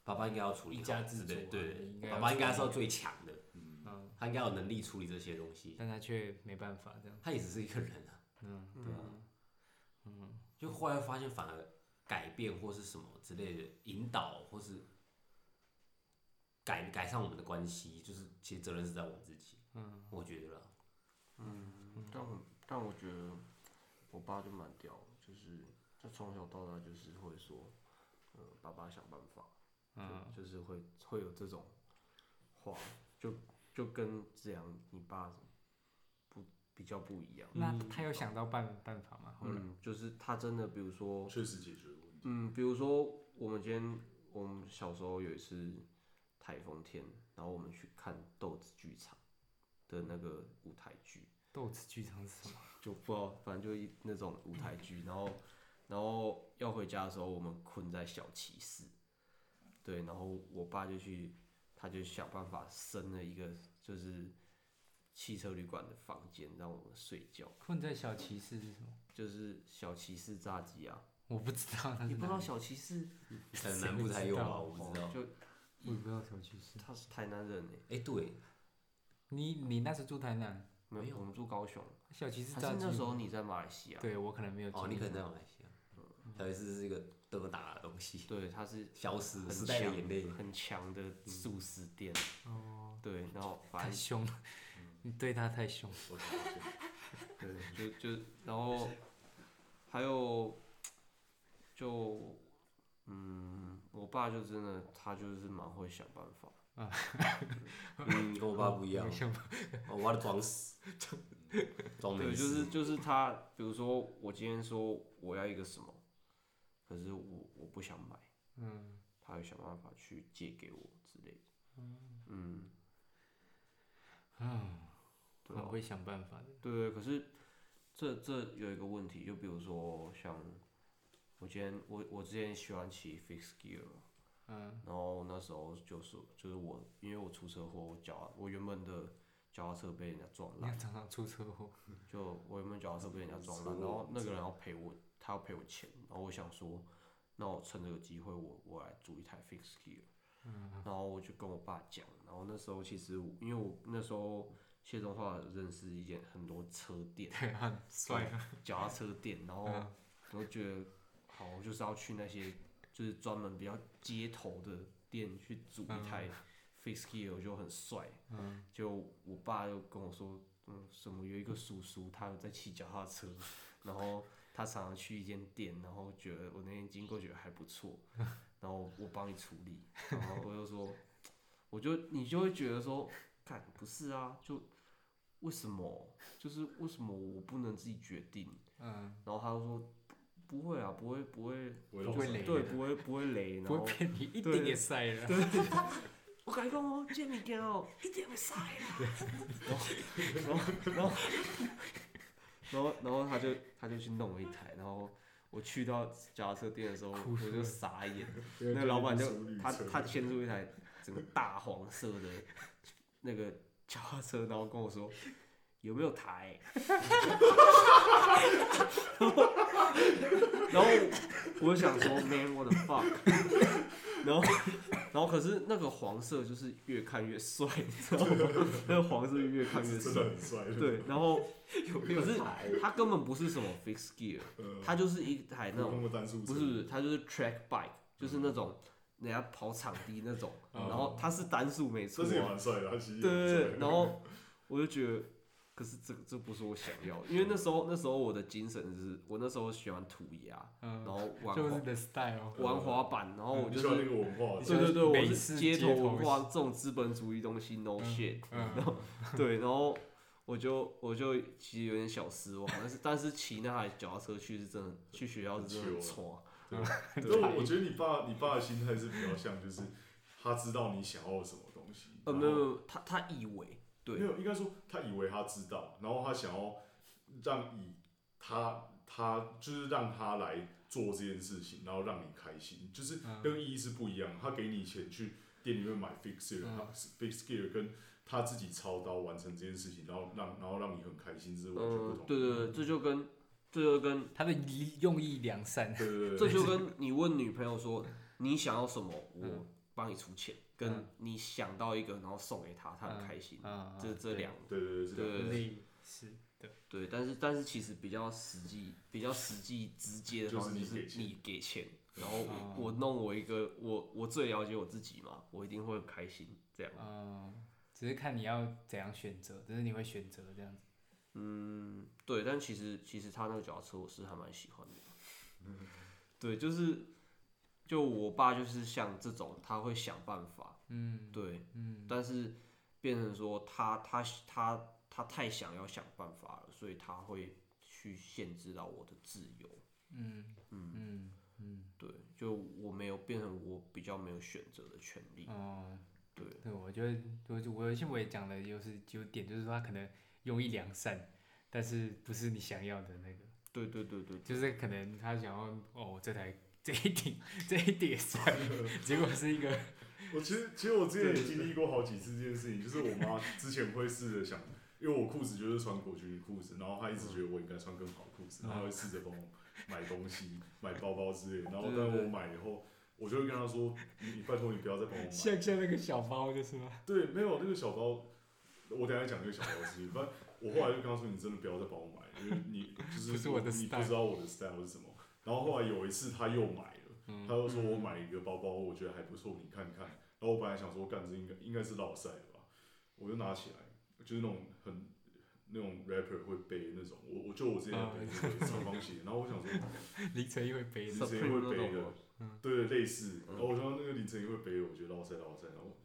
Speaker 2: 爸爸应该要处理好
Speaker 1: 一家之
Speaker 2: 之类
Speaker 1: 主
Speaker 2: 的
Speaker 1: 啊
Speaker 2: 对
Speaker 1: 应该，要
Speaker 2: 爸爸应该是要最强的，
Speaker 1: 嗯，
Speaker 2: 他应该有能力处理这些东西。
Speaker 1: 但他却没办法这样。
Speaker 2: 他也只是一个人啊，
Speaker 1: 嗯，
Speaker 2: 对啊，嗯，就后来发现反而改变或是什么之类的引导或是改改善我们的关系，就是其实责任是在我们自己，嗯，我觉 得啦，
Speaker 5: 嗯但我但我觉得我爸就蛮屌的，就是就从小到大就是会说，呃，爸爸想办法，嗯，就是会会有这种话，就就跟这样你爸不比较不一样，
Speaker 2: 嗯
Speaker 1: 那他有想到办 办法吗？后来，
Speaker 5: 嗯，就是他真的，比如说，
Speaker 3: 确实解决了问题。
Speaker 5: 嗯，比如说我们今天我们小时候有一次台风天，然后我们去看豆子剧场的那个舞台剧，
Speaker 1: 豆子剧场是什么？
Speaker 5: 就不知道，反正就一那种舞台剧，然后然后要回家的时候，我们困在小骑士，对，然后我爸就去，他就想办法生了一个就是汽车旅馆的房间让我们睡觉，
Speaker 1: 困在小骑士是什么？
Speaker 5: 就是小骑士炸鸡啊，
Speaker 1: 我不知道他
Speaker 5: 你
Speaker 1: 是
Speaker 5: 不知
Speaker 1: 哪
Speaker 5: 道
Speaker 1: 里，
Speaker 5: 小骑士，
Speaker 2: 可能南部才有吧，我不知
Speaker 1: 哦
Speaker 2: 道。
Speaker 5: 就
Speaker 1: 我也不知道小骑士。
Speaker 5: 他是台南人哎、
Speaker 2: 哎，对，
Speaker 1: 你你那时候住台南，
Speaker 5: 没有，我们住高雄，
Speaker 1: 小骑士
Speaker 5: 还
Speaker 1: 炸
Speaker 5: 是
Speaker 1: 鸡
Speaker 5: 那时候你在马来西亚，
Speaker 1: 对我可能没有经历。
Speaker 2: 哦，你可能在马来西亚，小意思是一个德打的东 西，
Speaker 5: 对，他是
Speaker 2: 消失
Speaker 5: 很
Speaker 2: 时代的眼泪
Speaker 5: 强，很强的素食店，哦，对，然后反
Speaker 1: 太
Speaker 5: 正
Speaker 1: 凶了，你嗯对他太凶。
Speaker 3: 我想一下
Speaker 5: 对，就就然后还有就嗯，我爸就真的他就是蛮会想办法，
Speaker 2: 嗯，跟我爸不一样，哦我爸装死，装没
Speaker 5: 对，就
Speaker 2: 事，
Speaker 5: 是就是他，比如说我今天说我要一个什么，可是我我不想买，嗯，他会想办法去借给我之类的，嗯对啊
Speaker 1: 很会想办法的。
Speaker 5: 对对，可是这这有一个问题，就比如说像我今天我我之前喜欢骑 fixed gear，嗯，然后那时候就是就是我因为我出车祸，我脚我原本的脚踏车被人家撞
Speaker 1: 你
Speaker 5: 烂
Speaker 1: 要，常常出车祸，
Speaker 5: 就我原本脚踏车被人家撞烂，然后那个人要赔我，他要赔我钱，然后我想说，那我趁这个机会我我来租一台 fixed gear，然
Speaker 1: 嗯
Speaker 5: 后我就跟我爸讲，然后那时候其实我因为我那时候谢中华认识一件很多车店，
Speaker 1: 对， 很帅嗯啊。
Speaker 5: 脚踏车店，然后我就觉得好，我就是要去那些就是专门比较街头的店去组一台
Speaker 1: 嗯
Speaker 5: fix gear，我就很帅。嗯，就我爸就跟我说，嗯，什么有一个叔叔他有在骑脚踏车，然后他常常去一间店，然后觉得我那天经过觉得还不错，然后我帮你处理，然后我就说，我就你就会觉得说，干不是啊，就为什么就是为什么我不能自己决定？
Speaker 1: 嗯，
Speaker 5: 然后他就说不会啊，不会不会，
Speaker 3: 我
Speaker 1: 不会
Speaker 3: 就
Speaker 1: 累
Speaker 5: 对，不会不会雷， 然
Speaker 1: 不
Speaker 5: 后
Speaker 1: 会骗你，一定也塞了。
Speaker 5: 我甲你讲哦，这物件哦，一定袂使啦。然后，然后，然后，然后他就他就去弄了一台，然后我去到脚踏车店的时候，我就傻眼，那个老板就他他牵出一台整个大黄色的那个脚踏车，然后跟我说有没有台？然后我就想说 man what the fuck，然后然后可是那个黄色就是越看越帅，你知道吗？那个黄色越看越
Speaker 3: 真
Speaker 5: 帅
Speaker 3: 的。很帅，
Speaker 5: 对，然后
Speaker 3: 有
Speaker 5: 可是它根本不是什么 fix gear，
Speaker 3: 呃，
Speaker 5: 它就是一台那
Speaker 3: 普
Speaker 5: 种
Speaker 3: 通的单数
Speaker 5: 不是不是，它就是 track bike，就是那种人家跑场地那种，然后它是单数没错
Speaker 3: 这是也
Speaker 5: 啊，
Speaker 3: 蛮帅的，他其实
Speaker 5: 对
Speaker 3: 也
Speaker 5: 对对，
Speaker 3: 很帅
Speaker 5: 然后我就觉得，可是这个这不是我想要的，因为那时候那时候我的精神是，我那时候喜欢涂鸦，然
Speaker 1: 嗯，
Speaker 5: 后玩
Speaker 1: 就是
Speaker 5: 滑
Speaker 1: the style。
Speaker 5: 玩滑板，然后我
Speaker 3: 嗯你
Speaker 5: 就
Speaker 3: 喜欢那
Speaker 5: 是
Speaker 3: 个文化，
Speaker 5: 对对对，
Speaker 1: 美
Speaker 5: 我
Speaker 1: 式
Speaker 5: 是街
Speaker 1: 街
Speaker 5: 头
Speaker 1: 头
Speaker 5: 文化这种资本主义东西 no shit，
Speaker 1: 嗯，
Speaker 5: 对，然后我就我就其实有点小失望，但是但是骑那台脚踏车去是真的，去学校是真的很挫。
Speaker 3: 那我我觉得你爸你爸的心态是比较像，就是他知道你想要什么东西，
Speaker 5: 呃，
Speaker 3: 然
Speaker 5: 没有没
Speaker 3: 后
Speaker 5: 有，他他以为对
Speaker 3: 没有，应该说他以为他知道，然后他想要让以他他就是让他来做这件事情，然后让你开心，就是那个意义是不一样。他给你钱去店里面买 fix gear，、
Speaker 1: 嗯
Speaker 3: 他 fix gear 跟他自己操刀完成这件事情，然后让然后让你很开心，这是
Speaker 5: 嗯、
Speaker 3: 完全不同的。
Speaker 5: 对对对，这就跟这就跟
Speaker 1: 他的用意良善。
Speaker 3: 对对对
Speaker 5: 这就跟你问女朋友说你想要什么，我
Speaker 1: 嗯
Speaker 5: 帮你出钱，跟
Speaker 1: 嗯
Speaker 5: 你想到一个然后送给她，她很开心，
Speaker 1: 嗯，
Speaker 5: 这这两
Speaker 3: 对对对是这样，
Speaker 5: 对对
Speaker 1: 类似的，
Speaker 5: 对，但是但是其实比较实际、比较实际直接的
Speaker 3: 就是
Speaker 5: 方式
Speaker 3: 你
Speaker 5: 是
Speaker 3: 给钱
Speaker 5: 你给钱，然后
Speaker 1: 哦
Speaker 5: 我我弄我一个我我最了解我自己嘛，我一定会很开心这样。
Speaker 1: 嗯，只是看你要怎样选择，只是你会选择这样子。
Speaker 5: 嗯，对，但其实其实他那个脚踏车我是还蛮喜欢的。 对，就是就我爸就是像这种，他会想办法。
Speaker 1: 嗯
Speaker 5: 对，
Speaker 1: 嗯，
Speaker 5: 但是变成说他他他他太想要想办法了，所以他会去限制到我的自由。
Speaker 1: 嗯嗯嗯
Speaker 5: 对，就我没有变成我比较没有选择的权利。
Speaker 1: 哦，
Speaker 5: 对，
Speaker 1: 对，我觉得我就我有些我也讲了，就是有点就是说他可能用意良善，但是不是你想要的那个，
Speaker 5: 对对对对，
Speaker 1: 就是可能他想要哦这台这一顶这一顶也算，结果是一个
Speaker 3: 我其实其实我之前也经历过好几次这件事情，就是我 妈之前会试着想，因为我裤子就是穿国军裤子，然后她一直觉得我应该穿更好的裤子，然
Speaker 5: 嗯
Speaker 3: 后她会试着帮我买东西、买包包之类的。然后
Speaker 5: 对
Speaker 3: 当
Speaker 5: 对对
Speaker 3: 我买以后，我就会跟她说：“你你拜托你不要再帮我买。
Speaker 1: 像像那个小包就是 吗？”
Speaker 3: 对，没有那个小包，我等一下讲那个小包的事情。反正我后来就跟她说：“你真的不要再帮我买，因为 你就是
Speaker 1: 不是我的
Speaker 3: 你
Speaker 1: style
Speaker 3: 不知道我的 style 是什么。”然后后来有一次她又买了。
Speaker 1: 嗯
Speaker 3: 他，就说我买一个包包，我觉得还不错，你看看。然后我本来想说，干这应该应该是落塞的吧，我就拿起来，就是那种很那种 rapper 会背那种，我我就我之前有背
Speaker 1: 啊
Speaker 3: 那个长 方形，然后我想说，
Speaker 1: 凌晨一会背
Speaker 3: 你
Speaker 1: 的，
Speaker 3: 之前会
Speaker 5: Supreme 那
Speaker 3: 背
Speaker 5: 种
Speaker 3: 的
Speaker 5: 吗，嗯
Speaker 3: 对类似。然后我说那个凌晨也会背，我觉得落塞落塞，然后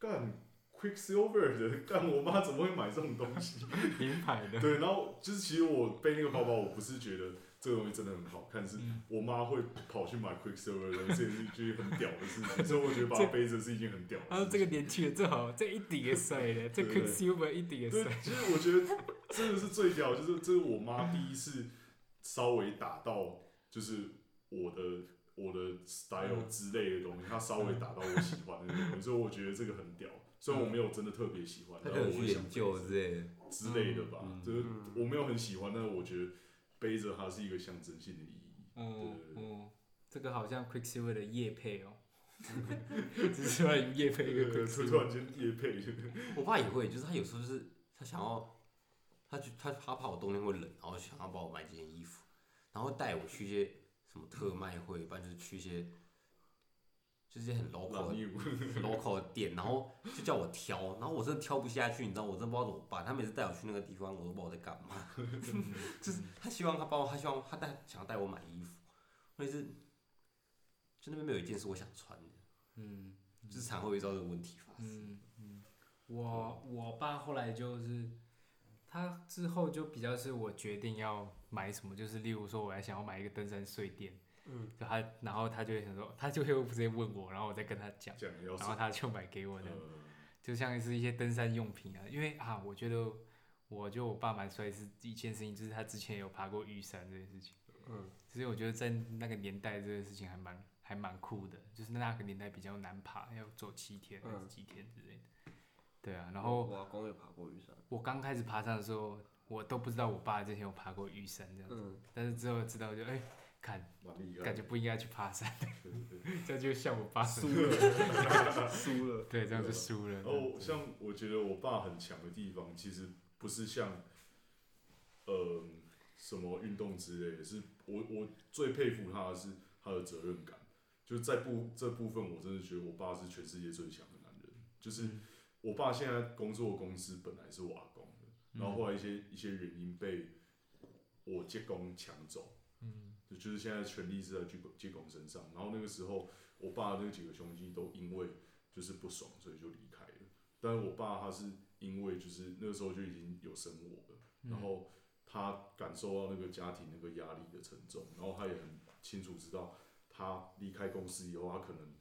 Speaker 3: 干 Quicksilver 的，干我妈怎么会买这种东西？
Speaker 1: 名牌的，
Speaker 3: 对，然后就是其实我背那个包包，我不是觉得这个东西真的很好看，是
Speaker 5: 嗯
Speaker 3: 我妈会跑去买 Quicksilver 的东西，这件事情就是很屌的事情，所以我觉得把它背着是一件很屌
Speaker 1: 他
Speaker 3: 的
Speaker 1: 说
Speaker 3: 事
Speaker 5: 啊
Speaker 1: 啊这
Speaker 3: 情。
Speaker 1: 个年轻人最好，这一顶也帅的，这 Quicksilver 一顶也帅
Speaker 3: 对，，其实我觉得真的是最屌，就是这是我妈第一次稍微打到，就是我的我的
Speaker 2: 嗯
Speaker 3: style 之类的东西，她稍微打到我喜欢的那种，所以我觉得这个很屌。虽然我没有真的特别喜欢，
Speaker 2: 他
Speaker 3: 但
Speaker 2: 嗯可能
Speaker 3: 我
Speaker 2: 去
Speaker 3: 会想
Speaker 2: 研究
Speaker 3: 背着
Speaker 2: 之类的。
Speaker 3: 之类的吧，
Speaker 2: 嗯
Speaker 3: 就是我没有很喜欢，但是我觉得背着它是一个象征性的意义。
Speaker 1: 哦
Speaker 3: 对对对
Speaker 1: 哦，这个好像 Quicksilver 的夜配哦， 只是突然夜配一个
Speaker 3: 对，突
Speaker 1: Quicksilver，
Speaker 3: 然间也 配，
Speaker 2: 我爸也会，就是他有时候就是他想要，他就他他怕我冬天会冷，然后想要帮我买几件衣服，然后带我去一些什么特卖会，不然就是去一些，就是很 local 的 local 的店，然后就叫我挑，然后我真的挑不下去，你知道，我真的不知道怎么办。他每次带我去那个地方，我都不知道我在干 嘛。就是他希望他帮我，他希望他带想要带我买衣服，但是就那边没有一件是我想穿的，
Speaker 1: 嗯
Speaker 2: 就是常会遇到这个问题发生。
Speaker 1: 嗯嗯，我我爸后来就是，他之后就比较是我决定要买什么，就是例如说我还想要买一个登山睡垫，嗯，就他然后他就会想说，他就会直接问我，然后我再跟他讲，
Speaker 3: 讲的要
Speaker 1: 然
Speaker 3: 死
Speaker 1: 后。他就买给我的，
Speaker 3: 呃
Speaker 1: 就像是一些登山用品啊，因为啊，我觉得我就我爸蛮衰是一件事情，就是他之前有爬过玉山这件事情，嗯，所以我觉得在那个年代这个事情还蛮还蛮酷的，就是那个年代比较难爬，要走七天还是几天之类的，对啊，然后
Speaker 6: 我阿公也爬过玉山，
Speaker 1: 我刚开始爬山的时候，我都不知道我爸之前有爬过玉山这样子，
Speaker 6: 嗯，
Speaker 1: 但是之后知道就哎、看
Speaker 3: 蛮厉害
Speaker 1: 感
Speaker 3: 的，
Speaker 1: 觉不应该去爬山， 这就像我爸输
Speaker 6: 输了，
Speaker 1: 对，这样就输了，
Speaker 3: 哦，像我觉得我爸很强的地方，其实不是像，呃，什么运动之类的，是我我最佩服他的是他的责任感。就在部这部分，我真的觉得我爸是全世界最强的男人。就是我爸现在工作的公司本来是我阿公的，然后后来一些一些原因被我借公抢走，嗯，就就是现在权力是在借公借公身上。然后那个时候，我爸的那几个兄弟都因为就是不爽，所以就离开了。但是我爸他是因为就是那个时候就已经有生我了，然后他感受到那个家庭那个压力的沉重，然后他也很清楚知道，他离开公司以后，他可能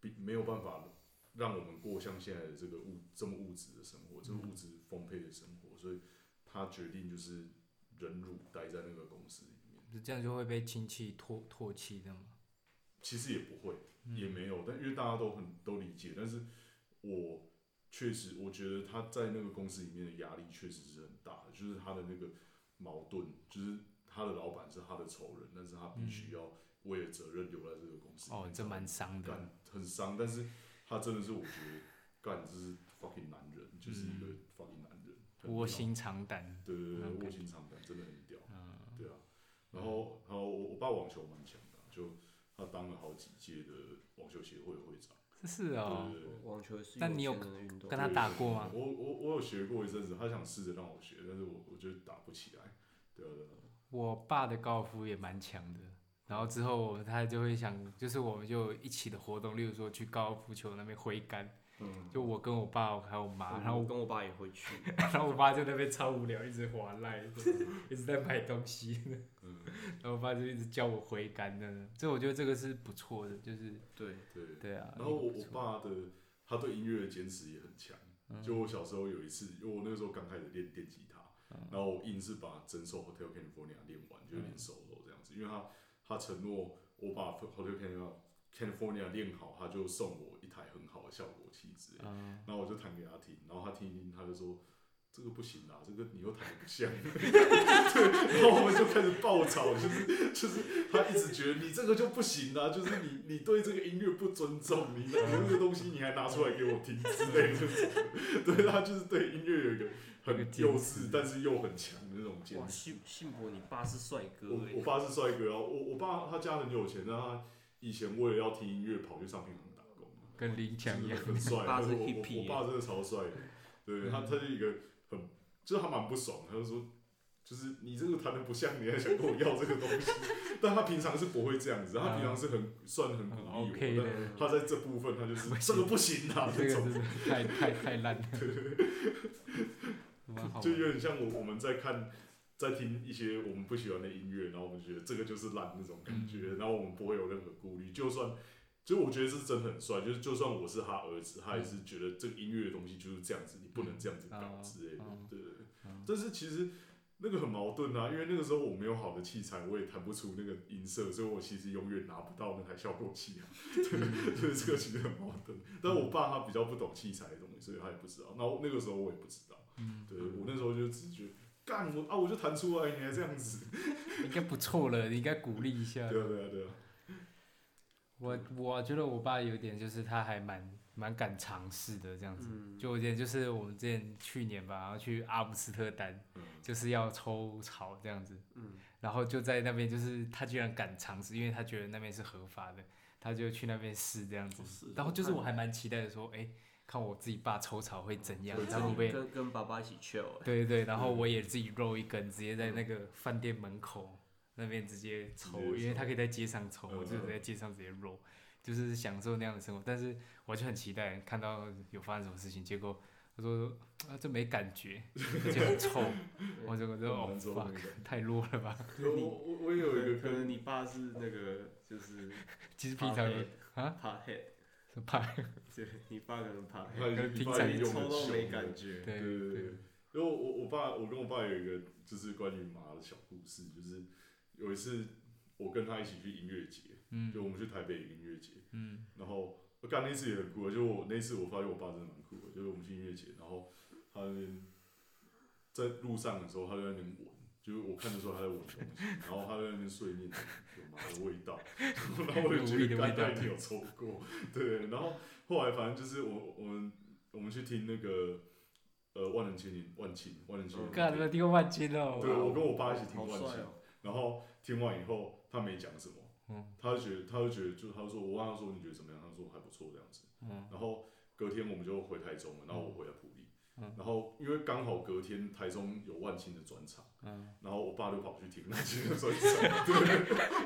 Speaker 3: 比没有办法让我们过像现在的这个物这么物质的生活，这么物质丰沛的生活，所以他决定就是忍辱待在那个公司里面。
Speaker 1: 这样就会被亲戚唾唾弃的嘛。
Speaker 3: 其实也不会，
Speaker 1: 嗯
Speaker 3: 也没有，但因为大家都很都理解，但是我确实我觉得他在那个公司里面的压力确实是很大的，就是他的那个矛盾，就是他的老板是他的仇人，但是他必须要为了责任留在这个公司里面。
Speaker 1: 嗯哦，这蛮伤的。
Speaker 3: 干很伤，但是他真的是我觉得干这是 fucking 男人，就是一个 fucking 男人，很
Speaker 1: 窝嗯心肠胆，
Speaker 3: 对对
Speaker 1: 那
Speaker 3: 对
Speaker 1: 种，
Speaker 3: 卧
Speaker 1: 感
Speaker 3: 薪尝胆真的很屌，
Speaker 1: 嗯
Speaker 3: 对啊。然后，然后我我爸网球蛮强的啊，就他当了好几届的网球协会会长，
Speaker 1: 这是哦，
Speaker 3: 对对对。
Speaker 6: 网球是
Speaker 1: 但你有
Speaker 6: 有钱人的运动
Speaker 1: 跟，他打过吗？
Speaker 3: 我我我有学过一阵子，他想试着让我学，但是我我觉得打不起来，对啊对啊。
Speaker 1: 我爸的高尔夫也蛮强的，然后之后我们他就会想，就是我们就有一起的活动，例如说去高尔夫球那边挥杆，
Speaker 3: 嗯，
Speaker 1: 就我跟我爸还有我
Speaker 5: 嗯
Speaker 1: 妈，然后
Speaker 6: 我
Speaker 1: 我
Speaker 6: 跟我爸也会去，
Speaker 1: 然后我爸就在那边超无聊，一直滑赖，一直在买东西，然后我爸就一直教我挥杆的，所以我觉得这个是不错的，就是
Speaker 6: 对，
Speaker 3: 对。
Speaker 1: 对啊。
Speaker 3: 然后我
Speaker 1: 不
Speaker 3: 我
Speaker 1: 错嗯
Speaker 3: 爸的他对音乐的坚持也很强。就我小时候有一次，因为我那时候刚开始练电吉他，
Speaker 1: 嗯
Speaker 3: 然后我硬是把整首 Hotel California 练完，就是练 solo 这样子。因为他他承诺我把 Hotel California California 练好，他就送我一台很好的效果器之类的。然后我就弹给他听，然后他听一听，他就说。这个不行啦，这个你又弹得不像， 对，然后我们就开始爆吵，就是就是他一直觉得你这个就不行啦，就是你你对这个音乐不尊重，你拿这个东西你还拿出来给我听之类的这种， 对他就是对音乐有一个很幼稚但是又很强的那种坚
Speaker 6: 哇，
Speaker 3: 持。
Speaker 6: 信信博，你爸是帅哥
Speaker 3: 我我
Speaker 6: 哎，
Speaker 3: 爸是帅哥啊，我我爸他家很有钱，但他以前为了要听音乐跑去唱片行打工，
Speaker 1: 跟林强一样，
Speaker 3: 很帅。
Speaker 6: 爸是
Speaker 3: 我我
Speaker 6: hippie
Speaker 3: 我爸真的超帅的，对他他就一个很，就是他蛮不爽，他就说，就是你这个弹的不像，你还想跟我要这个东西？ 但他平常是不会这样子，他平常是很算很鼓励
Speaker 1: 很
Speaker 3: 我，
Speaker 1: OK 的
Speaker 3: 但他在这部分他就是这个不行啊，
Speaker 1: 这
Speaker 3: 这
Speaker 1: 个
Speaker 3: 种
Speaker 1: 真的太太太 烂了，蛮好玩
Speaker 3: 就有点像我我们在看。在听一些我们不喜欢的音乐，然后我们觉得这个就是烂那种感觉，
Speaker 1: 嗯
Speaker 3: 然后我们不会有任何顾虑。就算，就我觉得是真的很帅，就是就算我是他儿子，他也是觉得这个音乐的东西就是这样子，你不能这样子搞
Speaker 1: 嗯
Speaker 3: 之类的
Speaker 1: 嗯，
Speaker 3: 对对对。但是其实那个很矛盾啊，因为那个时候我没有好的器材，我也弹不出那个音色，所以我其实永远拿不到那台效果器啊。 对，所以这个其实很矛盾。但我爸他比较不懂器材的东西，所以他也不知道。然后那个时候我也不知道，
Speaker 1: 嗯
Speaker 3: 对我那时候就只是觉得。干我啊！我就弹出来，你还这样
Speaker 1: 嗯
Speaker 3: 子？
Speaker 1: 应该不错了，你应该鼓励一下
Speaker 3: 对。啊，对 啊，对啊，
Speaker 1: 我我觉得我爸有点就是他还蛮蛮敢尝试的这样子，
Speaker 3: 嗯
Speaker 1: 就有点就是我们之前去年吧，然后去阿姆斯特丹，
Speaker 3: 嗯
Speaker 1: 就是要抽草这样子，然后就在那边就是他居然敢尝试，因为他觉得那边是合法的，他就去那边试这样
Speaker 3: 哦
Speaker 1: 子。
Speaker 5: 是
Speaker 1: 然后就是我还蛮期待的说，哎、看我自己爸抽草会怎
Speaker 3: 哦
Speaker 1: 样，
Speaker 5: 跟
Speaker 1: 他会不会？
Speaker 5: 跟跟爸爸一起 chill，欸
Speaker 1: 对对对，然
Speaker 3: 嗯
Speaker 1: 后我也自己肉一根，直接在那个饭店门口那边直接抽，
Speaker 3: 直接抽
Speaker 1: 因为他可以在街上抽，
Speaker 3: 嗯
Speaker 1: 我就是在街上直接肉，就是享受那样的生活。但是我就很期待看到有发生什么事情，结果他说啊这没感觉，而且很 臭，我就觉得哦
Speaker 3: 很难受那
Speaker 1: fuck，
Speaker 3: 个
Speaker 1: 太弱了吧。
Speaker 9: 我我我有 一个，可能你爸是那个就是
Speaker 1: 其实 平常啊有
Speaker 9: 怕 head，
Speaker 1: 是怕，
Speaker 9: 对你爸可能怕 head，
Speaker 3: 他已经
Speaker 1: 平
Speaker 3: 把
Speaker 1: 常
Speaker 3: 你
Speaker 9: 你
Speaker 3: 用
Speaker 9: 抽
Speaker 3: 的
Speaker 9: 到
Speaker 3: 凶
Speaker 9: 没
Speaker 3: 了
Speaker 9: 感觉，
Speaker 1: 对
Speaker 3: 对对
Speaker 1: 对
Speaker 3: 对，因为我我爸，我跟我爸有一个就是关于麻的小故事，就是有一次我跟他一起去音乐节，嗯，就我们去台北音乐节，嗯，然后我干那次也很酷，啊就我那次我发现我爸真的蛮酷的，就是我们去音乐节，然后他在那边在路上的时候，他就在那边闻。就是我看的时候他在闻东西，然后他在那边睡念有麻的味道， 然后我就觉得干他一定有抽过，对。然后后来反正就是我我们我们去听那个呃万能青年万青万能青年，
Speaker 1: 干了丢万金
Speaker 3: 对，
Speaker 1: 哦，
Speaker 3: 我跟我爸一起听
Speaker 5: 好
Speaker 3: 万
Speaker 5: 帅
Speaker 3: 青，
Speaker 5: 哦！
Speaker 3: 然后听完以后他没讲什么，
Speaker 1: 嗯
Speaker 3: 他就觉得他就觉得就他就说我问他说你觉得怎么样，他说还不错这样子，
Speaker 1: 嗯
Speaker 3: 然后隔天我们就回台中了，然后我回来普利。
Speaker 1: 嗯
Speaker 3: 然后因为刚好隔天台中有万青的专场，
Speaker 1: 嗯
Speaker 3: 然后我爸就跑去听万青的专场， 对，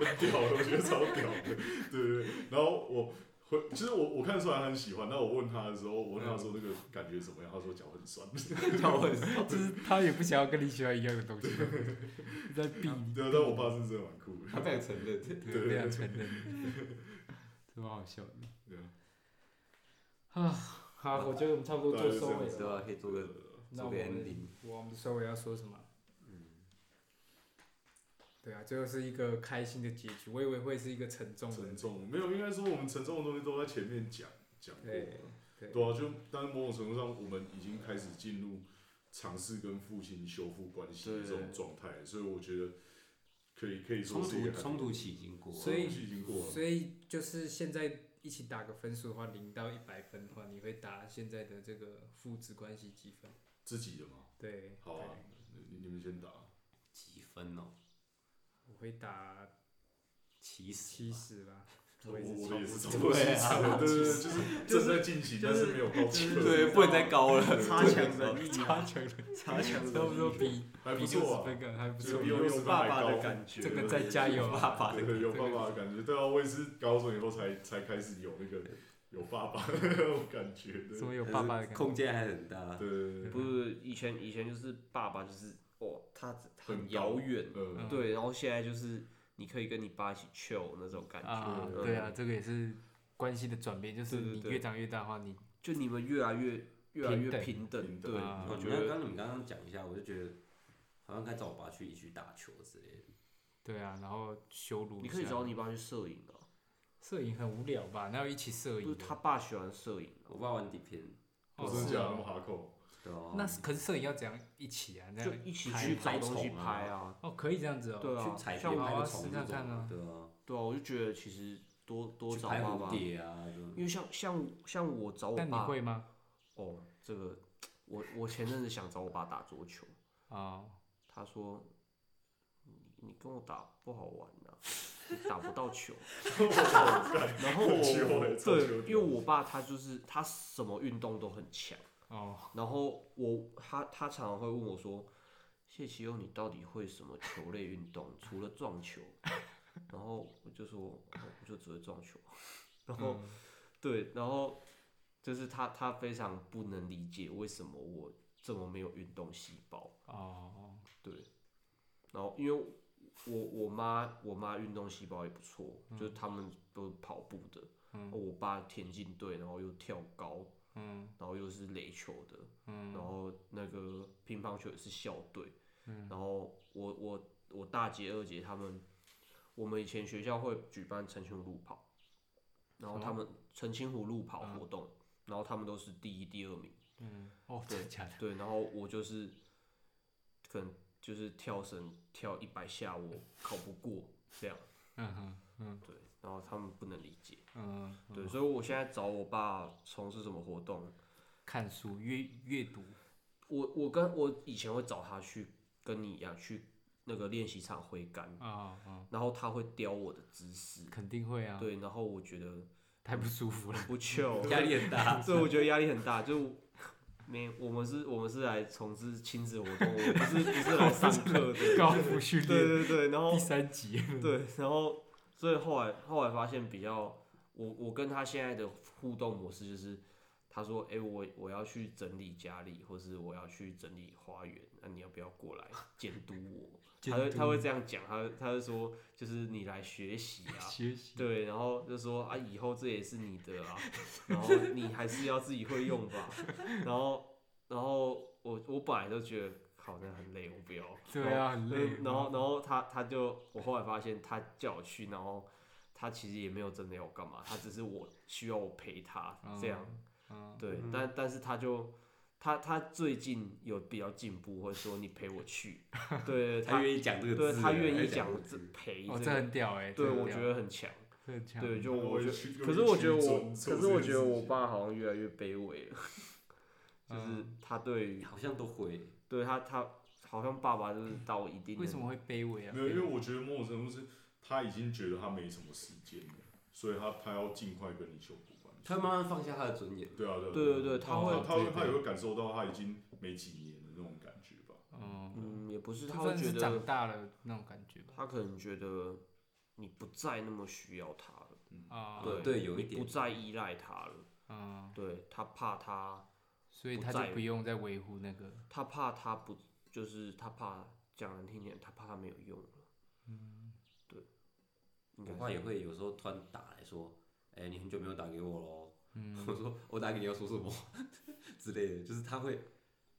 Speaker 3: 很屌的，我觉得超屌的，对对对。然后我回，其实我我看得出来他很喜欢，但我问他的时候，我问他说那个感觉怎么样，他说脚很酸，
Speaker 5: 跳很
Speaker 1: 就是他也不想要跟你喜欢一样的东西， 在逼你，
Speaker 3: 对啊，但我爸是真的蛮酷的，
Speaker 9: 他非常承认，
Speaker 1: 对，非常承认， 这蛮好笑的。
Speaker 3: 对啊，
Speaker 10: 好，我觉得我们差不多做收尾
Speaker 5: 对
Speaker 10: 了。
Speaker 5: 吧？可以做个
Speaker 10: 那
Speaker 5: 做
Speaker 10: 我
Speaker 5: 个
Speaker 10: 们
Speaker 5: ending，
Speaker 10: 我们收尾要说什么？
Speaker 3: 嗯
Speaker 10: 对啊，最后是一个开心的结局，我以为会是一个沉重的
Speaker 3: 沉。重没有，应该说我们沉重的东西都在前面讲讲过
Speaker 10: 对
Speaker 3: 了，
Speaker 10: 对
Speaker 3: 对啊，就但是某种程度上，我们已经开始进入尝试跟父亲修复关系的这种状态，所以我觉得可以可以
Speaker 2: 冲
Speaker 3: 说是一
Speaker 2: 突
Speaker 3: 个
Speaker 2: 冲突期已经过了，
Speaker 10: 所以
Speaker 3: 已经过了，
Speaker 10: 所以就是现在一起打个分数的话，零到一百分的话，你会打现在的这个父子关系几分？
Speaker 3: 自己的嘛，
Speaker 10: 对，
Speaker 3: 好啊
Speaker 10: 对，
Speaker 3: 你你们先打，
Speaker 2: 几分哦，
Speaker 10: 我会打
Speaker 2: 七十
Speaker 10: 七
Speaker 2: 吧，
Speaker 10: 十吧。
Speaker 3: 我
Speaker 10: 我也是
Speaker 3: 我也是
Speaker 10: 差不
Speaker 3: 超过
Speaker 10: 多
Speaker 3: 七十了，
Speaker 2: 对啊
Speaker 3: 对对对，就是正在进行，但是没有到七十，
Speaker 2: 对，不能再高了，
Speaker 5: 差强人意，
Speaker 1: 差强人
Speaker 5: 差强
Speaker 1: 差不
Speaker 5: 人
Speaker 1: 多
Speaker 5: 意，
Speaker 1: 比
Speaker 3: 还不
Speaker 1: 比六
Speaker 3: 错
Speaker 1: 十
Speaker 3: 啊，
Speaker 1: 分感还不
Speaker 3: 就是
Speaker 1: 错
Speaker 3: 比。
Speaker 5: 有
Speaker 3: 六
Speaker 5: 有
Speaker 3: 十
Speaker 5: 爸
Speaker 3: 还
Speaker 5: 爸
Speaker 3: 高
Speaker 5: 的感觉，
Speaker 1: 这个再加油
Speaker 2: 爸
Speaker 1: 啊！
Speaker 2: 爸的
Speaker 3: 对，有爸爸的感觉，对啊，我也是高中以后才才开始有那个有爸爸的那种感觉，对
Speaker 1: 什么有爸爸的感觉？
Speaker 2: 空间还很大，
Speaker 3: 对对
Speaker 5: 不是以前以前就是爸爸就是哦，他
Speaker 3: 很
Speaker 5: 很
Speaker 3: 高
Speaker 5: 遥远，
Speaker 3: 嗯，呃
Speaker 5: 对，然后现在就是你可以跟你爸一起 chill 那种感觉，
Speaker 1: 啊，
Speaker 5: 嗯
Speaker 1: 对啊，，这个也是关系的转变，就是
Speaker 5: 对对
Speaker 1: 你
Speaker 5: 对
Speaker 1: 越长越大的话，你
Speaker 5: 就你们越来越越来
Speaker 1: 平
Speaker 5: 越
Speaker 1: 等
Speaker 5: 平
Speaker 3: 平
Speaker 5: 等，
Speaker 3: 等
Speaker 5: 对，
Speaker 1: 啊
Speaker 5: 我
Speaker 2: 我觉
Speaker 5: 觉
Speaker 2: 得
Speaker 5: 得
Speaker 2: 刚你们刚刚讲一下，我就觉得好像该找我爸去一起去打球之类的。
Speaker 1: 对啊，然后羞辱一下
Speaker 5: 你可以找你爸去摄影啊，
Speaker 1: 摄影很无聊吧？那要一起摄
Speaker 5: 不
Speaker 1: 影
Speaker 5: 是
Speaker 1: 的
Speaker 5: 他爸喜欢摄影啊，
Speaker 2: 我爸玩底片，
Speaker 1: 哦，
Speaker 3: 真的
Speaker 1: 是
Speaker 3: 假的
Speaker 1: 啊
Speaker 3: 那么哈扣？
Speaker 2: 对啊，
Speaker 1: 那是可是摄影要怎样一起啊？这
Speaker 5: 就
Speaker 1: 样
Speaker 5: 一起
Speaker 1: 拍
Speaker 5: 去
Speaker 1: 吗
Speaker 5: 找东西
Speaker 2: 拍虫啊
Speaker 5: 拍啊，
Speaker 1: 哦，可以这样子哦。
Speaker 5: 对啊
Speaker 2: 去，采
Speaker 5: 像
Speaker 2: 片
Speaker 5: 我
Speaker 2: 拍
Speaker 1: 啊
Speaker 2: 个
Speaker 1: 试
Speaker 2: 虫
Speaker 1: 看
Speaker 2: 这
Speaker 1: 看啊
Speaker 2: 种，对啊，
Speaker 5: 对啊，我就觉得其实多多
Speaker 2: 去
Speaker 5: 找
Speaker 2: 拍
Speaker 5: 爸
Speaker 2: 蝴
Speaker 5: 爸，
Speaker 2: 蝶啊，这种
Speaker 5: 因为像像像我找我
Speaker 1: 但你
Speaker 5: 爸，
Speaker 1: 会吗？
Speaker 5: 哦，这个我我前阵子想找我爸打桌球，
Speaker 1: 哦，
Speaker 5: 他说你你跟我打不好玩呐、你打不到球。然后
Speaker 3: 很球欸
Speaker 5: 我
Speaker 3: 超球
Speaker 5: 对，因为我爸他就是他什么运动都很强，
Speaker 1: 哦，
Speaker 5: 然后我他他常常会问我说，谢启佑你到底会什么球类运动？除了撞球， 然后我就说哦我就只会撞球， 然后、
Speaker 1: 嗯
Speaker 5: 对，然后就是他他非常不能理解为什么我这么没有运动细胞。
Speaker 1: 哦，
Speaker 5: 对，然后因为我我妈我妈运动细胞也不错，就是他们都是跑步的，我爸田径队，然后又跳高，嗯，然后又是垒球的，嗯，然后那个乒乓球也是校队，嗯，然后我我我大姐二姐他们，我们以前学校会举办澄清湖路跑，然后他们澄清湖路跑活动，然后他们都是第一第二名。
Speaker 1: 哦，真的假的？
Speaker 5: 对，然后我就是可能就是跳绳跳一百下，我考不过这样，
Speaker 1: 嗯哼，
Speaker 5: 对，然后他们不能理解，
Speaker 1: 嗯，
Speaker 5: 对，所以我现在找我爸从事什么活动，
Speaker 1: 看书阅阅读，
Speaker 5: 我我跟我以前会找他去跟你一样去那个练习场挥杆，
Speaker 1: 啊、嗯，
Speaker 5: 然后他会雕我的姿势，
Speaker 1: 肯定会啊，
Speaker 5: 对，然后我觉得
Speaker 1: 太不舒服了。
Speaker 5: 不 chill，
Speaker 2: 压力 很大。
Speaker 5: 所以我觉得压力很大，就没我们是，我们是来从事亲子活动，我们不是不是来上课的。
Speaker 1: 高尔夫训
Speaker 5: 对
Speaker 1: 练
Speaker 5: 对对，然后
Speaker 1: 第三集，
Speaker 5: 对，然后所以后来后来发现比较，我我跟他现在的互动模式就是，他说，哎、我我要去整理家里，或是我要去整理花园，那、你要不要过来监 督我？他会他会这样讲，他他会说，就是你来学习 啊，
Speaker 1: 学习
Speaker 5: 对，然后就说啊，以后这也是你的啊，然后你还是要自己会用吧。 然后，然后我我本来就觉得好像很累，我不要。
Speaker 1: 对啊，很
Speaker 5: 然后。
Speaker 1: 累。
Speaker 5: 嗯然后，然后他他就我后来发现他叫我去，然后他其实也没有真的要我干嘛，他只是我需要我陪他这样。
Speaker 1: 哦嗯，
Speaker 5: 对，但但是他就。他他最近有比较进步，或者说你陪我去，对，
Speaker 2: 他
Speaker 5: 他
Speaker 2: 愿意讲这个
Speaker 5: 对
Speaker 2: 字，
Speaker 5: 他愿
Speaker 2: 还
Speaker 5: 意
Speaker 2: 讲
Speaker 5: 讲
Speaker 2: 这个
Speaker 5: 这
Speaker 2: 字
Speaker 5: 陪
Speaker 1: 哦，
Speaker 5: 这
Speaker 1: 这
Speaker 5: 个，
Speaker 1: 很屌哎，
Speaker 5: 对
Speaker 1: 这很
Speaker 5: 我
Speaker 1: 屌
Speaker 5: 觉得很强。
Speaker 1: 这很强。
Speaker 5: 对，就
Speaker 3: 我
Speaker 5: 我
Speaker 3: 也
Speaker 5: 觉
Speaker 3: 去
Speaker 5: 得，
Speaker 3: 我
Speaker 5: 可
Speaker 3: 也
Speaker 5: 是我
Speaker 3: 去
Speaker 5: 觉得我，
Speaker 3: 做做
Speaker 5: 可是我
Speaker 3: 这件
Speaker 5: 觉得
Speaker 3: 事
Speaker 5: 我
Speaker 3: 情
Speaker 5: 爸好像越来越卑微了，就是
Speaker 1: 嗯
Speaker 5: 他对于
Speaker 2: 好像都会。
Speaker 5: 对他他好像爸爸就是到一定的
Speaker 1: 为什么会卑微啊
Speaker 3: 没？有，因为我觉得某种程度是他已经觉得他没什么时间了，所以他他要尽快跟你修补关系。
Speaker 2: 他慢慢放下他的尊严，
Speaker 3: 对啊，对啊
Speaker 5: 对对
Speaker 3: 对
Speaker 5: 对，
Speaker 3: 啊，
Speaker 5: 他
Speaker 1: 哦
Speaker 5: 会
Speaker 3: 他他会
Speaker 1: 对
Speaker 3: 他也会感受到他已经没几年的那种感觉吧。
Speaker 1: 嗯，
Speaker 5: 嗯也不是，
Speaker 1: 就
Speaker 5: 他会
Speaker 1: 算
Speaker 5: 觉
Speaker 1: 是长
Speaker 5: 得
Speaker 1: 大了那种感觉吧。
Speaker 5: 他可能觉得你不再那么需要他了，
Speaker 1: 啊，
Speaker 2: 对对有一
Speaker 5: 你
Speaker 2: 点
Speaker 5: 不再依赖他了，
Speaker 1: 嗯，
Speaker 5: 对他怕他
Speaker 1: 所以
Speaker 5: 不
Speaker 1: 他
Speaker 5: 在
Speaker 1: 就不用再维护那个。
Speaker 5: 他怕他不就是他怕讲难听点，他怕他没有用了，嗯，对，应该
Speaker 2: 我
Speaker 5: 是
Speaker 2: 爸也会有时候突然打来说：“哎、你很久没有打给我喽。”
Speaker 5: 嗯
Speaker 2: 我说：“我打给你要说什么 之类的。”就是他会，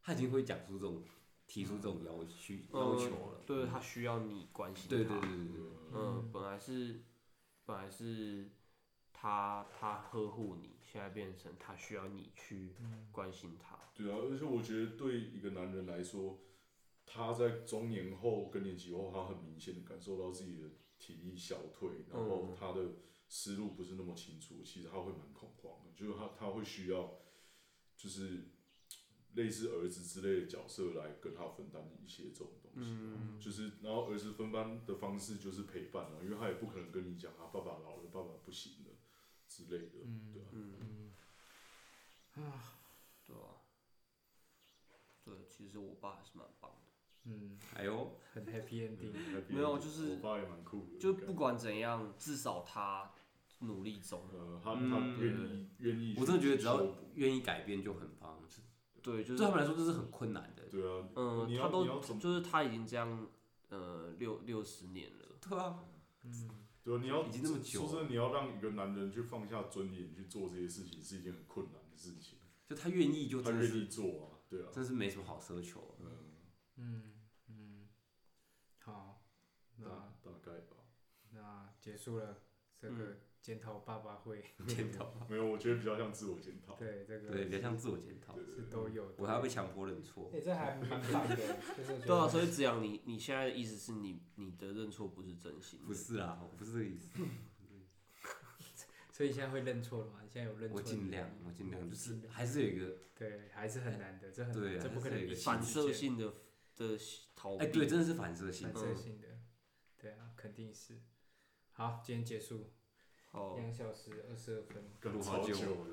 Speaker 2: 他已经会讲出这种提出这种要需要求了。
Speaker 5: 哦对他需要你关心他，
Speaker 2: 对对对对对，
Speaker 3: 呃
Speaker 5: 嗯，本来是本来是他他呵护你，现在变成他需要你去关心他。
Speaker 3: 对啊，而且我觉得对一个男人来说，他在中年后更年期后，他很明显的感受到自己的体力消退，然后
Speaker 5: 嗯
Speaker 3: 他的思路不是那么清楚，其实他会蛮恐慌的，就是他他会需要就是类似儿子之类的角色来跟他分担一些这种东西啊、
Speaker 5: 嗯
Speaker 3: 就是然后儿子分担的方式就是陪伴啊，因为他也不可能跟你讲啊，爸爸老了，爸爸不行了之类的，
Speaker 5: 嗯
Speaker 3: 对啊。
Speaker 1: 嗯
Speaker 5: 对啊，对，其实我爸还是蛮棒的。
Speaker 1: 嗯，
Speaker 2: 哎呦，
Speaker 1: 很 happy ending。
Speaker 3: Happy
Speaker 5: 没有
Speaker 3: ending，
Speaker 5: 就是
Speaker 3: 我爸也蛮酷的，
Speaker 5: 就
Speaker 3: 感觉
Speaker 5: 不管怎样，至少他努力中。
Speaker 3: 呃，他他愿意愿意去修补，
Speaker 2: 嗯我真的觉得只要愿意改变就很棒。
Speaker 5: 对，
Speaker 2: 对
Speaker 5: 就
Speaker 2: 啊
Speaker 5: 是
Speaker 2: 他们来说这是很困难的。
Speaker 3: 对啊，你
Speaker 5: 嗯，
Speaker 3: 要
Speaker 5: 他
Speaker 3: 你要
Speaker 5: 都
Speaker 3: 怎么
Speaker 5: 就是他已经这样呃六六十年了。
Speaker 2: 对啊，
Speaker 5: 嗯
Speaker 3: 对啊，你要
Speaker 2: 已经那么久
Speaker 3: 说真的，你要让一个男人去放下尊严去做这些事情是一件很困难的事情，
Speaker 2: 就他愿意就
Speaker 3: 他
Speaker 2: 真的
Speaker 3: 愿
Speaker 2: 是
Speaker 3: 意做啊，对啊，
Speaker 2: 真是没什么好奢求了。
Speaker 3: 嗯，
Speaker 1: 嗯嗯，好，那
Speaker 2: 嗯
Speaker 3: 大大概吧，
Speaker 11: 那结束了这
Speaker 5: 嗯
Speaker 11: 个检讨爸爸会，
Speaker 2: 检 讨，
Speaker 3: 没有，我觉得比较像自我检讨，
Speaker 11: 对这个
Speaker 2: 对，比较像自我检讨。
Speaker 11: 是都有的。
Speaker 2: 我还要被强迫认错
Speaker 11: 哎、，这还 蛮棒的，就是我觉
Speaker 5: 对啊，
Speaker 11: 得
Speaker 5: 所以子阳，你你现在的意思是你你的认错不是真心的，
Speaker 2: 不是啊，我不是这个意思。
Speaker 11: 所以你现在会认错了吗？你现在有认错？哦
Speaker 2: 我尽量，我尽量，就是还是有一个，
Speaker 11: 对，还是很难的，这很
Speaker 2: 对啊
Speaker 11: 这不可能
Speaker 2: 这是一
Speaker 11: 一
Speaker 2: 个
Speaker 11: 夕
Speaker 5: 反
Speaker 11: 之
Speaker 5: 射
Speaker 11: 间
Speaker 5: 性的的逃避。
Speaker 2: 哎，对，真的是反射性
Speaker 11: 反。射性的，对啊，肯定是。好，今天结束
Speaker 5: 好。
Speaker 11: 两小时二十二分。
Speaker 3: 干
Speaker 2: 录好
Speaker 3: 超
Speaker 2: 久
Speaker 3: 久的。